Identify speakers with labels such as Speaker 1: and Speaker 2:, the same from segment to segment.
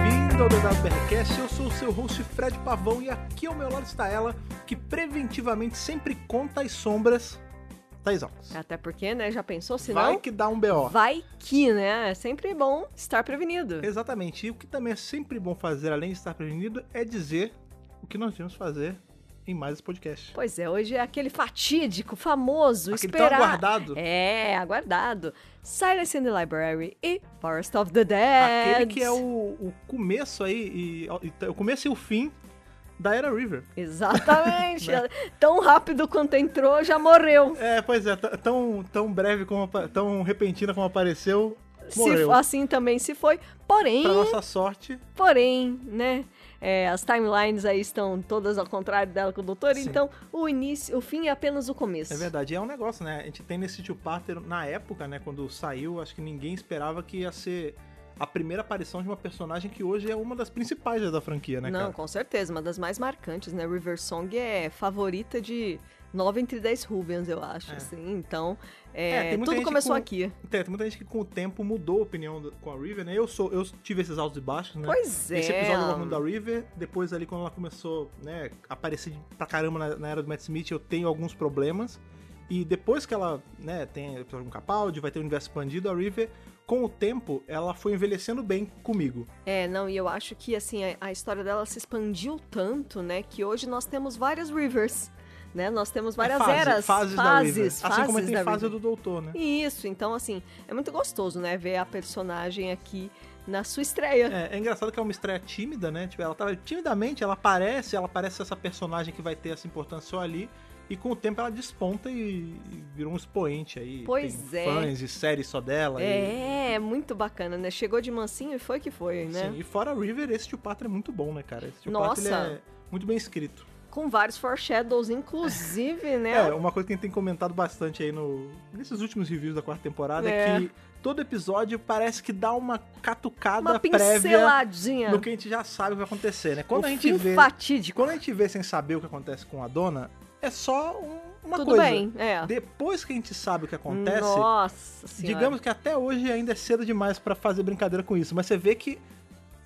Speaker 1: Pesado BRCast, eu sou o seu host Fred Pavão e aqui ao meu lado está ela, que preventivamente sempre conta as sombras, Thaís Alves.
Speaker 2: Até porque, né? Já pensou? Se
Speaker 1: Vai
Speaker 2: não,
Speaker 1: que dá um BO.
Speaker 2: vai que, né? É sempre bom estar prevenido.
Speaker 1: Exatamente, e o que também é sempre bom fazer, além de estar prevenido, é dizer o que nós devemos fazer em mais esse podcast.
Speaker 2: Pois é, hoje é aquele fatídico, famoso,
Speaker 1: Aquele tão
Speaker 2: esperar.
Speaker 1: aguardado,
Speaker 2: é, aguardado. Silence in the Library e Forest of the Dead.
Speaker 1: aquele que é o, o começo aí, e, e- o começo e o fim da Era River.
Speaker 2: Exatamente.
Speaker 1: Né?
Speaker 2: Tão rápido quanto entrou, já morreu.
Speaker 1: É, pois é, t- tão, tão breve, como apa- tão repentina como apareceu,
Speaker 2: Se,
Speaker 1: morreu.
Speaker 2: fo- assim também se foi. Porém,
Speaker 1: Pra nossa sorte,
Speaker 2: Porém, né? é, as timelines aí estão todas ao contrário dela com o doutor,
Speaker 1: Sim.
Speaker 2: então o início, o fim é apenas o começo.
Speaker 1: É verdade, é um negócio, né? A gente tem nesse Tio Parter, na época, né, quando saiu, acho que ninguém esperava que ia ser a primeira aparição de uma personagem que hoje é uma das principais da franquia, né,
Speaker 2: Não,
Speaker 1: cara?
Speaker 2: com certeza, uma das mais marcantes, né? River Song é favorita de 9 entre 10 Rubens, eu acho,
Speaker 1: É.
Speaker 2: assim. Então,
Speaker 1: É,
Speaker 2: é,
Speaker 1: tem muita
Speaker 2: tudo
Speaker 1: gente
Speaker 2: começou
Speaker 1: com-
Speaker 2: aqui.
Speaker 1: Tem, tem muita gente que com o tempo mudou a opinião do- com a River, né? Eu, sou, eu tive esses altos e baixos, né?
Speaker 2: Pois é.
Speaker 1: Esse episódio eu gosto muito da River, depois ali quando ela começou, né, a aparecer pra caramba na, na era do Matt Smith, eu tenho alguns problemas. E depois que ela, né, tem o episódio com Capaldi, vai ter o universo expandido, a River, com o tempo, ela foi envelhecendo bem comigo.
Speaker 2: É, não, e eu acho que assim, a, a história dela se expandiu tanto, né? Que hoje nós temos várias Rivers, né? Nós temos várias
Speaker 1: É Fase-
Speaker 2: eras.
Speaker 1: Fases, da River.
Speaker 2: fases,
Speaker 1: Assim como
Speaker 2: fases
Speaker 1: tem
Speaker 2: da
Speaker 1: fase do
Speaker 2: River.
Speaker 1: Doutor, né?
Speaker 2: Isso, então assim, é muito gostoso, né, ver a personagem aqui na sua estreia.
Speaker 1: É, é engraçado que é uma estreia tímida, né? Tipo, ela tava timidamente, ela aparece, ela parece essa personagem que vai ter essa importância só ali. E com o tempo ela desponta e, e virou um expoente aí.
Speaker 2: Pois
Speaker 1: tem
Speaker 2: é.
Speaker 1: Fãs e séries só dela. E,
Speaker 2: É, é muito bacana, né? Chegou de mansinho e foi que foi, né?
Speaker 1: Sim, assim, e fora a River, esse Tio Patra é muito bom, né, cara? Esse Tio Patra, ele
Speaker 2: Nossa.
Speaker 1: é muito bem escrito.
Speaker 2: Com vários foreshadows, inclusive,
Speaker 1: É,
Speaker 2: né?
Speaker 1: uma coisa que a gente tem comentado bastante aí no, nesses últimos reviews da quarta temporada é,
Speaker 2: É.
Speaker 1: que todo episódio parece que dá uma catucada
Speaker 2: Uma
Speaker 1: prévia
Speaker 2: pinceladinha.
Speaker 1: no que a gente já sabe o que vai acontecer, né? Quando
Speaker 2: o
Speaker 1: a gente
Speaker 2: fim
Speaker 1: vê,
Speaker 2: fatídico.
Speaker 1: quando a gente vê sem saber o que acontece com a dona, é só um- uma
Speaker 2: Tudo
Speaker 1: coisa.
Speaker 2: bem, é.
Speaker 1: Depois que a gente sabe o que acontece,
Speaker 2: Nossa senhora.
Speaker 1: digamos que até hoje ainda é cedo demais pra fazer brincadeira com isso, mas você vê que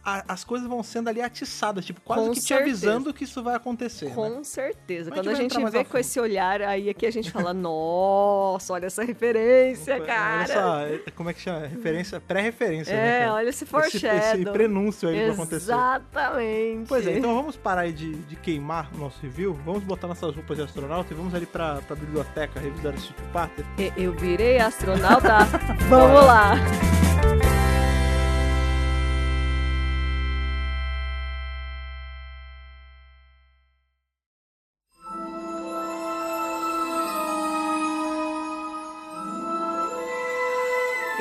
Speaker 1: a- as coisas vão sendo ali atiçadas, tipo, quase
Speaker 2: Com
Speaker 1: que te
Speaker 2: certeza.
Speaker 1: avisando que isso vai acontecer. né?
Speaker 2: Com certeza.
Speaker 1: Mas a gente
Speaker 2: Quando a
Speaker 1: vai
Speaker 2: gente
Speaker 1: entrar mais a
Speaker 2: vê com
Speaker 1: fundo.
Speaker 2: esse olhar aí aqui, a gente fala, nossa, olha essa referência,
Speaker 1: Olha
Speaker 2: cara.
Speaker 1: só, é- como é que chama? Referência, pré-referência, né?
Speaker 2: é,
Speaker 1: cara?
Speaker 2: olha esse
Speaker 1: Esse- esse,
Speaker 2: foreshadow.
Speaker 1: prenúncio aí do que vai acontecer.
Speaker 2: Exatamente.
Speaker 1: Pois é, então vamos parar aí de, de queimar o nosso review, vamos botar nossas roupas de astronauta e vamos ali pra, pra biblioteca revisar esse tipo Pater.
Speaker 2: E- Eu virei astronauta. Vamos lá.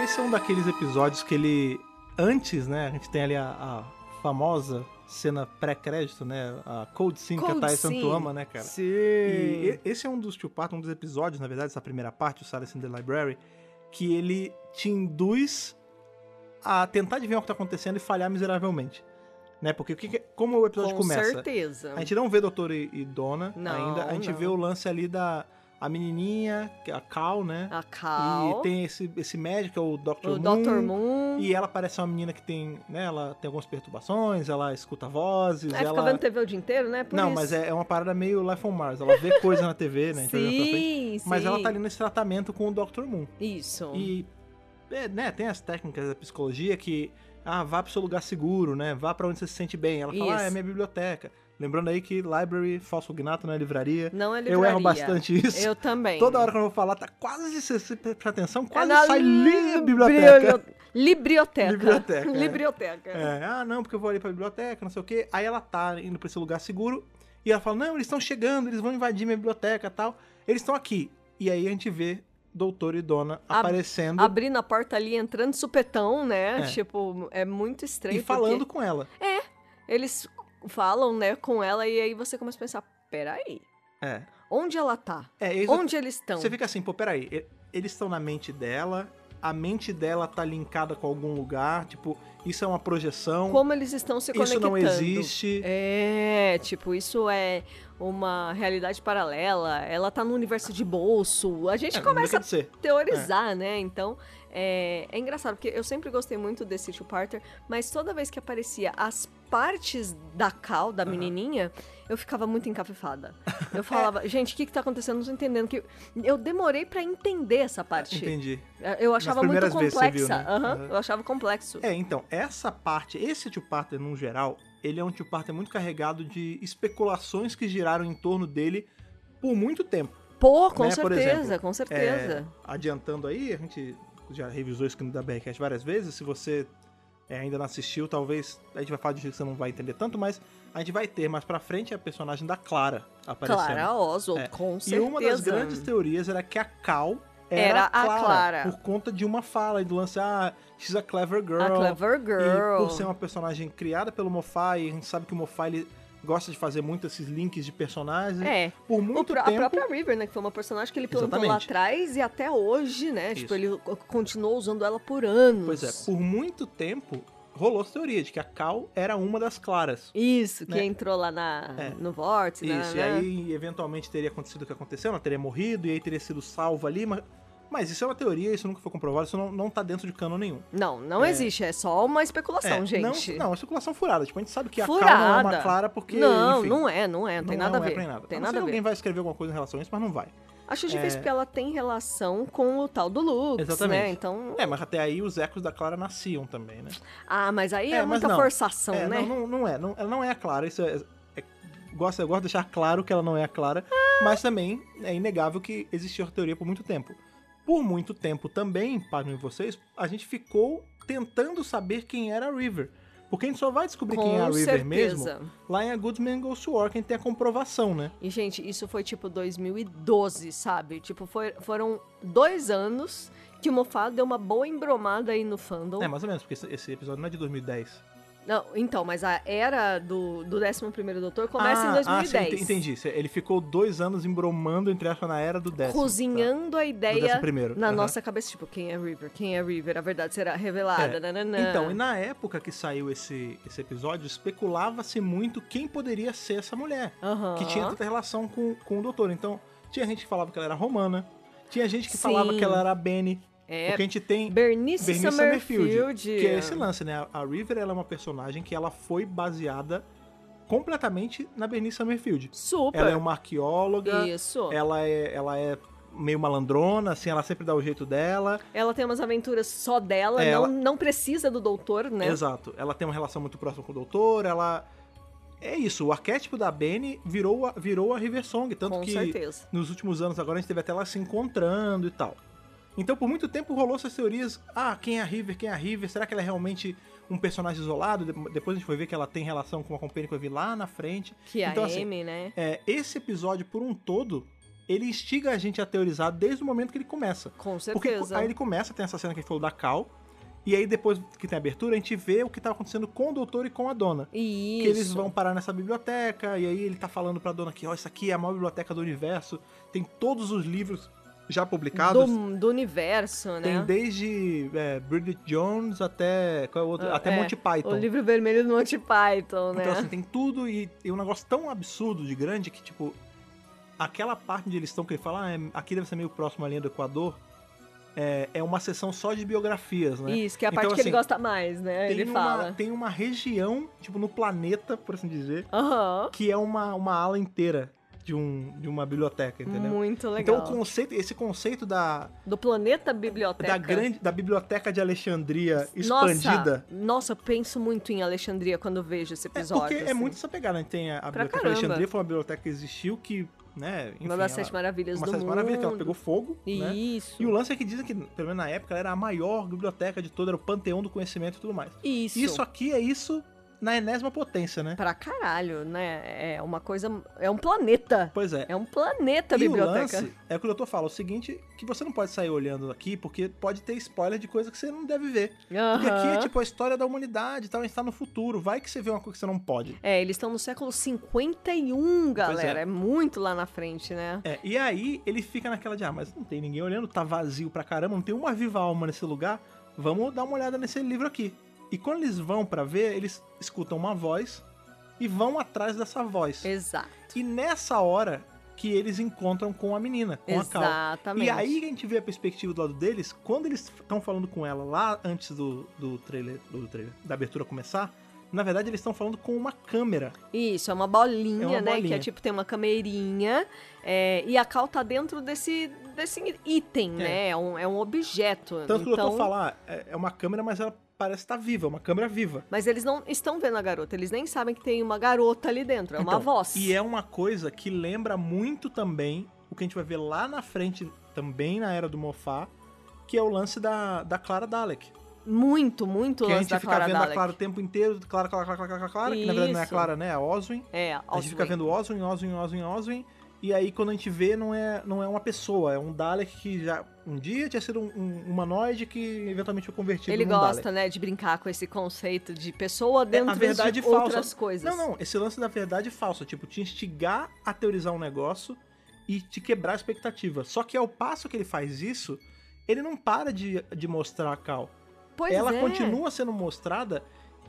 Speaker 1: Esse é um daqueles episódios que ele. Antes, né? A gente tem ali a, a famosa cena pré-crédito, né? A Cold Scene que a
Speaker 2: Cold
Speaker 1: Thais
Speaker 2: Scene.
Speaker 1: Santo ama, né, cara?
Speaker 2: Sim.
Speaker 1: E e- esse é um dos Tio Pato, um dos episódios, na verdade, essa primeira parte, o Silence in the Library, que ele te induz a tentar adivinhar o que tá acontecendo e falhar miseravelmente. Né? Porque o que que- como o episódio
Speaker 2: Com
Speaker 1: começa?
Speaker 2: certeza.
Speaker 1: A gente não vê Doutor e, e Dona
Speaker 2: Então Não,
Speaker 1: ainda, a gente
Speaker 2: não.
Speaker 1: vê o lance ali da a menininha, que é a Cal, né?
Speaker 2: A Cal,
Speaker 1: E tem esse, esse médico, que é o Dr.
Speaker 2: o
Speaker 1: Moon.
Speaker 2: Dr. Moon.
Speaker 1: E ela parece uma menina que tem, né, ela tem algumas perturbações, ela escuta vozes,
Speaker 2: Aí É, fica
Speaker 1: ela...
Speaker 2: vendo TV o dia inteiro, né? Por
Speaker 1: Não,
Speaker 2: isso.
Speaker 1: mas é, é uma parada meio Life on Mars, ela vê coisa na TV, né, a gente vai ver pra frente.
Speaker 2: Sim, sim.
Speaker 1: Mas ela tá ali nesse tratamento com o Dr. Moon.
Speaker 2: Isso.
Speaker 1: E, é, né, tem as técnicas da psicologia que, ah, vá pro seu lugar seguro, né, vá pra onde você se sente bem. Ela fala, ah,
Speaker 2: Isso.
Speaker 1: é minha biblioteca. Lembrando aí que library, falso gnato, né, livraria.
Speaker 2: Não é
Speaker 1: Eu
Speaker 2: livraria.
Speaker 1: erro bastante isso.
Speaker 2: Eu também.
Speaker 1: Toda hora que eu vou falar, tá quase, se você prestar atenção,
Speaker 2: É
Speaker 1: quase
Speaker 2: na
Speaker 1: sai li biblioteca.
Speaker 2: Librioteca.
Speaker 1: Librioteca, é.
Speaker 2: Librioteca.
Speaker 1: É, ah, não, porque eu vou ali pra biblioteca, não sei o quê. Aí ela tá indo pra esse lugar seguro e ela fala: Não, eles estão chegando, eles vão invadir minha biblioteca e tal. Eles estão aqui. E aí a gente vê doutor e dona
Speaker 2: Ab-
Speaker 1: aparecendo
Speaker 2: Abrindo a porta ali, entrando supetão, né?
Speaker 1: É.
Speaker 2: Tipo, é muito estranho.
Speaker 1: e
Speaker 2: porque
Speaker 1: falando com ela.
Speaker 2: Eles falam, né, com ela e aí você começa a pensar, peraí,
Speaker 1: É.
Speaker 2: onde ela tá?
Speaker 1: É, eles,
Speaker 2: Onde eles estão?
Speaker 1: Você fica assim, pô, peraí, e- eles estão na mente dela, a mente dela tá linkada com algum lugar, tipo, isso é uma projeção,
Speaker 2: Como eles estão
Speaker 1: isso
Speaker 2: se
Speaker 1: É,
Speaker 2: conectando?
Speaker 1: não existe.
Speaker 2: É, tipo, isso é uma realidade paralela, ela tá no universo de bolso. A gente
Speaker 1: É, não
Speaker 2: começa
Speaker 1: deixa de ser.
Speaker 2: teorizar, né? Então, é, é engraçado, porque eu sempre gostei muito desse two-parter, mas toda vez que aparecia as partes da Cal, da menininha, eu ficava muito encafifada. Eu falava, gente, o que que tá acontecendo? Não tô entendendo. Que eu demorei pra entender essa parte.
Speaker 1: Entendi.
Speaker 2: Eu achava muito
Speaker 1: primeiras vezes
Speaker 2: complexa.
Speaker 1: você viu, né?
Speaker 2: Aham,
Speaker 1: Uhum.
Speaker 2: Eu achava complexo.
Speaker 1: É, então, essa parte, esse two-parter, num geral, ele é um two-parter muito carregado de especulações que giraram em torno dele por muito tempo.
Speaker 2: Pô, com
Speaker 1: né, por
Speaker 2: certeza,
Speaker 1: exemplo,
Speaker 2: com certeza.
Speaker 1: É, adiantando aí, a gente já revisou isso aqui no da BRCast várias vezes. Se você é, ainda não assistiu, talvez a gente vai falar de um jeito que você não vai entender tanto, mas a gente vai ter mais pra frente a personagem da Clara aparecendo.
Speaker 2: Clara Oswald,
Speaker 1: É.
Speaker 2: com
Speaker 1: E
Speaker 2: certeza.
Speaker 1: uma das grandes teorias era que a Cal era,
Speaker 2: Era
Speaker 1: a, Clara,
Speaker 2: a Clara.
Speaker 1: Por conta de uma fala e do lance, ah, she's a clever girl.
Speaker 2: A Clever
Speaker 1: E
Speaker 2: Girl.
Speaker 1: por ser uma personagem criada pelo Mofai, a gente sabe que o Mofai ele gosta de fazer muito esses links de personagens.
Speaker 2: É.
Speaker 1: Por
Speaker 2: O
Speaker 1: muito
Speaker 2: pró-
Speaker 1: tempo.
Speaker 2: A própria River, né? Que foi uma personagem que ele plantou lá
Speaker 1: Exatamente.
Speaker 2: atrás e até hoje, né?
Speaker 1: Isso.
Speaker 2: Tipo, ele co- continuou usando ela por anos.
Speaker 1: Pois é, por muito tempo rolou essa teoria de que a Cal era uma das claras.
Speaker 2: Isso, que
Speaker 1: Né?
Speaker 2: entrou lá na,
Speaker 1: É.
Speaker 2: no vórtice, né,
Speaker 1: Isso, e
Speaker 2: né?
Speaker 1: aí eventualmente teria acontecido o que aconteceu, ela teria morrido e aí teria sido salva ali, mas, mas isso é uma teoria, isso nunca foi comprovado, isso não, não tá dentro de cano nenhum.
Speaker 2: Não, não existe, é só uma especulação,
Speaker 1: É,
Speaker 2: gente.
Speaker 1: Não, não, é circulação furada, tipo, a gente sabe que a Cal não é
Speaker 2: Furada.
Speaker 1: uma clara porque,
Speaker 2: não,
Speaker 1: enfim,
Speaker 2: não é, não é, não, tem
Speaker 1: é,
Speaker 2: nada
Speaker 1: não
Speaker 2: a
Speaker 1: é
Speaker 2: ver.
Speaker 1: pra nada.
Speaker 2: Tem
Speaker 1: a não ser
Speaker 2: nada
Speaker 1: que
Speaker 2: a
Speaker 1: alguém
Speaker 2: ver.
Speaker 1: vai escrever alguma coisa em relação a isso, mas não vai.
Speaker 2: Acho difícil
Speaker 1: É.
Speaker 2: porque ela tem relação com o tal do Lux,
Speaker 1: Exatamente.
Speaker 2: né? Então.
Speaker 1: É, mas até aí os ecos da Clara nasciam também, né?
Speaker 2: Ah, mas aí é,
Speaker 1: É, mas
Speaker 2: muita
Speaker 1: não.
Speaker 2: forçação,
Speaker 1: é,
Speaker 2: né?
Speaker 1: Não, não, não é. Não, ela não é a Clara. Isso é, é- gosto, eu gosto de deixar claro que ela não é a Clara. Mas também é inegável que existiu a teoria por muito tempo. Por muito tempo também, pasmem vocês, a gente ficou tentando saber quem era a River. Porque a gente só vai descobrir
Speaker 2: Com
Speaker 1: quem é a River
Speaker 2: certeza.
Speaker 1: mesmo lá em A Good Man Goes to War, quem tem a comprovação, né?
Speaker 2: E, gente, isso foi tipo 2012, sabe? Tipo, foi- foram dois anos que o Mofá deu uma boa embromada aí no fandom.
Speaker 1: É, mais ou menos, porque esse- esse episódio não é de 2010.
Speaker 2: Não, então, mas a era do, do 11 Doutor começa
Speaker 1: ah,
Speaker 2: em 2010.
Speaker 1: Ah, sim, ente- entendi. Ele ficou dois anos embromando, entre aspas, na era do décimo.
Speaker 2: Cozinhando a
Speaker 1: É, tá. Do
Speaker 2: ideia
Speaker 1: décimo primeiro.
Speaker 2: na
Speaker 1: aham.
Speaker 2: nossa cabeça. Tipo, quem é River? Quem é River? A verdade será revelada.
Speaker 1: É.
Speaker 2: nananã.
Speaker 1: Então, e na época que saiu esse, esse episódio, especulava-se muito quem poderia ser essa mulher.
Speaker 2: Aham.
Speaker 1: Que tinha tanta relação com, com o doutor. Então, tinha gente que falava que ela era romana. Tinha gente que falava
Speaker 2: Sim.
Speaker 1: que ela era a Benny.
Speaker 2: É,
Speaker 1: Porque a gente tem
Speaker 2: Bernice,
Speaker 1: Bernice
Speaker 2: Summerfield.
Speaker 1: Summerfield. Que é esse lance, né? A River, ela é uma personagem que ela foi baseada completamente na Bernice Summerfield.
Speaker 2: Super.
Speaker 1: Ela é uma arqueóloga.
Speaker 2: Isso.
Speaker 1: Ela é, ela é meio malandrona, assim. Ela sempre dá o jeito dela.
Speaker 2: Ela tem umas aventuras só dela,
Speaker 1: É,
Speaker 2: não,
Speaker 1: ela-
Speaker 2: não precisa do doutor, né?
Speaker 1: Exato. Ela tem uma relação muito próxima com o doutor, ela. É isso, o arquétipo da Benny virou a, virou a River Song, tanto
Speaker 2: Com
Speaker 1: que
Speaker 2: certeza.
Speaker 1: nos últimos anos agora a gente teve até ela se encontrando e tal. Então por muito tempo rolou essas teorias, ah, quem é a River, quem é a River, será que ela é realmente um personagem isolado? De- depois a gente foi ver que ela tem relação com uma companhia que eu vi lá na frente.
Speaker 2: Que
Speaker 1: então
Speaker 2: a
Speaker 1: assim,
Speaker 2: Amy, né?
Speaker 1: é, esse episódio por um todo, ele instiga a gente a teorizar desde o momento que ele começa.
Speaker 2: Com
Speaker 1: Porque
Speaker 2: certeza.
Speaker 1: aí ele começa, tem essa cena que ele falou da Cal. E aí, depois que tem a abertura, a gente vê o que tá acontecendo com o doutor e com a dona.
Speaker 2: Isso.
Speaker 1: Que eles vão parar nessa biblioteca, e aí ele tá falando pra dona que, ó, isso aqui é a maior biblioteca do universo. Tem todos os livros já publicados.
Speaker 2: do, do universo, né?
Speaker 1: Tem desde é, Bridget Jones até. Qual é o outro?
Speaker 2: Ah,
Speaker 1: até
Speaker 2: é,
Speaker 1: Monty Python.
Speaker 2: O livro vermelho do Monty Python, né?
Speaker 1: Então, assim, tem tudo e, e um negócio tão absurdo de grande que, tipo, aquela parte onde eles estão, que ele fala, ah, é- aqui deve ser meio próximo à linha do Equador, é, é uma sessão só de biografias, né?
Speaker 2: Isso, que é a
Speaker 1: Então,
Speaker 2: parte que ele
Speaker 1: assim,
Speaker 2: gosta mais, né? Ele
Speaker 1: uma,
Speaker 2: fala.
Speaker 1: tem uma região, tipo, no planeta, por assim dizer,
Speaker 2: Aham.
Speaker 1: que é uma, uma ala inteira de, um, de uma biblioteca, entendeu?
Speaker 2: Muito legal.
Speaker 1: Então, o conceito, esse conceito da,
Speaker 2: Do planeta biblioteca.
Speaker 1: da grande da biblioteca de Alexandria expandida.
Speaker 2: Nossa, nossa, eu penso muito em Alexandria quando vejo esse
Speaker 1: É
Speaker 2: episódio.
Speaker 1: porque é
Speaker 2: assim.
Speaker 1: muito essa pegada, né? Tem a, a Biblioteca
Speaker 2: caramba.
Speaker 1: de Alexandria, foi uma biblioteca que existiu que, né, enfim,
Speaker 2: Uma das
Speaker 1: ela-
Speaker 2: sete maravilhas
Speaker 1: uma
Speaker 2: do
Speaker 1: das
Speaker 2: mundo.
Speaker 1: maravilhas que ela pegou fogo, né?
Speaker 2: Isso.
Speaker 1: E o lance é que dizem que, pelo menos na época, ela era a maior biblioteca de toda, era o panteão do conhecimento e tudo mais.
Speaker 2: Isso.
Speaker 1: Isso aqui é isso na enésima potência, né?
Speaker 2: Pra caralho, né? É uma coisa. É um planeta.
Speaker 1: Pois é.
Speaker 2: É um planeta
Speaker 1: e o
Speaker 2: biblioteca.
Speaker 1: lance é o que o doutor fala, o seguinte, que você não pode sair olhando aqui, porque pode ter spoiler de coisa que você não deve ver. Porque aqui é
Speaker 2: Aham.
Speaker 1: tipo a história da humanidade e tal, a gente tá no futuro, vai que você vê uma coisa que você não pode.
Speaker 2: É, eles estão no século 51, galera. É. muito lá na frente, né?
Speaker 1: É, e aí ele fica naquela de, ah, mas não tem ninguém olhando, tá vazio pra caramba, não tem uma viva alma nesse lugar, vamos dar uma olhada nesse livro aqui. E quando eles vão pra ver, eles escutam uma voz e vão atrás dessa voz.
Speaker 2: Exato.
Speaker 1: E nessa hora que eles encontram com a menina, com a Cal.
Speaker 2: Exatamente.
Speaker 1: E aí que a gente vê a perspectiva do lado deles, quando eles estão falando com ela lá antes do, do trailer, do trailer, da abertura começar, na verdade eles estão falando com uma câmera.
Speaker 2: Isso, é uma bolinha,
Speaker 1: É uma
Speaker 2: né? Que é
Speaker 1: bolinha.
Speaker 2: tipo, tem uma camerinha é, e a cal tá dentro desse, desse item, né? É um, é um objeto.
Speaker 1: Tanto que o
Speaker 2: então,
Speaker 1: doutor falar, é é uma câmera, mas ela parece estar viva, é uma câmera viva.
Speaker 2: Mas eles não estão vendo a garota, eles nem sabem que tem uma garota ali dentro, é uma
Speaker 1: Então,
Speaker 2: voz.
Speaker 1: E é uma coisa que lembra muito também o que a gente vai ver lá na frente, também na era do Mofá, que é o lance da, da Clara Dalek.
Speaker 2: Muito, muito
Speaker 1: que a
Speaker 2: antes
Speaker 1: gente
Speaker 2: da
Speaker 1: fica
Speaker 2: Clara
Speaker 1: vendo
Speaker 2: Dalek.
Speaker 1: a Clara o tempo inteiro, Clara, Clara, Clara, Clara, Clara, Clara que na verdade não é a
Speaker 2: Isso.
Speaker 1: Clara, né? É a Oswin.
Speaker 2: É,
Speaker 1: A gente fica
Speaker 2: Oswin.
Speaker 1: vendo Oswin, Oswin, Oswin, Oswin. E aí, quando a gente vê, não é, não é uma pessoa, é um Dalek que já um dia tinha sido um, um humanoide que eventualmente foi convertido
Speaker 2: Ele
Speaker 1: num Dalek.
Speaker 2: gosta, né, de brincar com esse conceito de pessoa dentro
Speaker 1: Tipo É, a verdade
Speaker 2: de
Speaker 1: falsa.
Speaker 2: outras coisas.
Speaker 1: Não, não, esse lance da verdade falsa, tipo, te instigar a teorizar um negócio e te quebrar a expectativa. Só que ao passo que ele faz isso, ele não para de, de mostrar a Cal.
Speaker 2: Pois
Speaker 1: Ela
Speaker 2: é.
Speaker 1: continua sendo mostrada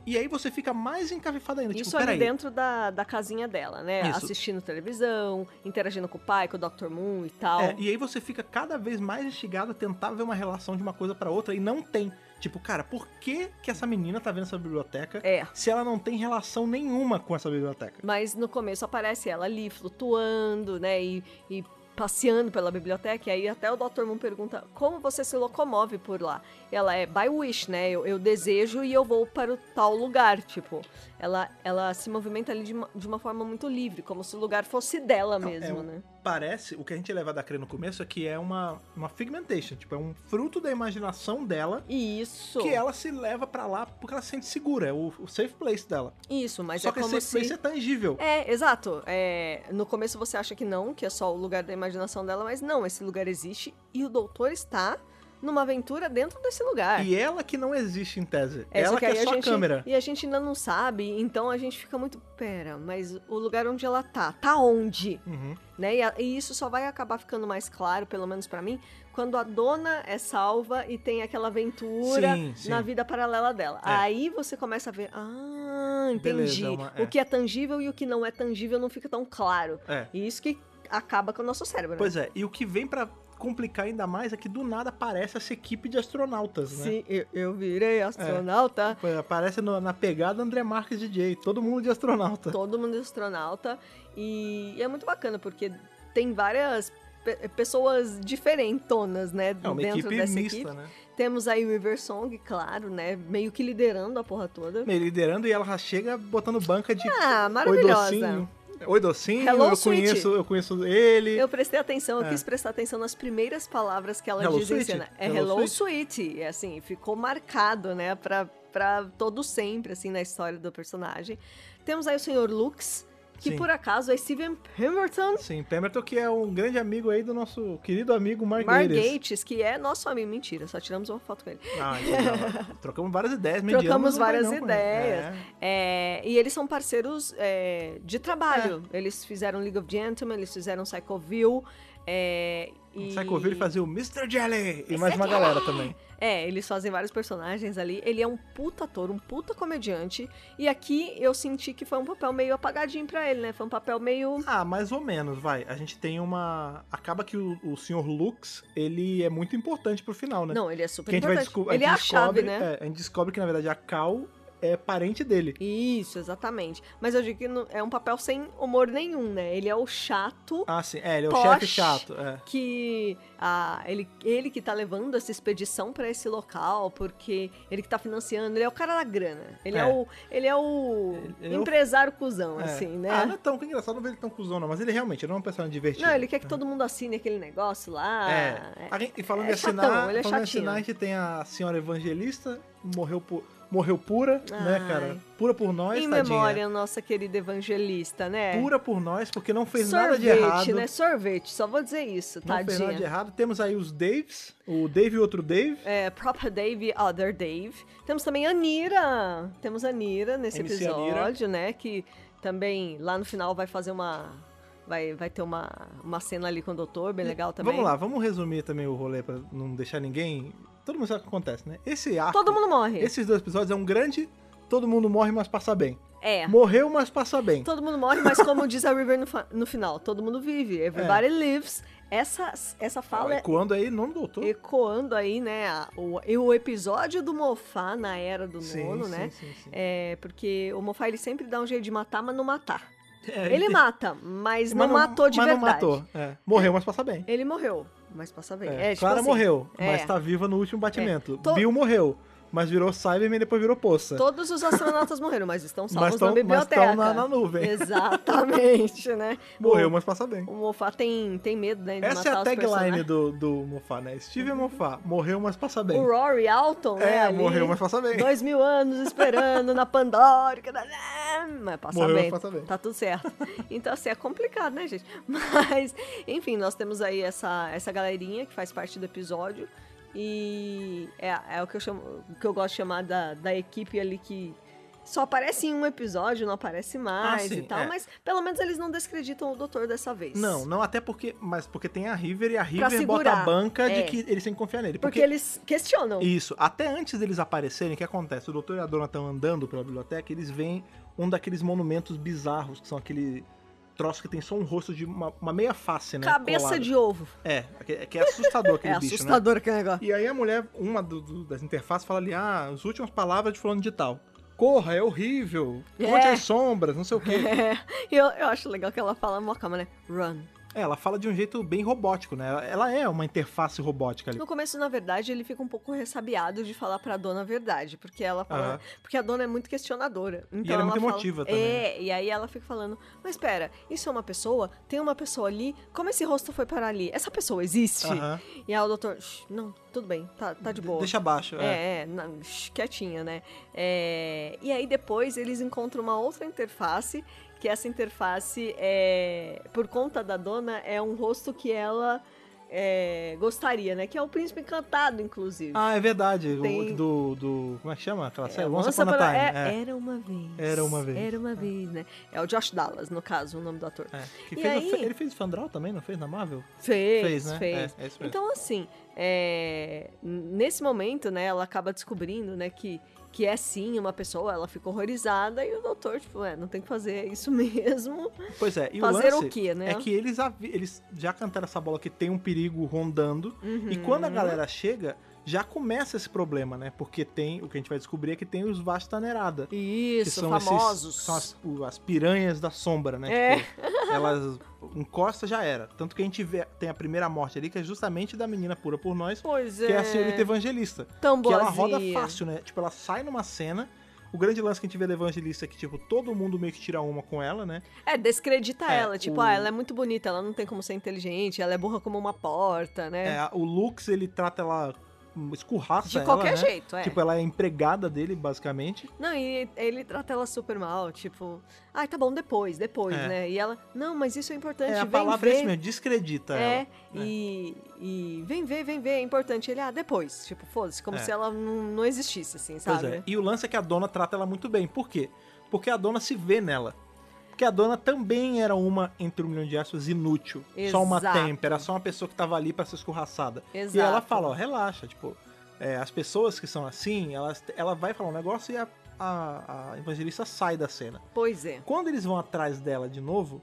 Speaker 1: e aí você fica mais encafifada ainda.
Speaker 2: Isso
Speaker 1: tipo,
Speaker 2: ali
Speaker 1: peraí.
Speaker 2: dentro da, da casinha dela, né?
Speaker 1: Isso.
Speaker 2: Assistindo televisão, interagindo com o pai, com o Dr. Moon e tal.
Speaker 1: É, e aí você fica cada vez mais instigado a tentar ver uma relação de uma coisa pra outra e não tem. Tipo, cara, por que que essa menina tá vendo essa biblioteca
Speaker 2: É.
Speaker 1: se ela não tem relação nenhuma com essa biblioteca?
Speaker 2: Mas no começo aparece ela ali flutuando, né? E, e passeando pela biblioteca. E aí até o Dr. Moon pergunta como você se locomove por lá. E ela é by wish, né? Eu, eu desejo e eu vou para o tal lugar. Tipo, ela, ela se movimenta ali de uma, de uma forma muito livre, como se o lugar fosse dela
Speaker 1: Não, é
Speaker 2: mesmo,
Speaker 1: um-
Speaker 2: né?
Speaker 1: Parece, o que a gente é levado a crer no começo é que é uma, uma figmentation, tipo, é um fruto da imaginação dela
Speaker 2: Isso.
Speaker 1: que é ela se leva pra lá porque ela se sente segura, é o, o safe place dela.
Speaker 2: Isso, mas
Speaker 1: Só
Speaker 2: é
Speaker 1: que esse
Speaker 2: como
Speaker 1: safe
Speaker 2: se.
Speaker 1: place é tangível.
Speaker 2: É, exato. É, no começo você acha que não, que é só o lugar da imaginação dela, mas não, esse lugar existe e o doutor está numa aventura dentro desse lugar.
Speaker 1: E ela que não existe em tese.
Speaker 2: É, só
Speaker 1: ela que,
Speaker 2: aí
Speaker 1: é só
Speaker 2: a
Speaker 1: a
Speaker 2: gente,
Speaker 1: câmera.
Speaker 2: E a gente ainda não sabe, então a gente fica muito. Pera, mas o lugar onde ela tá, tá onde?
Speaker 1: Uhum.
Speaker 2: Né? E, a- e isso só vai acabar ficando mais claro, pelo menos pra mim, quando a dona é salva e tem aquela aventura
Speaker 1: Sim, sim.
Speaker 2: na vida paralela dela.
Speaker 1: É.
Speaker 2: Aí você começa a ver, ah, entendi.
Speaker 1: Beleza, é uma- é.
Speaker 2: O que é tangível e o que não é tangível não fica tão claro.
Speaker 1: É.
Speaker 2: E isso que acaba com o nosso cérebro. né?
Speaker 1: Pois é, e o que vem pra complicar ainda mais é que do nada aparece essa equipe de astronautas, né?
Speaker 2: Sim, eu, eu virei astronauta.
Speaker 1: Pois é, Aparece no- na pegada André Marques DJ, todo mundo de astronauta.
Speaker 2: Todo mundo é astronauta. E é muito bacana, porque tem várias pe- pessoas diferentonas, né?
Speaker 1: É uma
Speaker 2: dentro
Speaker 1: equipe
Speaker 2: dessa
Speaker 1: mista,
Speaker 2: equipe.
Speaker 1: né?
Speaker 2: Temos aí o Riversong, claro, né? Meio que liderando a porra toda.
Speaker 1: Meio Liderando e ela já chega botando banca de
Speaker 2: Ah,
Speaker 1: Oi
Speaker 2: maravilhosa.
Speaker 1: docinho. Oi docinho,
Speaker 2: Hello,
Speaker 1: eu
Speaker 2: Sweetie.
Speaker 1: conheço, eu conheço ele.
Speaker 2: Eu prestei atenção, eu
Speaker 1: É.
Speaker 2: quis prestar atenção nas primeiras palavras que ela
Speaker 1: Hello,
Speaker 2: diz em
Speaker 1: sweetie.
Speaker 2: cena. É
Speaker 1: Hello,
Speaker 2: Hello, Sweetie. E assim, ficou marcado, né? Pra, pra todo sempre, assim, na história do personagem. Temos aí o Sr. Lux, que
Speaker 1: Sim.
Speaker 2: por acaso é Steven Pemberton.
Speaker 1: Sim, Pemberton que é um grande amigo aí do nosso querido amigo Mark
Speaker 2: Mar
Speaker 1: Gatiss.
Speaker 2: Gates, que é nosso amigo. Mentira, só tiramos uma foto com ele.
Speaker 1: Ah, então, trocamos várias ideias, mediamos
Speaker 2: Trocamos
Speaker 1: não vai
Speaker 2: várias
Speaker 1: não com ele.
Speaker 2: ideias.
Speaker 1: É.
Speaker 2: É, e eles são parceiros é, de trabalho. Eles fizeram League of Gentlemen, eles fizeram Psychoville. É, e...
Speaker 1: Sai com o vídeo e fazer o Mr. Jelly e mais
Speaker 2: Mr.
Speaker 1: uma
Speaker 2: Jelly.
Speaker 1: galera também.
Speaker 2: É, eles fazem vários personagens ali. Ele é um puta ator, um puta comediante. E aqui eu senti que foi um papel meio apagadinho pra ele, né? Foi um papel meio.
Speaker 1: Ah, mais ou menos, vai. A gente tem uma. Acaba que o, o Sr. Lux, ele é muito importante pro final, né?
Speaker 2: Não, ele é super
Speaker 1: Que a gente vai
Speaker 2: importante.
Speaker 1: desco-
Speaker 2: Ele é a chave,
Speaker 1: descobre-
Speaker 2: né?
Speaker 1: é, a gente descobre que, na verdade, a Cal é parente dele.
Speaker 2: Isso, exatamente. Mas eu digo que não- é um papel sem humor nenhum, né? Ele é o chato
Speaker 1: Ah, sim. É, ele é o
Speaker 2: Posh.
Speaker 1: chefe chato. É.
Speaker 2: que ah, ele, ele que tá levando essa expedição pra esse local, porque ele que tá financiando, ele é o cara da grana. Ele é,
Speaker 1: É.
Speaker 2: o, ele é o
Speaker 1: Ele é o-
Speaker 2: empresário cuzão,
Speaker 1: É.
Speaker 2: assim, né?
Speaker 1: Ah, não é tão que engraçado não ver ele tão cuzão, não. Mas ele realmente ele não é um personagem divertido.
Speaker 2: não, ele quer que todo mundo assine aquele negócio lá.
Speaker 1: É. A gente- e falando
Speaker 2: é
Speaker 1: em assinar,
Speaker 2: chatão, ele é
Speaker 1: falando em
Speaker 2: chatinho.
Speaker 1: assinar, a gente tem a senhora evangelista, morreu, pu- morreu pura, né,
Speaker 2: Ai.
Speaker 1: cara? Pura por nós,
Speaker 2: Em
Speaker 1: tadinha.
Speaker 2: memória, nossa querida evangelista, né?
Speaker 1: Pura por nós, porque não fez
Speaker 2: Sorvete,
Speaker 1: nada de errado.
Speaker 2: né? Sorvete, só vou dizer isso,
Speaker 1: Não fez nada de
Speaker 2: tadinha.
Speaker 1: errado. Temos aí os Daves, o Dave e outro Dave.
Speaker 2: É, Proper Dave, Other Dave. Temos também a Nira. Temos a Nira nesse
Speaker 1: MC
Speaker 2: episódio, né? Que também lá no final vai fazer uma. Vai, vai ter uma, uma cena ali com o doutor, bem legal também.
Speaker 1: Vamos lá, vamos resumir também o rolê pra não deixar ninguém. Todo mundo sabe o que acontece, né? Esse arco,
Speaker 2: Todo mundo morre.
Speaker 1: esses dois episódios é um grande. Todo mundo morre, mas passa bem.
Speaker 2: É.
Speaker 1: Morreu, mas passa bem.
Speaker 2: Todo mundo morre, mas como diz a River no, fa- no final, todo mundo vive.
Speaker 1: É.
Speaker 2: Everybody lives. Essa, essa fala é
Speaker 1: Quando aí, não doutor.
Speaker 2: ecoando aí, né? a- o, e o episódio do Mofá na era do nono, né?
Speaker 1: sim, sim.
Speaker 2: É, porque o Mofá ele sempre dá um jeito de matar, mas não matar.
Speaker 1: É,
Speaker 2: Ele
Speaker 1: tem-
Speaker 2: mata,
Speaker 1: mas
Speaker 2: mas, não matou de
Speaker 1: mas não
Speaker 2: verdade.
Speaker 1: matou, é. Morreu, mas passa bem.
Speaker 2: Ele morreu, mas passa bem.
Speaker 1: É,
Speaker 2: É, tipo
Speaker 1: Clara
Speaker 2: assim,
Speaker 1: morreu,
Speaker 2: é.
Speaker 1: mas tá viva no último batimento.
Speaker 2: To-
Speaker 1: Bill morreu, mas virou Cyberman e depois virou poça.
Speaker 2: Todos os astronautas morreram, mas estão salvos
Speaker 1: Mas tão-
Speaker 2: na
Speaker 1: mas
Speaker 2: biblioteca.
Speaker 1: tão na- na nuvem.
Speaker 2: Exatamente, né?
Speaker 1: Morreu,
Speaker 2: o,
Speaker 1: mas passa bem.
Speaker 2: o Mofá tem, tem medo, né? De
Speaker 1: Essa é
Speaker 2: matar
Speaker 1: a
Speaker 2: os
Speaker 1: tagline
Speaker 2: personagens.
Speaker 1: do, do Mofá, né? Steven Mofá, morreu, mas passa bem.
Speaker 2: O Rory Alton, né?
Speaker 1: É,
Speaker 2: ali,
Speaker 1: morreu, mas passa bem.
Speaker 2: Dois mil anos esperando na Pandórica. né, né, Mas passa
Speaker 1: Morreu,
Speaker 2: bem.
Speaker 1: mas passa bem.
Speaker 2: Tá tudo certo. Então, assim, é complicado, né, gente? Mas, enfim, nós temos aí essa, essa galerinha que faz parte do episódio. E é, é o que eu chamo, o que eu gosto de chamar da, da equipe ali que só aparece em um episódio, não aparece mais
Speaker 1: sim,
Speaker 2: e tal,
Speaker 1: é.
Speaker 2: mas pelo menos eles não descreditam o doutor dessa vez.
Speaker 1: Não, não, até porque. Mas porque tem a River e a River bota
Speaker 2: segurar,
Speaker 1: a banca
Speaker 2: é.
Speaker 1: de que eles têm que confiar nele.
Speaker 2: Porque
Speaker 1: Porque,
Speaker 2: eles questionam.
Speaker 1: Isso, até antes deles aparecerem, o que acontece? O doutor e a dona estão andando pela biblioteca e eles veem um daqueles monumentos bizarros, que são aquele troço que tem só um rosto de uma, uma meia face, né?
Speaker 2: Cabeça
Speaker 1: colada.
Speaker 2: de ovo.
Speaker 1: É, que- que é assustador
Speaker 2: É
Speaker 1: aquele bicho, né?
Speaker 2: assustador aquele negócio.
Speaker 1: E aí a mulher, uma do- do- das interfaces, fala ali, ah, as últimas palavras de fulano de tal. Corra, é horrível, conte
Speaker 2: É.
Speaker 1: as sombras, não sei o quê.
Speaker 2: É, eu, eu acho legal que ela fala mó calma, né? Run.
Speaker 1: É, ela fala de um jeito bem robótico, né? Ela- Ela é uma interface robótica ali.
Speaker 2: No começo, na verdade, ele fica um pouco ressabiado de falar pra dona a verdade, porque ela fala.
Speaker 1: Aham.
Speaker 2: Porque a dona é muito questionadora. Então
Speaker 1: ela é muito
Speaker 2: fala-
Speaker 1: emotiva
Speaker 2: é,
Speaker 1: também.
Speaker 2: e aí ela fica falando: Mas espera, isso é uma pessoa? Tem uma pessoa ali? Como esse rosto foi parar ali? Essa pessoa existe?
Speaker 1: Aham.
Speaker 2: E aí o doutor: "Shh, Não, tudo bem, tá, tá de boa.
Speaker 1: Deixa abaixo, é.
Speaker 2: É, é na- shh, quietinha, né? É, e aí depois eles encontram uma outra interface, que essa interface, é, por conta da dona, é um rosto que ela é, gostaria, né? Que é o príncipe encantado, inclusive.
Speaker 1: Ah, é verdade. o-
Speaker 2: Tem-
Speaker 1: Do, do. Como é que chama aquela série?
Speaker 2: É,
Speaker 1: Once
Speaker 2: Once
Speaker 1: Upon a
Speaker 2: Upon a-
Speaker 1: Time.
Speaker 2: é,
Speaker 1: é.
Speaker 2: Era uma vez.
Speaker 1: Era uma vez.
Speaker 2: Era uma vez, né? É o Josh Dallas, no caso, o nome do ator.
Speaker 1: É, que
Speaker 2: E
Speaker 1: fez,
Speaker 2: aí-
Speaker 1: Ele fez Fandral também, não fez na Marvel?
Speaker 2: Fez,
Speaker 1: Fez, né?
Speaker 2: fez.
Speaker 1: É, é isso mesmo.
Speaker 2: então, assim, é, n- nesse momento, né, ela acaba descobrindo, né, que, que é sim uma pessoa, ela fica horrorizada e o doutor, tipo, é, não tem o que fazer, é isso mesmo.
Speaker 1: Pois é, e
Speaker 2: fazer
Speaker 1: o
Speaker 2: o
Speaker 1: lance
Speaker 2: quê, né?
Speaker 1: é que eles, avi- eles já cantaram essa bola que tem um perigo rondando.
Speaker 2: Uhum.
Speaker 1: E quando a galera chega, já começa esse problema, né? Porque tem, o que a gente vai descobrir é que tem os Vastanerada. Que
Speaker 2: Isso,
Speaker 1: são esses-
Speaker 2: famosos.
Speaker 1: são as, o- as piranhas da sombra, né?
Speaker 2: É.
Speaker 1: Tipo, elas encosta já era. Tanto que a gente vê, tem a primeira morte ali, que é justamente da menina pura por nós,
Speaker 2: Pois é.
Speaker 1: que é a senhorita evangelista.
Speaker 2: Tão
Speaker 1: Que ela roda
Speaker 2: boazinha.
Speaker 1: fácil, né? Tipo, ela sai numa cena. O grande lance que a gente vê da evangelista é que, tipo, todo mundo meio que tira uma com ela, né?
Speaker 2: É, descredita
Speaker 1: É,
Speaker 2: ela, tipo,
Speaker 1: o-
Speaker 2: ah, ela é muito bonita, ela não tem como ser inteligente, ela é burra como uma porta, né?
Speaker 1: É, a- o Lux, ele trata ela, hum, escurraça
Speaker 2: De
Speaker 1: ela,
Speaker 2: qualquer
Speaker 1: né?
Speaker 2: jeito, é.
Speaker 1: Tipo, ela é empregada dele, basicamente.
Speaker 2: Não, e ele trata ela super mal, tipo, ai, tá bom, depois, depois,
Speaker 1: É.
Speaker 2: né? E ela, não, mas isso é importante,
Speaker 1: É, a
Speaker 2: vem
Speaker 1: palavra né? é
Speaker 2: ver.
Speaker 1: isso mesmo, descredita
Speaker 2: É,
Speaker 1: ela.
Speaker 2: e, e vem ver, vem ver, é importante. Ele, ah, depois. Tipo, foda-se, como
Speaker 1: É.
Speaker 2: se ela não, não existisse, assim,
Speaker 1: Pois
Speaker 2: sabe?
Speaker 1: é. E o lance é que a dona trata ela muito bem. Por quê? Porque a dona se vê nela. Porque a dona também era uma, entre um milhão de aspas, inútil. Só uma
Speaker 2: Exato.
Speaker 1: tempera, só uma pessoa que tava ali pra ser escorraçada.
Speaker 2: Exato.
Speaker 1: E ela fala, ó, relaxa, tipo, é, as pessoas que são assim, elas, ela vai falar um negócio e a, a- a evangelista sai da cena.
Speaker 2: Pois é.
Speaker 1: Quando eles vão atrás dela de novo,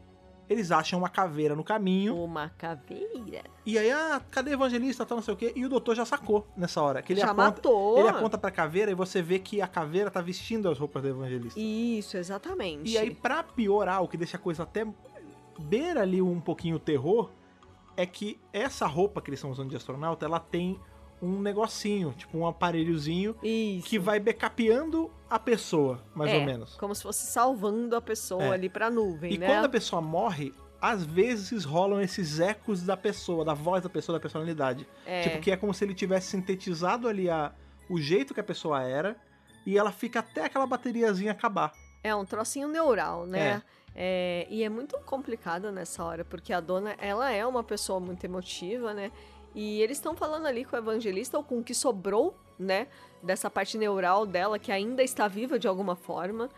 Speaker 1: eles acham uma caveira no caminho.
Speaker 2: Uma caveira.
Speaker 1: E aí, ah, cadê a evangelista, tal, não sei o quê? E o doutor já sacou nessa hora. Que ele
Speaker 2: Já
Speaker 1: aponta,
Speaker 2: matou.
Speaker 1: Ele aponta pra caveira e você vê que a caveira tá vestindo as roupas da evangelista. E,
Speaker 2: Isso, exatamente.
Speaker 1: aí, pra piorar, o que deixa a coisa até beira ali um pouquinho o terror, é que essa roupa que eles estão usando de astronauta, ela tem um negocinho, tipo um aparelhozinho,
Speaker 2: Isso.
Speaker 1: que vai backupeando a pessoa, mais
Speaker 2: É,
Speaker 1: ou menos.
Speaker 2: Como se fosse salvando a pessoa
Speaker 1: É.
Speaker 2: ali pra nuvem,
Speaker 1: E
Speaker 2: né?
Speaker 1: quando a pessoa morre, às vezes rolam esses ecos da pessoa, da voz da pessoa, da personalidade.
Speaker 2: É.
Speaker 1: Tipo, que é como se ele tivesse sintetizado ali a, o jeito que a pessoa era e ela fica até aquela bateriazinha acabar.
Speaker 2: É um trocinho neural, né? É, e é muito complicado nessa hora, porque a dona, ela é uma pessoa muito emotiva, né? E eles estão falando ali com o evangelista, ou com o que sobrou, né? Dessa parte neural dela, que ainda está viva de alguma forma.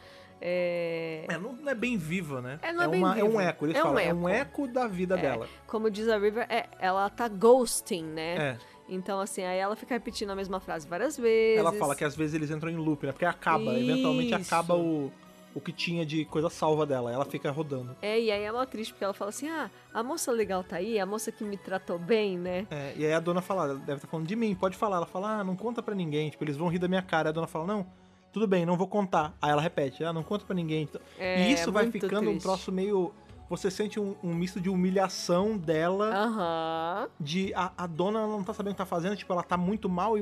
Speaker 2: É,
Speaker 1: É, não, não é bem viva, né?
Speaker 2: É, não é bem
Speaker 1: uma-
Speaker 2: viva.
Speaker 1: um eco, eles
Speaker 2: É um
Speaker 1: falam. É
Speaker 2: eco.
Speaker 1: um eco da vida dela.
Speaker 2: como diz a River, é, ela tá ghosting, né?
Speaker 1: É.
Speaker 2: Então, assim, aí ela fica repetindo a mesma frase várias vezes.
Speaker 1: é Ela fala que às vezes eles entram em loop, né? Porque acaba, eventualmente
Speaker 2: Isso.
Speaker 1: acaba o, o que tinha de coisa salva dela. Ela fica rodando.
Speaker 2: É, e aí é uma triste, porque ela fala assim: ah, a moça legal tá aí, a moça que me tratou bem, né?
Speaker 1: É, e aí a dona fala, deve estar falando de mim, pode falar. Ela fala, ah, não conta pra ninguém, tipo, eles vão rir da minha cara. A dona fala, não, tudo bem, não vou contar. Aí ela repete, ah, não conta pra ninguém. Então,
Speaker 2: É,
Speaker 1: e isso vai
Speaker 2: muito
Speaker 1: ficando um
Speaker 2: triste.
Speaker 1: troço meio... Você sente um, um misto de humilhação dela,
Speaker 2: Ah. Aham.
Speaker 1: de... A, a dona ela não tá sabendo o que tá fazendo, tipo, ela tá muito mal e...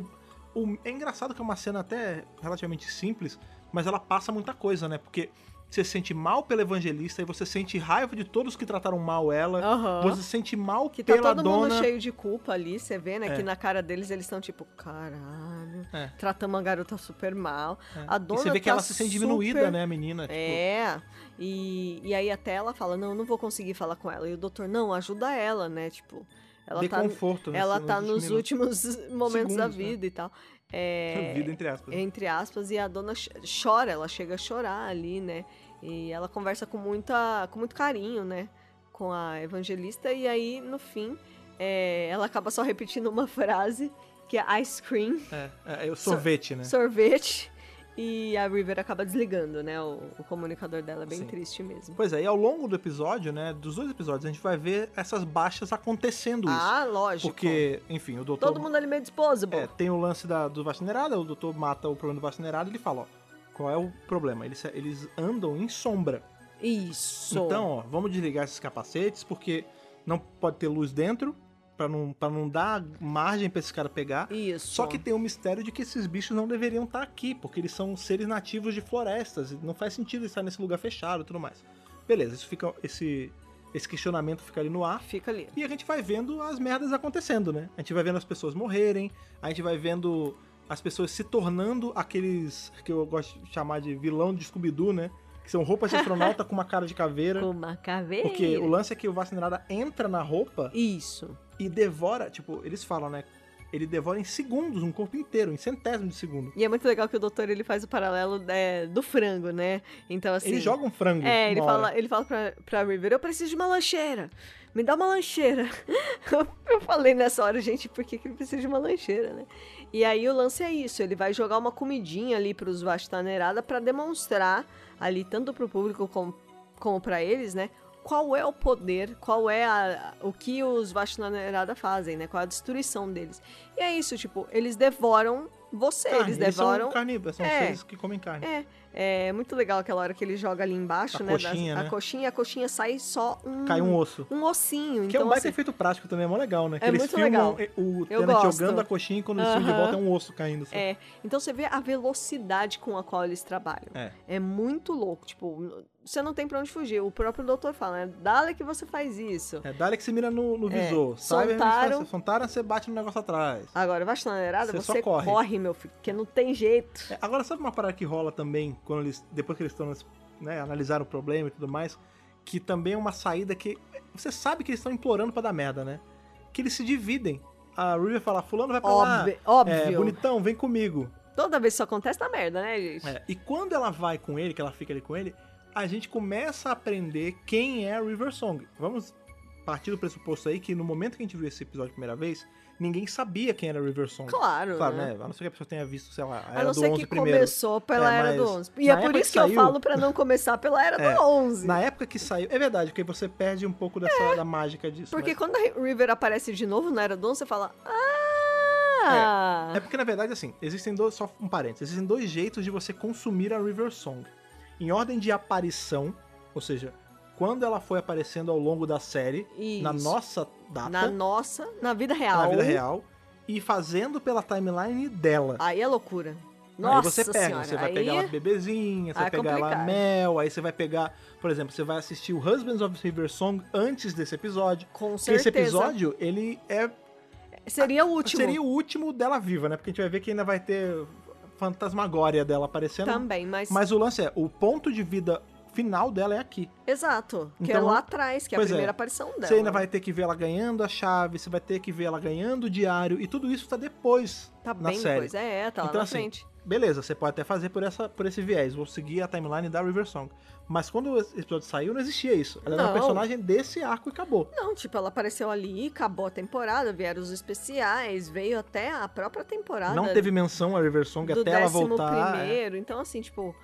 Speaker 1: o- é engraçado que é uma cena até relativamente simples, mas ela passa muita coisa, né? Porque você se sente mal pela evangelista e você sente raiva de todos que trataram mal ela.
Speaker 2: Aham.
Speaker 1: Você se sente mal
Speaker 2: Que tá
Speaker 1: pela
Speaker 2: todo
Speaker 1: dona.
Speaker 2: mundo cheio de culpa ali, você vê, né?
Speaker 1: É.
Speaker 2: Que na cara deles eles estão tipo, caralho,
Speaker 1: É.
Speaker 2: tratamos a garota super mal.
Speaker 1: É.
Speaker 2: A dona
Speaker 1: e você vê que
Speaker 2: tá
Speaker 1: ela se sente diminuída,
Speaker 2: super-
Speaker 1: né, a menina? Tipo,
Speaker 2: É, e, e aí até ela fala, não, eu não vou conseguir falar com ela. E o doutor, não, ajuda ela, né? Tipo, ela
Speaker 1: dê
Speaker 2: tá,
Speaker 1: conforto. né,
Speaker 2: ela
Speaker 1: nos
Speaker 2: tá nos
Speaker 1: minutos.
Speaker 2: últimos momentos da
Speaker 1: Segundos, né?
Speaker 2: vida e tal. É,
Speaker 1: Vida, entre aspas.
Speaker 2: entre aspas, e a dona ch- chora, ela chega a chorar ali, né? E ela conversa com, muita, com muito carinho, né? Com a evangelista, e aí, no fim, é, ela acaba só repetindo uma frase, que é ice cream,
Speaker 1: É, é, é o sorvete, né?
Speaker 2: sorvete, e a River acaba desligando, né? O, o comunicador dela é bem
Speaker 1: Sim.
Speaker 2: triste mesmo.
Speaker 1: Pois é, e ao longo do episódio, né, dos dois episódios, a gente vai ver essas baixas acontecendo isso.
Speaker 2: Ah, lógico.
Speaker 1: Porque, enfim, o doutor...
Speaker 2: Todo mundo ali meio disposable.
Speaker 1: É, tem o lance da, do vacinerado, o doutor mata o problema do vacinerado e ele fala, ó, qual é o problema? Eles, eles andam em sombra.
Speaker 2: Isso.
Speaker 1: É. Então, ó, vamos desligar esses capacetes, porque não pode ter luz dentro, pra não, pra não dar margem pra esse cara pegar.
Speaker 2: Isso.
Speaker 1: Só que tem o mistério de que esses bichos não deveriam estar aqui, porque eles são seres nativos de florestas, e não faz sentido estar nesse lugar fechado e tudo mais. Beleza, isso fica, esse, esse questionamento fica ali no ar.
Speaker 2: Fica ali.
Speaker 1: E a gente vai vendo as merdas acontecendo, né? A gente vai vendo as pessoas morrerem, a gente vai vendo as pessoas se tornando aqueles que eu gosto de chamar de vilão de Scooby-Doo, né? Que são roupas de astronauta com uma cara de caveira.
Speaker 2: Com uma caveira.
Speaker 1: Porque o lance é que o vacinerada entra na roupa
Speaker 2: Isso.
Speaker 1: e devora, tipo, eles falam, né? Ele devora em segundos um corpo inteiro, em centésimo de segundo.
Speaker 2: E é muito legal que o doutor ele faz o paralelo é, do frango, né? Então, assim.
Speaker 1: Ele joga um frango.
Speaker 2: É, ele
Speaker 1: uma hora.
Speaker 2: fala, ele fala pra, pra River: Eu preciso de uma lancheira. Me dá uma lancheira. Eu falei nessa hora, gente, por que, que ele precisa de uma lancheira, né? E aí o lance é isso: ele vai jogar uma comidinha ali pros Vastanerada pra demonstrar ali, tanto pro público como, como para eles, né? Qual é o poder, qual é a- o que os Vastanerada fazem, né? Qual é a destruição deles. E é isso, tipo, eles devoram você,
Speaker 1: Carne,
Speaker 2: eles
Speaker 1: Ah, São
Speaker 2: devoram
Speaker 1: carnívoros, são
Speaker 2: É.
Speaker 1: seres que comem carne.
Speaker 2: É, é muito legal aquela hora que ele joga ali embaixo,
Speaker 1: A
Speaker 2: né, das-
Speaker 1: coxinha, né?
Speaker 2: A coxinha, a coxinha sai só um.
Speaker 1: Cai um osso.
Speaker 2: um ossinho.
Speaker 1: Que é
Speaker 2: então,
Speaker 1: um baita
Speaker 2: assim,
Speaker 1: efeito prático também, é mó legal, né? Que
Speaker 2: É
Speaker 1: eles
Speaker 2: muito
Speaker 1: filmam
Speaker 2: legal.
Speaker 1: e- o
Speaker 2: Eu
Speaker 1: Tenet
Speaker 2: gosto.
Speaker 1: jogando a coxinha e quando eles filmam de
Speaker 2: Aham.
Speaker 1: volta é um osso caindo. Assim.
Speaker 2: é, então você vê a velocidade com a qual eles trabalham.
Speaker 1: É.
Speaker 2: muito louco. Tipo, você não tem pra onde fugir. O próprio doutor fala, né? Dale que você faz isso.
Speaker 1: É, dá-lhe que você mira no, no
Speaker 2: É.
Speaker 1: visor. Sabe?
Speaker 2: Soltaram.
Speaker 1: Soltaram, você bate no negócio atrás.
Speaker 2: Agora, vai chaneirada,
Speaker 1: Você
Speaker 2: você,
Speaker 1: só
Speaker 2: você
Speaker 1: corre.
Speaker 2: corre. meu filho, porque não tem jeito.
Speaker 1: É, agora, sabe uma parada que rola também, quando eles, depois que eles estão né, analisaram o problema e tudo mais, que também é uma saída que você sabe que eles estão implorando pra dar merda, né? Que eles se dividem. A River fala, fulano vai pra lá.
Speaker 2: Óbvio. óbvio.
Speaker 1: É, bonitão, vem comigo.
Speaker 2: Toda vez que isso acontece, tá merda, né, gente?
Speaker 1: É, e quando ela vai com ele, que ela fica ali com ele, a gente começa a aprender quem é a River Song. Vamos partir do pressuposto aí que no momento que a gente viu esse episódio a primeira vez, ninguém sabia quem era a River Song.
Speaker 2: Claro,
Speaker 1: Claro,
Speaker 2: né?
Speaker 1: né? A não ser que a pessoa tenha visto, sei lá, a
Speaker 2: A
Speaker 1: era
Speaker 2: não
Speaker 1: do
Speaker 2: ser
Speaker 1: 11
Speaker 2: que
Speaker 1: primeiro.
Speaker 2: começou pela
Speaker 1: É,
Speaker 2: Era do
Speaker 1: mas
Speaker 2: 11. E
Speaker 1: na
Speaker 2: é por
Speaker 1: época que
Speaker 2: isso que,
Speaker 1: saiu-
Speaker 2: eu falo pra não começar pela Era
Speaker 1: É,
Speaker 2: do 11.
Speaker 1: Na época que saiu. É verdade, porque você perde um pouco dessa da mágica disso.
Speaker 2: É. Porque
Speaker 1: mas-
Speaker 2: quando a River aparece de novo na Era do 11, você fala... Ah!
Speaker 1: É porque, na verdade, assim, existem dois. Só um parênteses, existem dois jeitos de você consumir a River Song. Em ordem de aparição, ou seja, quando ela foi aparecendo ao longo da série,
Speaker 2: Isso.
Speaker 1: é, na nossa data,
Speaker 2: Na nossa, na vida real.
Speaker 1: na vida real, e fazendo pela timeline dela.
Speaker 2: Aí é loucura. Nossa
Speaker 1: aí você pega,
Speaker 2: senhora.
Speaker 1: você vai
Speaker 2: aí...
Speaker 1: pegar ela bebezinha, você
Speaker 2: aí
Speaker 1: vai
Speaker 2: é
Speaker 1: pegar ela
Speaker 2: complicado.
Speaker 1: mel, aí você vai pegar, por exemplo, você vai assistir o Husbands of River Song antes desse episódio.
Speaker 2: Com
Speaker 1: Porque esse
Speaker 2: certeza.
Speaker 1: episódio, ele é
Speaker 2: Seria o último.
Speaker 1: seria o último dela viva, né? Porque a gente vai ver que ainda vai ter fantasmagória dela aparecendo.
Speaker 2: Também, mas...
Speaker 1: Mas o lance é, o ponto de vida final dela é aqui.
Speaker 2: Exato. Que é
Speaker 1: Então-
Speaker 2: lá atrás, que é a
Speaker 1: Pois é.
Speaker 2: primeira aparição dela.
Speaker 1: Você ainda vai ter que ver ela ganhando a chave, você vai ter que ver ela ganhando o diário, e tudo isso tá depois
Speaker 2: Tá
Speaker 1: na
Speaker 2: bem
Speaker 1: série.
Speaker 2: depois. É, é, tá lá
Speaker 1: Então,
Speaker 2: na
Speaker 1: assim,
Speaker 2: frente.
Speaker 1: Beleza, você pode até fazer por, essa, por esse viés, vou seguir a timeline da River Song. Mas quando esse episódio saiu, não existia isso. Ela era uma
Speaker 2: Não.
Speaker 1: personagem desse arco e acabou.
Speaker 2: Não, tipo, ela apareceu ali, acabou a temporada, vieram os especiais, veio até a própria temporada.
Speaker 1: Não teve menção a River Song
Speaker 2: do
Speaker 1: até ela
Speaker 2: décimo
Speaker 1: voltar. é.
Speaker 2: primeiro. Então, assim, tipo,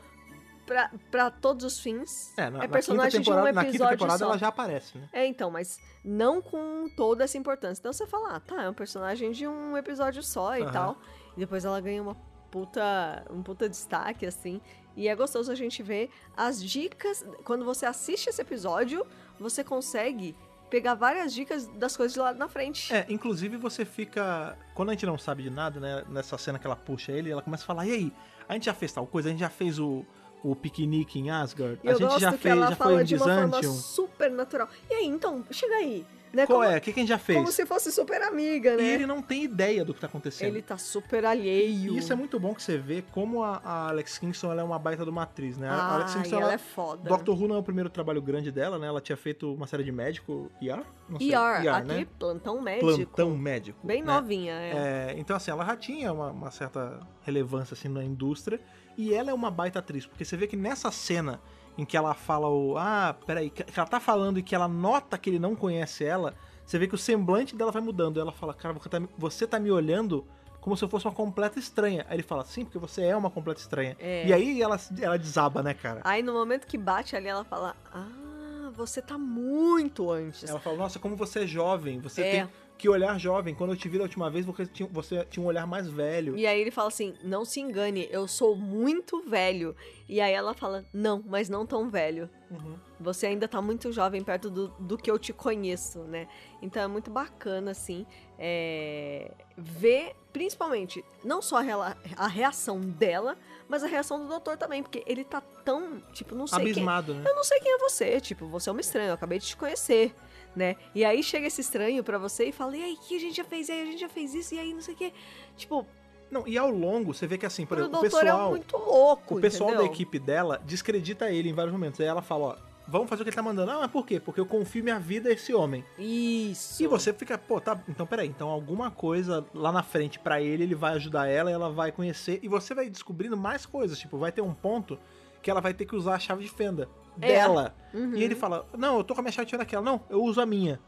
Speaker 2: pra, pra todos os fins.
Speaker 1: É, na, na
Speaker 2: é
Speaker 1: quinta
Speaker 2: personagem de um
Speaker 1: temporada- na quinta
Speaker 2: episódio
Speaker 1: temporada
Speaker 2: só.
Speaker 1: ela já aparece, né?
Speaker 2: É, então, mas não com toda essa importância. Então você fala, ah, tá, é um personagem de um episódio só e
Speaker 1: Aham.
Speaker 2: tal. E depois ela ganha uma puta, um puta destaque, assim. E é gostoso a gente ver as dicas. Quando você assiste esse episódio, você consegue pegar várias dicas das coisas de lá na frente.
Speaker 1: É, inclusive você fica. Quando a gente não sabe de nada, né? Nessa cena que ela puxa ele, ela começa a falar: e aí, a gente já fez tal coisa, a gente já fez o, o piquenique em Asgard,
Speaker 2: E
Speaker 1: a
Speaker 2: eu
Speaker 1: gente
Speaker 2: gosto
Speaker 1: já
Speaker 2: que
Speaker 1: fez,
Speaker 2: ela
Speaker 1: já foi um
Speaker 2: fala
Speaker 1: em
Speaker 2: de uma forma
Speaker 1: Byzantium.
Speaker 2: super natural. E aí, então, chega aí. Né?
Speaker 1: Qual
Speaker 2: como,
Speaker 1: é? O que, que a gente já fez?
Speaker 2: como se fosse super amiga,
Speaker 1: E
Speaker 2: né?
Speaker 1: ele não tem ideia do que tá acontecendo.
Speaker 2: Ele tá super alheio.
Speaker 1: E isso é muito bom que você vê como a, a Alex Kingston ela é uma baita de uma atriz, né? A- a
Speaker 2: ah,
Speaker 1: Alex
Speaker 2: e
Speaker 1: Kingston,
Speaker 2: ela é foda.
Speaker 1: Doctor Who não é o primeiro trabalho grande dela, né? Ela tinha feito uma série de médico, ER? Não sei.
Speaker 2: ER,
Speaker 1: né?
Speaker 2: aquele plantão médico.
Speaker 1: Plantão médico.
Speaker 2: Bem
Speaker 1: né?
Speaker 2: novinha, é.
Speaker 1: É, então, assim, ela já tinha uma, uma certa relevância assim, na indústria. E ela é uma baita atriz, porque você vê que nessa cena em que ela fala o. Ah, peraí, que que ela tá falando e que ela nota que ele não conhece ela, você vê que o semblante dela vai mudando. Ela fala, cara, você tá, me- você tá me olhando como se eu fosse uma completa estranha. Aí ele fala, sim, porque você é uma completa estranha.
Speaker 2: É. Ah,
Speaker 1: E aí ela, ela desaba, né, cara?
Speaker 2: Aí no momento que bate ali, ela fala: Ah, você tá muito antes.
Speaker 1: Ela fala, nossa, como você é jovem, você
Speaker 2: É.
Speaker 1: tem que olhar jovem. Quando eu te vi da última vez, você tinha, você tinha um olhar mais velho.
Speaker 2: E aí ele fala assim: Não se engane, eu sou muito velho. E aí ela fala: Não, mas não tão velho.
Speaker 1: Uhum.
Speaker 2: Você ainda tá muito jovem perto do, do que eu te conheço, né? Então é muito bacana, assim, é, ver, principalmente, não só a, rela- a reação dela, mas a reação do doutor também, porque ele tá tão, tipo, não sei quem,
Speaker 1: Abismado, né?
Speaker 2: eu não sei quem é você, tipo, você é um estranho, eu acabei de te conhecer, né? E aí chega esse estranho pra você e fala, e aí, o que a gente já fez? E aí, a gente já fez isso, e aí, não sei o quê. Tipo,
Speaker 1: Não, e ao longo, você vê que assim, por
Speaker 2: o
Speaker 1: exemplo, o
Speaker 2: doutor é
Speaker 1: pessoal,
Speaker 2: muito louco,
Speaker 1: o pessoal da
Speaker 2: entendeu?
Speaker 1: equipe dela descredita ele em vários momentos. Aí ela fala, ó, vamos fazer o que ele tá mandando. Ah, mas por quê? Porque eu confio minha vida a esse homem.
Speaker 2: Isso.
Speaker 1: E você fica, pô, tá, então peraí, então alguma coisa lá na frente pra ele, ele vai ajudar ela, ela vai conhecer e você vai descobrindo mais coisas, tipo, vai ter um ponto que ela vai ter que usar a chave de fenda
Speaker 2: É.
Speaker 1: dela.
Speaker 2: Uhum.
Speaker 1: E ele fala: "Não, eu tô com a minha chave de fenda aqui". Ela, "Não, eu uso a minha".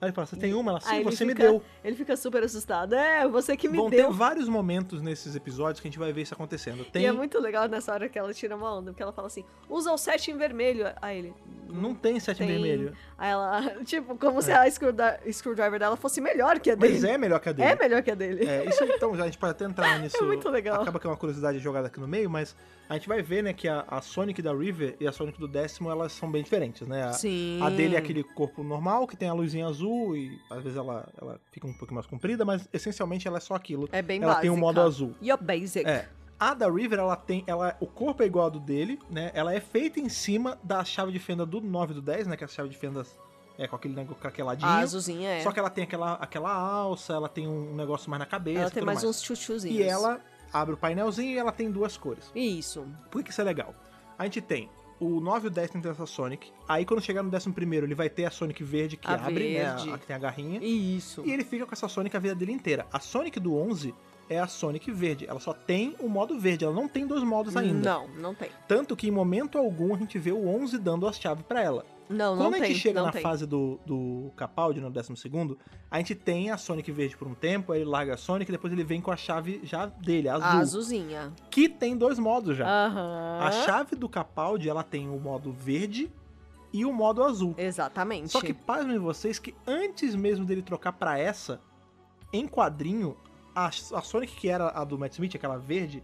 Speaker 1: Aí ele fala: "Você tem uma?" Ela,
Speaker 2: Aí
Speaker 1: "Sim,
Speaker 2: ele
Speaker 1: você me
Speaker 2: fica-
Speaker 1: deu".
Speaker 2: Ele fica super assustado. É, você que me
Speaker 1: Vão
Speaker 2: deu.
Speaker 1: ter um vários momentos nesses episódios que a gente vai ver isso acontecendo. Tem
Speaker 2: E é muito legal nessa hora que ela tira uma onda, porque ela fala assim, usa o sete em vermelho. Aí ele.
Speaker 1: Não É. tem sete
Speaker 2: Tem.
Speaker 1: vermelho.
Speaker 2: Aí ela, tipo, como se a screwda- screwdriver dela fosse melhor que a
Speaker 1: Mas
Speaker 2: dele.
Speaker 1: é melhor que a
Speaker 2: é
Speaker 1: dele.
Speaker 2: melhor que a dele.
Speaker 1: É, isso então, já a gente pode até entrar nisso.
Speaker 2: É muito legal.
Speaker 1: Acaba que é uma curiosidade jogada aqui no meio, mas a gente vai ver, né, que a, a Sonic da River e a Sonic do décimo, elas são bem diferentes, né? A,
Speaker 2: Sim.
Speaker 1: a dele é aquele corpo normal, que tem a luzinha azul e às vezes ela, ela fica um pouco mais comprida, mas essencialmente ela é só aquilo.
Speaker 2: É bem
Speaker 1: ela
Speaker 2: básica.
Speaker 1: tem um modo azul.
Speaker 2: E a basic.
Speaker 1: É. A da River, ela tem. Ela, o corpo é igual ao do dele, né? Ela é feita em cima da chave de fenda do 9 e do 10, né? Que é a chave de fenda é com aquele negócio craqueladinho.
Speaker 2: A azulzinha é.
Speaker 1: Só que ela tem aquela, aquela alça, ela tem um negócio mais na cabeça.
Speaker 2: ela
Speaker 1: e
Speaker 2: tem
Speaker 1: tudo
Speaker 2: mais uns chuchuzinhos.
Speaker 1: E ela abre o painelzinho e ela tem duas cores.
Speaker 2: Isso.
Speaker 1: Por que isso é legal? A gente tem o 9 e o 10 tem essa Sonic. Aí quando chegar no 11 primeiro, ele vai ter a Sonic verde que
Speaker 2: A
Speaker 1: abre,
Speaker 2: verde.
Speaker 1: né? A, a que tem a garrinha.
Speaker 2: Isso.
Speaker 1: E ele fica com essa Sonic a vida dele inteira. A Sonic do 11 é a Sonic verde. Ela só tem o modo verde, ela não tem dois modos ainda.
Speaker 2: Não, não tem.
Speaker 1: Tanto que em momento algum a gente vê o 11 dando a chave pra ela.
Speaker 2: Não,
Speaker 1: Quando
Speaker 2: não
Speaker 1: a gente
Speaker 2: tem.
Speaker 1: chega
Speaker 2: não
Speaker 1: na
Speaker 2: tem.
Speaker 1: fase do, do Capaldi, no 12, a gente tem a Sonic verde por um tempo, aí ele larga a Sonic e depois ele vem com a chave já dele, a azul.
Speaker 2: A azulzinha.
Speaker 1: Que tem dois modos já.
Speaker 2: Aham.
Speaker 1: A chave do Capaldi, ela tem o modo verde e o modo azul.
Speaker 2: Exatamente.
Speaker 1: Só que pasmem vocês que antes mesmo dele trocar pra essa, em quadrinho, a, a Sonic que era a do Matt Smith, aquela verde,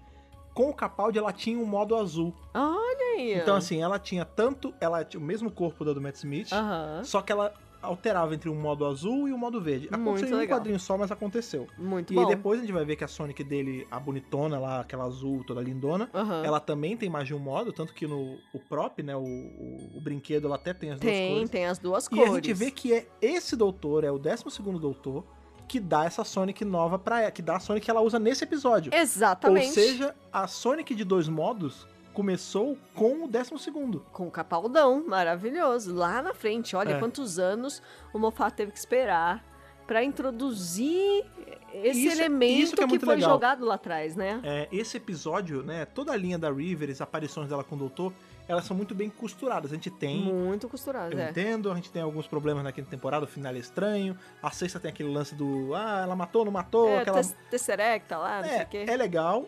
Speaker 1: com o Capaldi ela tinha um modo azul.
Speaker 2: Olha aí.
Speaker 1: Então assim, ela tinha tanto, ela tinha o mesmo corpo da do Matt Smith,
Speaker 2: Aham.
Speaker 1: só que ela alterava entre o modo azul e o modo verde. Aconteceu
Speaker 2: Muito
Speaker 1: em um
Speaker 2: legal.
Speaker 1: quadrinho só, mas aconteceu.
Speaker 2: Muito
Speaker 1: e
Speaker 2: bom.
Speaker 1: aí depois a gente vai ver que a Sonic dele, a bonitona lá, aquela azul toda lindona,
Speaker 2: Aham.
Speaker 1: ela também tem mais de um modo, tanto que no o prop, né, o, o, o brinquedo, ela até tem as duas
Speaker 2: Tem,
Speaker 1: cores.
Speaker 2: tem as duas
Speaker 1: E
Speaker 2: cores.
Speaker 1: a gente vê que é esse doutor, é o 12º doutor, que dá essa Sonic nova pra ela, que dá a Sonic que ela usa nesse episódio.
Speaker 2: Exatamente.
Speaker 1: tipo, Ou seja, a Sonic de dois modos começou com o 12º.
Speaker 2: Com o Capaldão, maravilhoso. Lá na frente, olha
Speaker 1: É.
Speaker 2: quantos anos o Moffat teve que esperar pra introduzir esse
Speaker 1: Isso-
Speaker 2: elemento
Speaker 1: isso que é muito
Speaker 2: foi
Speaker 1: legal.
Speaker 2: jogado lá atrás, né?
Speaker 1: É, esse episódio, né, toda a linha da Rivers, aparições dela com o doutor, elas são muito bem costuradas. A gente tem
Speaker 2: Muito costurado,
Speaker 1: Eu
Speaker 2: é.
Speaker 1: entendo, a gente tem alguns problemas na quinta temporada, o final é estranho. A sexta tem aquele lance do ah, ela matou, não matou,
Speaker 2: É,
Speaker 1: aquela.
Speaker 2: tes- Tesserecta lá, não sei o quê.
Speaker 1: É, é legal.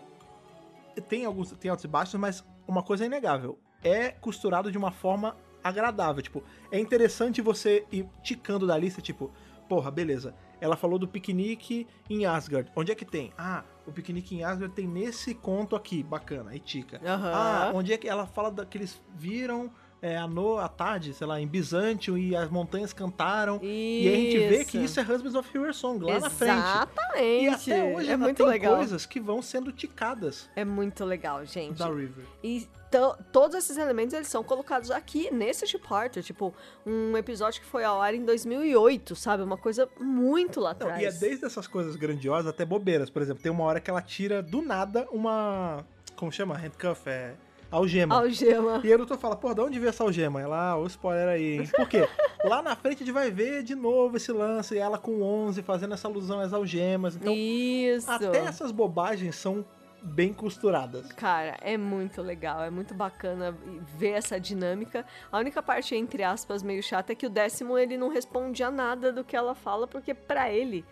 Speaker 1: Tem alguns tem altos e baixos, mas uma coisa é inegável. é costurado de uma forma agradável. Tipo, é interessante você ir ticando da lista, tipo, porra, beleza. Ela falou do piquenique em Asgard. Onde é que tem? Ah, o piquenique em Asgard tem nesse conto aqui, bacana, e tica.
Speaker 2: Aham.
Speaker 1: Ah, onde é que ela fala da, que eles viram é, a, no, a tarde, sei lá, em Bizantio e as montanhas cantaram. é? E aí a gente vê que isso é Husbands of Hero Song lá na frente.
Speaker 2: Exatamente.
Speaker 1: E até hoje
Speaker 2: é
Speaker 1: ainda
Speaker 2: muito
Speaker 1: tem
Speaker 2: legal.
Speaker 1: coisas que vão sendo ticadas
Speaker 2: É muito legal, gente. é
Speaker 1: da River.
Speaker 2: E to- todos esses elementos eles são colocados aqui nesse Departer, tipo, um episódio que foi ao ar em 2008, sabe? Uma coisa muito lá
Speaker 1: Não,
Speaker 2: atrás.
Speaker 1: e é desde essas coisas grandiosas até bobeiras. Por exemplo, tem uma hora que ela tira do nada uma. Como chama? Handcuff? É. Algema.
Speaker 2: Algema.
Speaker 1: E aí o doutor fala, pô, de onde veio essa algema? Ela, ah, o spoiler aí, hein? Por quê? Lá na frente a gente vai ver de novo esse lance, e ela com 11, fazendo essa alusão às algemas. Então,
Speaker 2: Isso.
Speaker 1: até essas bobagens são bem costuradas.
Speaker 2: Cara, é muito legal, é muito bacana ver essa dinâmica. A única parte, entre aspas, meio chata é que o décimo ele não responde a nada do que ela fala, porque pra ele,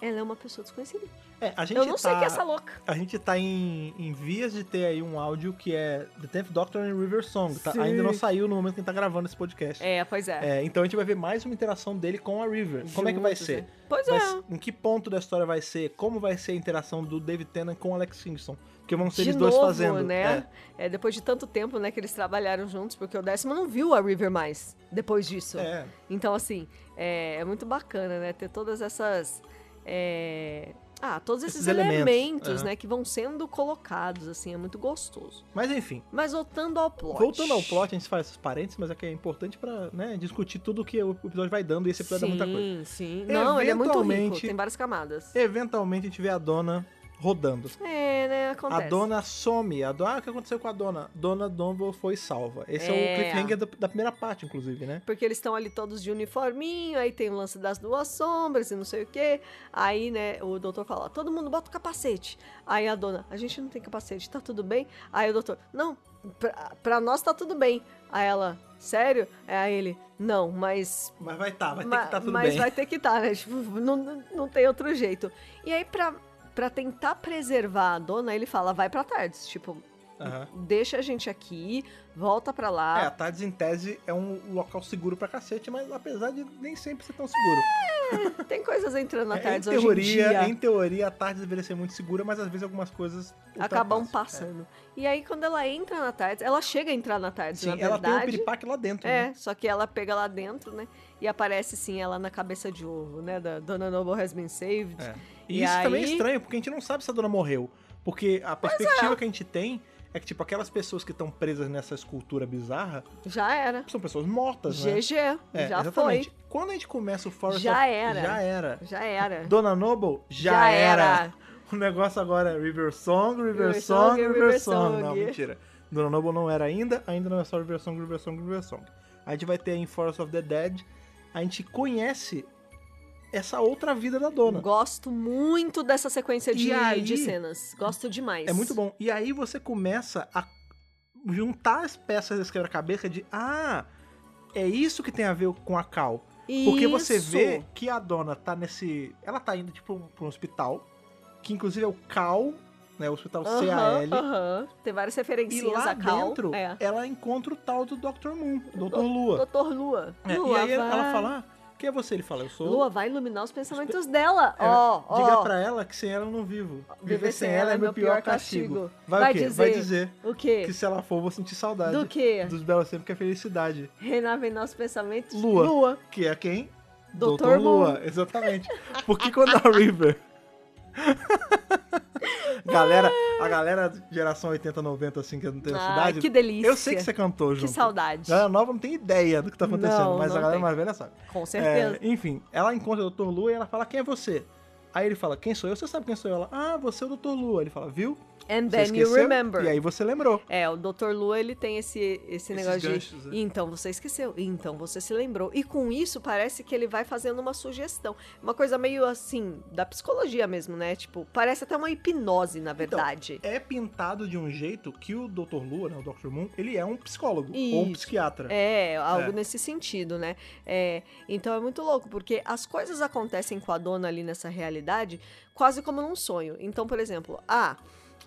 Speaker 2: ela é uma pessoa desconhecida.
Speaker 1: É, a gente
Speaker 2: Eu não
Speaker 1: tá...
Speaker 2: sei que é essa louca.
Speaker 1: A gente tá em, em vias de ter aí um áudio que é The Tenth Doctor and River Song. tá?
Speaker 2: Sim.
Speaker 1: Ainda não saiu no momento que a gente tá gravando esse podcast.
Speaker 2: É, pois é.
Speaker 1: É, então a gente vai ver mais uma interação dele com a River. Como é que vai
Speaker 2: Juntos,
Speaker 1: ser?
Speaker 2: né? Pois
Speaker 1: Vai
Speaker 2: é.
Speaker 1: s- em que ponto da história vai ser? Como vai ser a interação do David Tennant com o Alex Simpson? Porque vão ser
Speaker 2: de
Speaker 1: eles dois
Speaker 2: novo,
Speaker 1: fazendo.
Speaker 2: né? É. depois de tanto tempo, né, que eles trabalharam juntos, porque o décimo não viu a River mais depois disso.
Speaker 1: É, é.
Speaker 2: Então, assim, é, é muito bacana, né? Ter todas essas. é, Ah, todos esses,
Speaker 1: Esses
Speaker 2: elementos,
Speaker 1: elementos, é.
Speaker 2: né? Que vão sendo colocados, assim, é muito gostoso.
Speaker 1: Mas enfim.
Speaker 2: Mas voltando ao plot.
Speaker 1: Voltando ao plot, a gente faz esses parênteses, mas é que é importante pra né, discutir tudo que o episódio vai dando e esse episódio dá muita coisa.
Speaker 2: Sim, sim. Não, ele é muito rico,
Speaker 1: Eventualmente-
Speaker 2: tem várias camadas.
Speaker 1: Eventualmente a gente vê a dona rodando.
Speaker 2: É, né? Acontece.
Speaker 1: A dona some. A dona, ah, o que aconteceu com a dona? Dona Dumbo foi salva. Esse é,
Speaker 2: É.
Speaker 1: o cliffhanger da, da primeira parte, inclusive, né?
Speaker 2: Porque eles estão ali todos de uniforminho, aí tem o lance das duas sombras e não sei o quê. Aí, né, o doutor fala: todo mundo bota o capacete. Aí a dona: a gente não tem capacete, tá tudo bem? Aí o doutor: não, pra, pra nós tá tudo bem. Aí ela: sério? Aí ele: não, mas.
Speaker 1: Mas vai tá, vai ter
Speaker 2: ma-
Speaker 1: que tá tudo
Speaker 2: mas
Speaker 1: bem.
Speaker 2: vai ter que estar, né? Tipo, não, não- não tem outro jeito. E aí, pra, pra tentar preservar a dona, ele fala: vai pra tarde. Tipo,
Speaker 1: Aham.
Speaker 2: deixa a gente aqui, volta pra lá.
Speaker 1: É, a Tardes em tese é um local seguro pra cacete, mas apesar de nem sempre ser tão seguro.
Speaker 2: Tem coisas entrando na
Speaker 1: É, em
Speaker 2: tarde hoje em
Speaker 1: teoria,
Speaker 2: dia.
Speaker 1: em teoria, a Tardes deveria ser muito segura, mas às vezes algumas coisas
Speaker 2: acabam
Speaker 1: ultrapassam. É.
Speaker 2: passando. E aí, quando ela entra na tarde, ela chega a entrar na
Speaker 1: É.
Speaker 2: tarde,
Speaker 1: Sim,
Speaker 2: na
Speaker 1: ela tem um
Speaker 2: verdade.
Speaker 1: piripaque lá dentro, né?
Speaker 2: é, só que ela pega lá dentro, né? E aparece, sim, ela na cabeça de ovo, né? Da Dona Noble has been saved.
Speaker 1: É. E,
Speaker 2: E
Speaker 1: isso também é
Speaker 2: aí-
Speaker 1: estranho, porque a gente não sabe se a dona morreu. Porque a perspectiva que a gente tem é que, tipo, aquelas pessoas que estão presas nessa escultura bizarra
Speaker 2: Já era.
Speaker 1: são pessoas mortas, né?
Speaker 2: GG.
Speaker 1: É,
Speaker 2: já
Speaker 1: exatamente. Quando a gente começa o Forest
Speaker 2: Já
Speaker 1: of-
Speaker 2: era.
Speaker 1: Já era.
Speaker 2: foi. Já era.
Speaker 1: Dona Noble, já,
Speaker 2: Já
Speaker 1: era.
Speaker 2: era.
Speaker 1: O negócio agora é River Song, River,
Speaker 2: River
Speaker 1: Song,
Speaker 2: Song,
Speaker 1: River,
Speaker 2: River
Speaker 1: Song. Não,
Speaker 2: Song.
Speaker 1: mentira. Dona Noble não era ainda, ainda não é só River Song, River Song, River Song. A gente vai ter em Forest of the Dead, a gente conhece essa outra vida da dona.
Speaker 2: Gosto muito dessa sequência de,
Speaker 1: E aí-
Speaker 2: de cenas. Gosto demais.
Speaker 1: É muito bom. E aí você começa a juntar as peças desse quebra-cabeça de ah, é isso que tem a ver com a Cal. Porque você
Speaker 2: Isso.
Speaker 1: vê que a dona tá nesse. Ela tá indo, tipo, pra um hospital. Que inclusive é o CAL, né? O hospital
Speaker 2: Aham,
Speaker 1: CAL.
Speaker 2: aham. Tem várias
Speaker 1: E
Speaker 2: referências
Speaker 1: lá
Speaker 2: a Cal.
Speaker 1: dentro,
Speaker 2: É.
Speaker 1: ela encontra o tal do Dr. Moon, Dr. Lua.
Speaker 2: Doutor Lua.
Speaker 1: É, e
Speaker 2: Lua
Speaker 1: aí ela-
Speaker 2: vai.
Speaker 1: ela fala: ah, quem é você? Ele fala: eu sou.
Speaker 2: Lua vai iluminar os pensamentos dela.
Speaker 1: É,
Speaker 2: Ó, ó.
Speaker 1: Diga pra ela que sem ela eu não vivo. Viver sem ela é meu pior castigo. Vai,
Speaker 2: Vai
Speaker 1: o quê?
Speaker 2: dizer-
Speaker 1: Vai dizer
Speaker 2: O quê?
Speaker 1: que se ela for, eu vou sentir saudade.
Speaker 2: Do quê?
Speaker 1: Dos belos sempre que é felicidade.
Speaker 2: Renova em nossos pensamentos.
Speaker 1: Lua. Que é quem?
Speaker 2: Dr.
Speaker 1: Dr. Lua,
Speaker 2: Moon.
Speaker 1: exatamente. Porque quando a River. galera, a galera geração 80, 90, assim, que não tem
Speaker 2: Ai,
Speaker 1: cidade.
Speaker 2: Ah, que delícia.
Speaker 1: Eu sei que você cantou,
Speaker 2: Que
Speaker 1: junto. Ah,
Speaker 2: saudade.
Speaker 1: Galera nova não tem ideia do que tá acontecendo,
Speaker 2: Não,
Speaker 1: mas
Speaker 2: não
Speaker 1: a galera
Speaker 2: tem.
Speaker 1: mais velha sabe.
Speaker 2: Com certeza.
Speaker 1: É, enfim, ela encontra o Dr. Lua e ela fala: Quem é você? Aí ele fala: Quem sou eu? Você sabe quem sou eu? Ela: Ah, você é o Dr. Lua. Ele fala: Viu? é, Você
Speaker 2: And then you
Speaker 1: esqueceu?"
Speaker 2: remember.
Speaker 1: E aí você lembrou.
Speaker 2: É, o Dr. Lua, ele tem esse, esse negócio
Speaker 1: ganchos,
Speaker 2: de.
Speaker 1: né?
Speaker 2: Então você esqueceu, então você se lembrou. E com isso, parece que ele vai fazendo uma sugestão. Uma coisa meio assim, da psicologia mesmo, né? Tipo, parece até uma hipnose, na verdade.
Speaker 1: É pintado de um jeito que o Dr. Lua, né, o Dr. Moon, ele é um psicólogo ou
Speaker 2: Isso.
Speaker 1: um psiquiatra.
Speaker 2: É, algo
Speaker 1: É.
Speaker 2: nesse sentido, né? É, então é muito louco, porque as coisas acontecem com a dona ali nessa realidade quase como num sonho. Então, por exemplo, ah,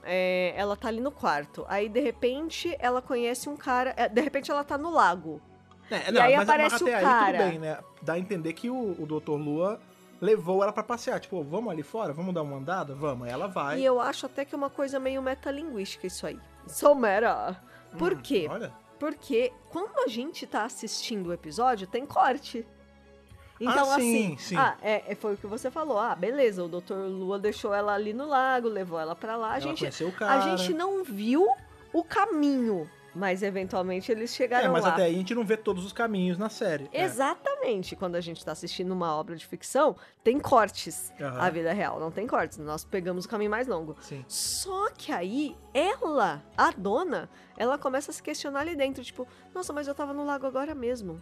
Speaker 2: é, ela tá ali no quarto. Aí, de repente, ela conhece um cara. é, De repente, ela tá no lago.
Speaker 1: É,
Speaker 2: E aí aparece
Speaker 1: até
Speaker 2: o
Speaker 1: aí
Speaker 2: cara.
Speaker 1: tudo bem, né? Dá a entender que o, o Dr. Lua levou ela pra passear. Tipo, "Ô, vamos ali fora? Vamos dar uma andada? Vamos. Aí ela vai.
Speaker 2: E eu acho até que é uma coisa meio metalinguística isso aí. Somera! Por
Speaker 1: Hum,
Speaker 2: quê?
Speaker 1: Olha.
Speaker 2: Porque quando a gente tá assistindo o episódio, tem corte. Então,
Speaker 1: Ah, sim,
Speaker 2: assim,
Speaker 1: sim.
Speaker 2: Ah, é, é, foi o que você falou. Ah, beleza, o Dr. Lua deixou ela ali no lago, levou ela pra lá. A
Speaker 1: ela
Speaker 2: gente,
Speaker 1: conheceu o cara.
Speaker 2: a gente não viu o caminho, mas eventualmente eles chegaram
Speaker 1: É, mas
Speaker 2: lá.
Speaker 1: até aí a gente não vê todos os caminhos na série. É.
Speaker 2: Exatamente. Quando a gente tá assistindo uma obra de ficção, tem cortes.
Speaker 1: Aham.
Speaker 2: A vida real não tem cortes. Nós pegamos o caminho mais longo.
Speaker 1: Sim.
Speaker 2: Só que aí, ela, a dona, ela começa a se questionar ali dentro, tipo, nossa, mas eu tava no lago agora mesmo.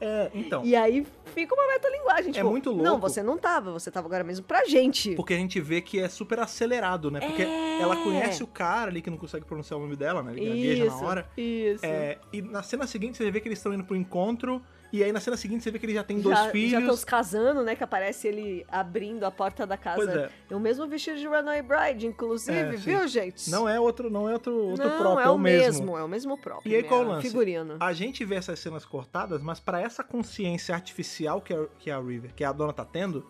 Speaker 1: É, então.
Speaker 2: E aí fica uma metalinguagem,
Speaker 1: É
Speaker 2: tipo,
Speaker 1: muito
Speaker 2: não,
Speaker 1: louco."
Speaker 2: você não tava, você tava agora mesmo pra gente.
Speaker 1: Porque a gente vê que é super acelerado, né? Porque
Speaker 2: É.
Speaker 1: ela conhece o cara ali que não consegue pronunciar o nome dela, né? Ele gagueja na hora.
Speaker 2: isso.
Speaker 1: É, e na cena seguinte você vê que eles estão indo pro encontro. E aí na cena seguinte você vê que ele já tem dois
Speaker 2: Já, já
Speaker 1: filhos.
Speaker 2: estão se casando, né? Que aparece ele abrindo a porta da casa.
Speaker 1: Pois é.
Speaker 2: o mesmo vestido de Runaway Bride, inclusive,
Speaker 1: É, sim.
Speaker 2: viu, gente?
Speaker 1: Não é outro, não é outro, outro
Speaker 2: Não,
Speaker 1: próprio,
Speaker 2: é o mesmo. É o mesmo próprio.
Speaker 1: E aí,
Speaker 2: né?
Speaker 1: qual o lance?
Speaker 2: Figurino.
Speaker 1: A gente vê essas cenas cortadas, mas pra essa consciência artificial que a, que a River, que a dona tá tendo,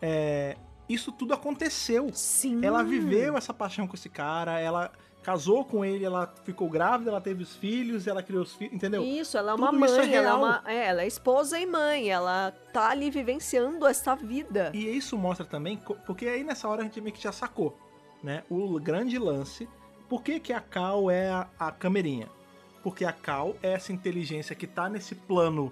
Speaker 1: é, isso tudo aconteceu.
Speaker 2: Sim.
Speaker 1: Ela viveu essa paixão com esse cara, ela casou com ele, ela ficou grávida, ela teve os filhos, ela criou os filhos, entendeu?
Speaker 2: Isso, ela é uma
Speaker 1: Tudo isso é
Speaker 2: mãe, ela, é
Speaker 1: real.
Speaker 2: uma, é, ela é esposa e mãe, ela tá ali vivenciando essa vida.
Speaker 1: E isso mostra também, co- porque aí nessa hora a gente meio que já sacou, né? O grande lance, por que, que a Cal é a, a camerinha? Porque a Cal é essa inteligência que tá nesse plano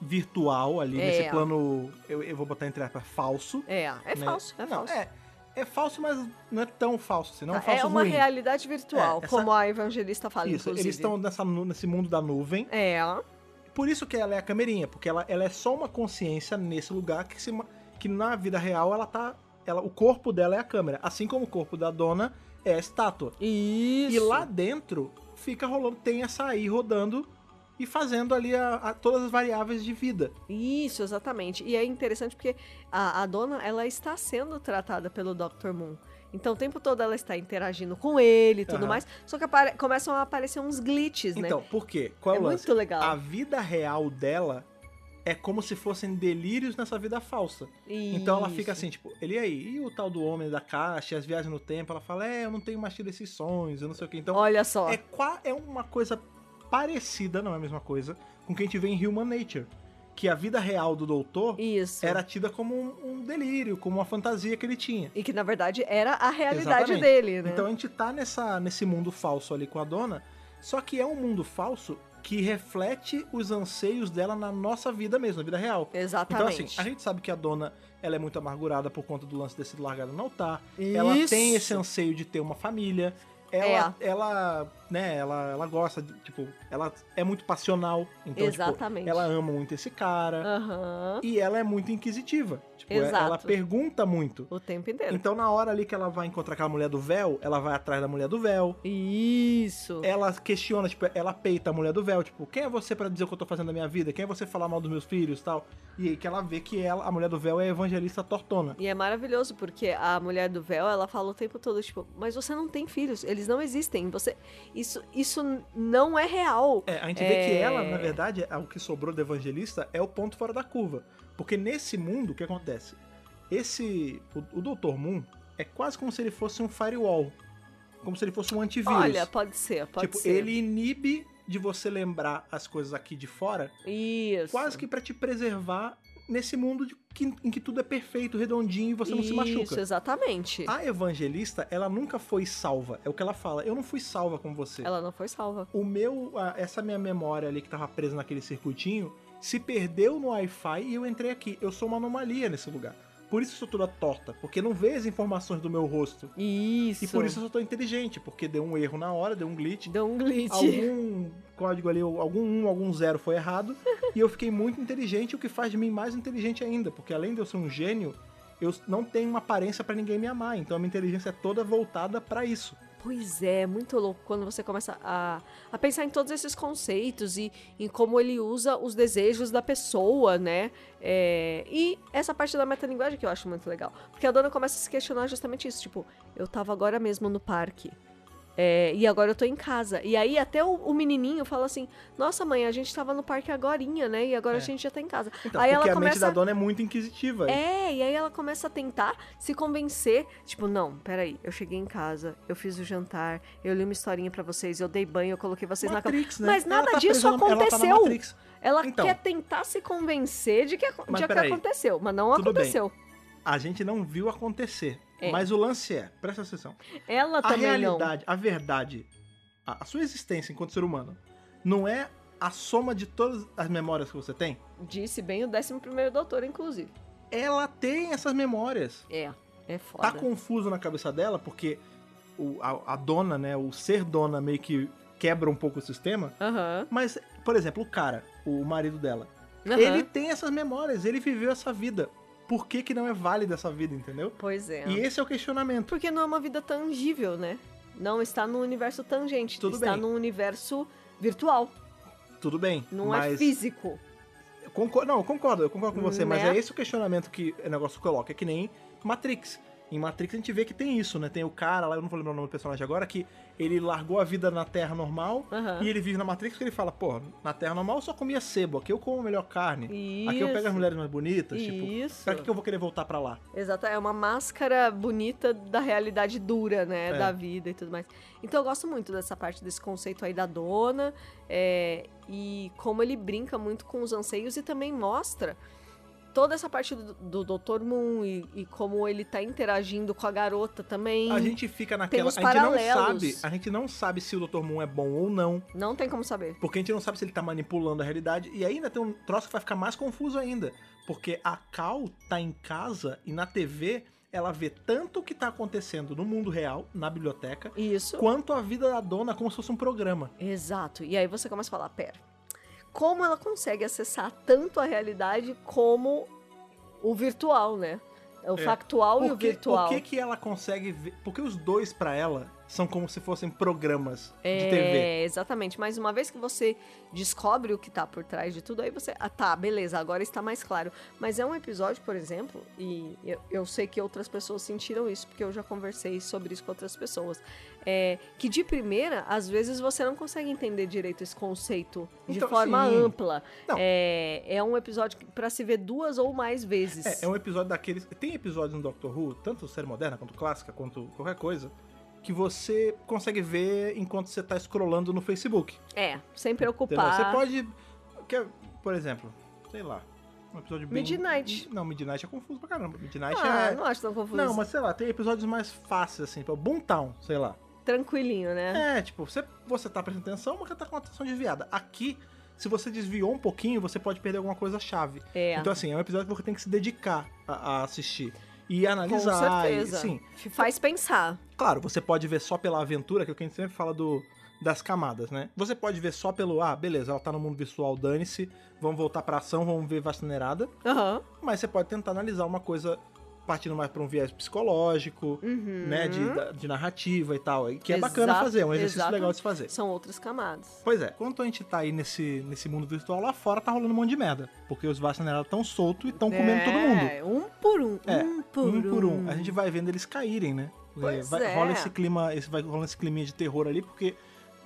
Speaker 1: virtual ali,
Speaker 2: É.
Speaker 1: nesse plano, eu, eu vou botar entre aspas, falso.
Speaker 2: É, é
Speaker 1: né?
Speaker 2: falso, é
Speaker 1: Não,
Speaker 2: falso.
Speaker 1: É, é falso, mas não é tão falso assim, não é um
Speaker 2: Tá, é
Speaker 1: falso
Speaker 2: uma
Speaker 1: ruim.
Speaker 2: realidade virtual,
Speaker 1: É, essa-
Speaker 2: como a evangelista fala,
Speaker 1: Isso,
Speaker 2: inclusive.
Speaker 1: eles estão nessa nu- nesse mundo da nuvem,
Speaker 2: É,
Speaker 1: Por isso que ela é a camerinha, porque ela, ela é só uma consciência nesse lugar que, se ma- que na vida real ela tá. Ela, o corpo dela é a câmera, assim como o corpo da dona é a estátua.
Speaker 2: isso.
Speaker 1: E lá dentro fica rolando, tem essa aí rodando e fazendo ali a- a- todas as variáveis de vida.
Speaker 2: Isso, exatamente. E é interessante porque a, a dona, ela está sendo tratada pelo Dr. Moon. Então, o tempo todo ela está interagindo com ele e tudo
Speaker 1: Aham.
Speaker 2: mais. Só que apare- começam a aparecer uns glitches, né?
Speaker 1: Então, por quê? Qual
Speaker 2: é
Speaker 1: o lance? Ah,
Speaker 2: muito legal.
Speaker 1: A vida real dela é como se fossem delírios nessa vida falsa. Então ela fica
Speaker 2: Isso.
Speaker 1: assim, tipo, ele aí, e o tal do homem da caixa, e as viagens no tempo, ela fala, é, eu não tenho mais tido esses sonhos, eu não sei o que. Então,
Speaker 2: Olha só.
Speaker 1: é, qua- é uma coisa parecida, não é a mesma coisa, com o que a gente vê em Human Nature. Que a vida real do doutor
Speaker 2: Isso.
Speaker 1: era tida como um, um delírio, como uma fantasia que ele tinha.
Speaker 2: E que, na verdade, era a realidade
Speaker 1: Exatamente.
Speaker 2: dele, né?
Speaker 1: Então a gente tá nessa, nesse mundo falso ali com a dona, só que é um mundo falso que reflete os anseios dela na nossa vida mesmo, na vida real. Então,
Speaker 2: Exatamente.
Speaker 1: assim, a gente sabe que a dona ela é muito amargurada por conta do lance desse largado no altar. Ela tem esse anseio de ter uma família. Ela,
Speaker 2: É.
Speaker 1: ela, né, ela, ela gosta, de, tipo, ela é muito passional. Então, tipo,
Speaker 2: Exatamente.
Speaker 1: ela ama muito esse cara.
Speaker 2: Aham.
Speaker 1: E ela é muito inquisitiva. Tipo,
Speaker 2: Exato.
Speaker 1: ela pergunta muito.
Speaker 2: O tempo inteiro.
Speaker 1: Então, na hora ali que ela vai encontrar aquela mulher do véu, ela vai atrás da mulher do véu.
Speaker 2: Isso.
Speaker 1: Ela questiona, tipo, ela peita a mulher do véu, tipo, quem é você pra dizer o que eu tô fazendo na minha vida? Quem é você falar mal dos meus filhos tal? E aí que ela vê que ela, a mulher do véu é a evangelista tortona.
Speaker 2: E é maravilhoso, porque a mulher do véu, ela fala o tempo todo, tipo, mas você não tem filhos, eles não existem, você... Isso, isso não é real.
Speaker 1: É, a gente vê que
Speaker 2: É.
Speaker 1: ela, na verdade, é o que sobrou do evangelista é o ponto fora da curva. Porque nesse mundo, o que acontece? Esse. O, o Dr. Moon é quase como se ele fosse um firewall. Como se ele fosse um antivírus.
Speaker 2: Olha, pode ser, pode
Speaker 1: tipo,
Speaker 2: ser.
Speaker 1: ele inibe de você lembrar as coisas aqui de fora,
Speaker 2: Isso.
Speaker 1: quase que pra te preservar nesse mundo de que- em que tudo é perfeito, redondinho e você não se
Speaker 2: Isso,
Speaker 1: machuca.
Speaker 2: exatamente.
Speaker 1: A evangelista, ela nunca foi salva. É o que ela fala. Eu não fui salva com você
Speaker 2: Ela não foi salva.
Speaker 1: o meu, a- essa minha memória ali que tava presa naquele circuitinho se perdeu no Wi-Fi e eu entrei aqui. Eu sou uma anomalia nesse lugar. Por isso eu sou toda torta, porque não vê as informações do meu rosto.
Speaker 2: Isso.
Speaker 1: E por isso eu sou tão inteligente, porque deu um erro na hora, deu um glitch.
Speaker 2: Deu um glitch.
Speaker 1: Algum código ali, ou algum 1, algum 0 foi errado. e eu fiquei muito inteligente, o que faz de mim mais inteligente ainda. Porque além de eu ser um gênio, eu não tenho uma aparência pra ninguém me amar. Então a minha inteligência é toda voltada pra isso.
Speaker 2: Pois é, muito louco quando você começa a, a pensar em todos esses conceitos e em como ele usa os desejos da pessoa, né? É, e essa parte da metalinguagem que eu acho muito legal. Porque a dona começa a se questionar justamente isso, tipo, eu tava agora mesmo no parque. É, e agora eu tô em casa. E aí até o, o menininho fala assim, nossa mãe, a gente tava no parque agorinha, né? E agora
Speaker 1: É.
Speaker 2: a gente já tá em casa.
Speaker 1: Então, porque
Speaker 2: aí ela
Speaker 1: a mente
Speaker 2: começa
Speaker 1: da dona é muito inquisitiva.
Speaker 2: é, e aí ela começa a tentar se convencer, tipo, não, peraí, eu cheguei em casa, eu fiz o jantar, eu li uma historinha pra vocês, eu dei banho, eu coloquei vocês
Speaker 1: Matrix,
Speaker 2: na
Speaker 1: né?
Speaker 2: cama. Mas
Speaker 1: Ela
Speaker 2: nada
Speaker 1: tá
Speaker 2: disso
Speaker 1: presa na- ela tá na
Speaker 2: aconteceu.
Speaker 1: Matrix.
Speaker 2: Ela
Speaker 1: Então.
Speaker 2: quer tentar se convencer de que, acon-
Speaker 1: Mas
Speaker 2: de que
Speaker 1: peraí.
Speaker 2: aconteceu, mas não
Speaker 1: Tudo bem.
Speaker 2: aconteceu.
Speaker 1: A gente não viu acontecer.
Speaker 2: É.
Speaker 1: Mas o lance é, presta atenção.
Speaker 2: Ela
Speaker 1: a
Speaker 2: também não.
Speaker 1: realidade, a verdade, a, a sua existência enquanto ser humano, não é a soma de todas as memórias que você tem?
Speaker 2: Disse bem o 11 doutor, inclusive.
Speaker 1: Ela tem essas memórias.
Speaker 2: É, é foda.
Speaker 1: Tá confuso na cabeça dela, porque o- a, a dona, né, o ser dona meio que quebra um pouco o sistema.
Speaker 2: Aham.
Speaker 1: Mas, por exemplo, o cara, o marido dela,
Speaker 2: aham.
Speaker 1: ele tem essas memórias, ele viveu essa vida. Por que, que não é válida essa vida, entendeu?
Speaker 2: Pois é.
Speaker 1: E esse é o questionamento.
Speaker 2: Porque não é uma vida tangível, né? Não está no universo tangente,
Speaker 1: Tudo
Speaker 2: está
Speaker 1: bem.
Speaker 2: num universo virtual,
Speaker 1: Tudo bem,
Speaker 2: não é
Speaker 1: mas...
Speaker 2: físico.
Speaker 1: Eu concor- não, eu concordo, eu concordo com você, mas é
Speaker 2: Né?
Speaker 1: esse o questionamento que o negócio coloca, é que nem Matrix. Em Matrix a gente vê que tem isso, né? Tem o cara lá, eu não vou lembrar o nome do personagem agora, que ele largou a vida na Terra normal
Speaker 2: Aham.
Speaker 1: e ele vive na Matrix porque ele fala, pô, na Terra normal eu só comia sebo, aqui eu como melhor carne, aqui eu pego as
Speaker 2: Isso.
Speaker 1: mulheres mais bonitas, tipo,
Speaker 2: Isso.
Speaker 1: pra que, que eu vou querer voltar pra lá?
Speaker 2: Exato, é uma máscara bonita da realidade dura, né?
Speaker 1: É.
Speaker 2: Da vida e tudo mais. Então eu gosto muito dessa parte, desse conceito aí da dona. é, e como ele brinca muito com os anseios e também mostra toda essa parte do, do Dr. Moon e, e como ele tá interagindo com a garota também.
Speaker 1: A gente fica naquela,
Speaker 2: uns
Speaker 1: a gente não sabe,
Speaker 2: paralelos.
Speaker 1: a gente não sabe se o Dr. Moon é bom ou não,
Speaker 2: Não tem como saber.
Speaker 1: porque a gente não sabe se ele tá manipulando a realidade, e ainda tem um troço que vai ficar mais confuso ainda, porque a Cal tá em casa e na TV ela vê tanto o que tá acontecendo no mundo real, na biblioteca,
Speaker 2: Isso.
Speaker 1: quanto a vida da dona como se fosse um programa.
Speaker 2: Exato. E aí você começa a falar, pera, como ela consegue acessar tanto a realidade como o virtual, né? O
Speaker 1: É.
Speaker 2: factual e o
Speaker 1: Por que-
Speaker 2: virtual.
Speaker 1: Por que, que ela consegue ver? Porque os dois pra ela são como se fossem programas
Speaker 2: é,
Speaker 1: de TV.
Speaker 2: exatamente. Mas uma vez que você descobre o que tá por trás de tudo, aí você. Ah, tá, beleza, agora está mais claro. Mas é um episódio, por exemplo, e eu, eu sei que outras pessoas sentiram isso, porque eu já conversei sobre isso com outras pessoas. é, que de primeira, às vezes você não consegue entender direito esse conceito de
Speaker 1: Então,
Speaker 2: forma
Speaker 1: sim.
Speaker 2: ampla.
Speaker 1: Não.
Speaker 2: É, é um episódio que- pra se ver duas ou mais vezes.
Speaker 1: É, é um episódio daqueles. Tem episódios no Doctor Who, tanto série moderna quanto clássica, quanto qualquer coisa, que você consegue ver enquanto você tá scrollando no Facebook.
Speaker 2: É, sem
Speaker 1: Entendeu?
Speaker 2: preocupar.
Speaker 1: Você pode. quer- por exemplo, sei lá, um episódio bem.
Speaker 2: Midnight.
Speaker 1: Não, Midnight é confuso pra caramba. Midnight
Speaker 2: Ah,
Speaker 1: é.
Speaker 2: não acho tão confuso.
Speaker 1: Não, mas sei lá, tem episódios mais fáceis, assim, tipo, Boomtown, sei lá.
Speaker 2: Tranquilinho, né?
Speaker 1: É, tipo, você, você tá prestando atenção, mas tá com atenção desviada. Aqui, se você desviou um pouquinho, você pode perder alguma coisa chave.
Speaker 2: É.
Speaker 1: Então, assim, é um episódio que você tem que se dedicar a, a assistir. E analisar.
Speaker 2: Com
Speaker 1: E,
Speaker 2: certeza.
Speaker 1: sim.
Speaker 2: Te faz pensar.
Speaker 1: Claro, você pode ver só pela aventura, que é o que a gente sempre fala do, das camadas, né? Você pode ver só pelo, ah, beleza, ela tá no mundo visual, dane-se, vamos voltar pra ação, vamos ver vacinerada.
Speaker 2: Aham.
Speaker 1: Mas você pode tentar analisar uma coisa partindo mais pra um viés psicológico,
Speaker 2: Uhum.
Speaker 1: né? De, da- de narrativa e tal. e Que é bacana
Speaker 2: Exa-
Speaker 1: fazer, é um exercício
Speaker 2: exatamente.
Speaker 1: legal de se fazer.
Speaker 2: São outras camadas.
Speaker 1: Pois é, enquanto a gente tá aí nesse, nesse mundo virtual, lá fora tá rolando um monte de merda. Porque os vacinerados tão solto e tão comendo todo mundo.
Speaker 2: É, um por um.
Speaker 1: É,
Speaker 2: um por um.
Speaker 1: um por um. A gente vai vendo eles caírem, né?
Speaker 2: Pois
Speaker 1: vai,
Speaker 2: é.
Speaker 1: Rola esse clima, esse, vai rolando esse climinha de terror ali, porque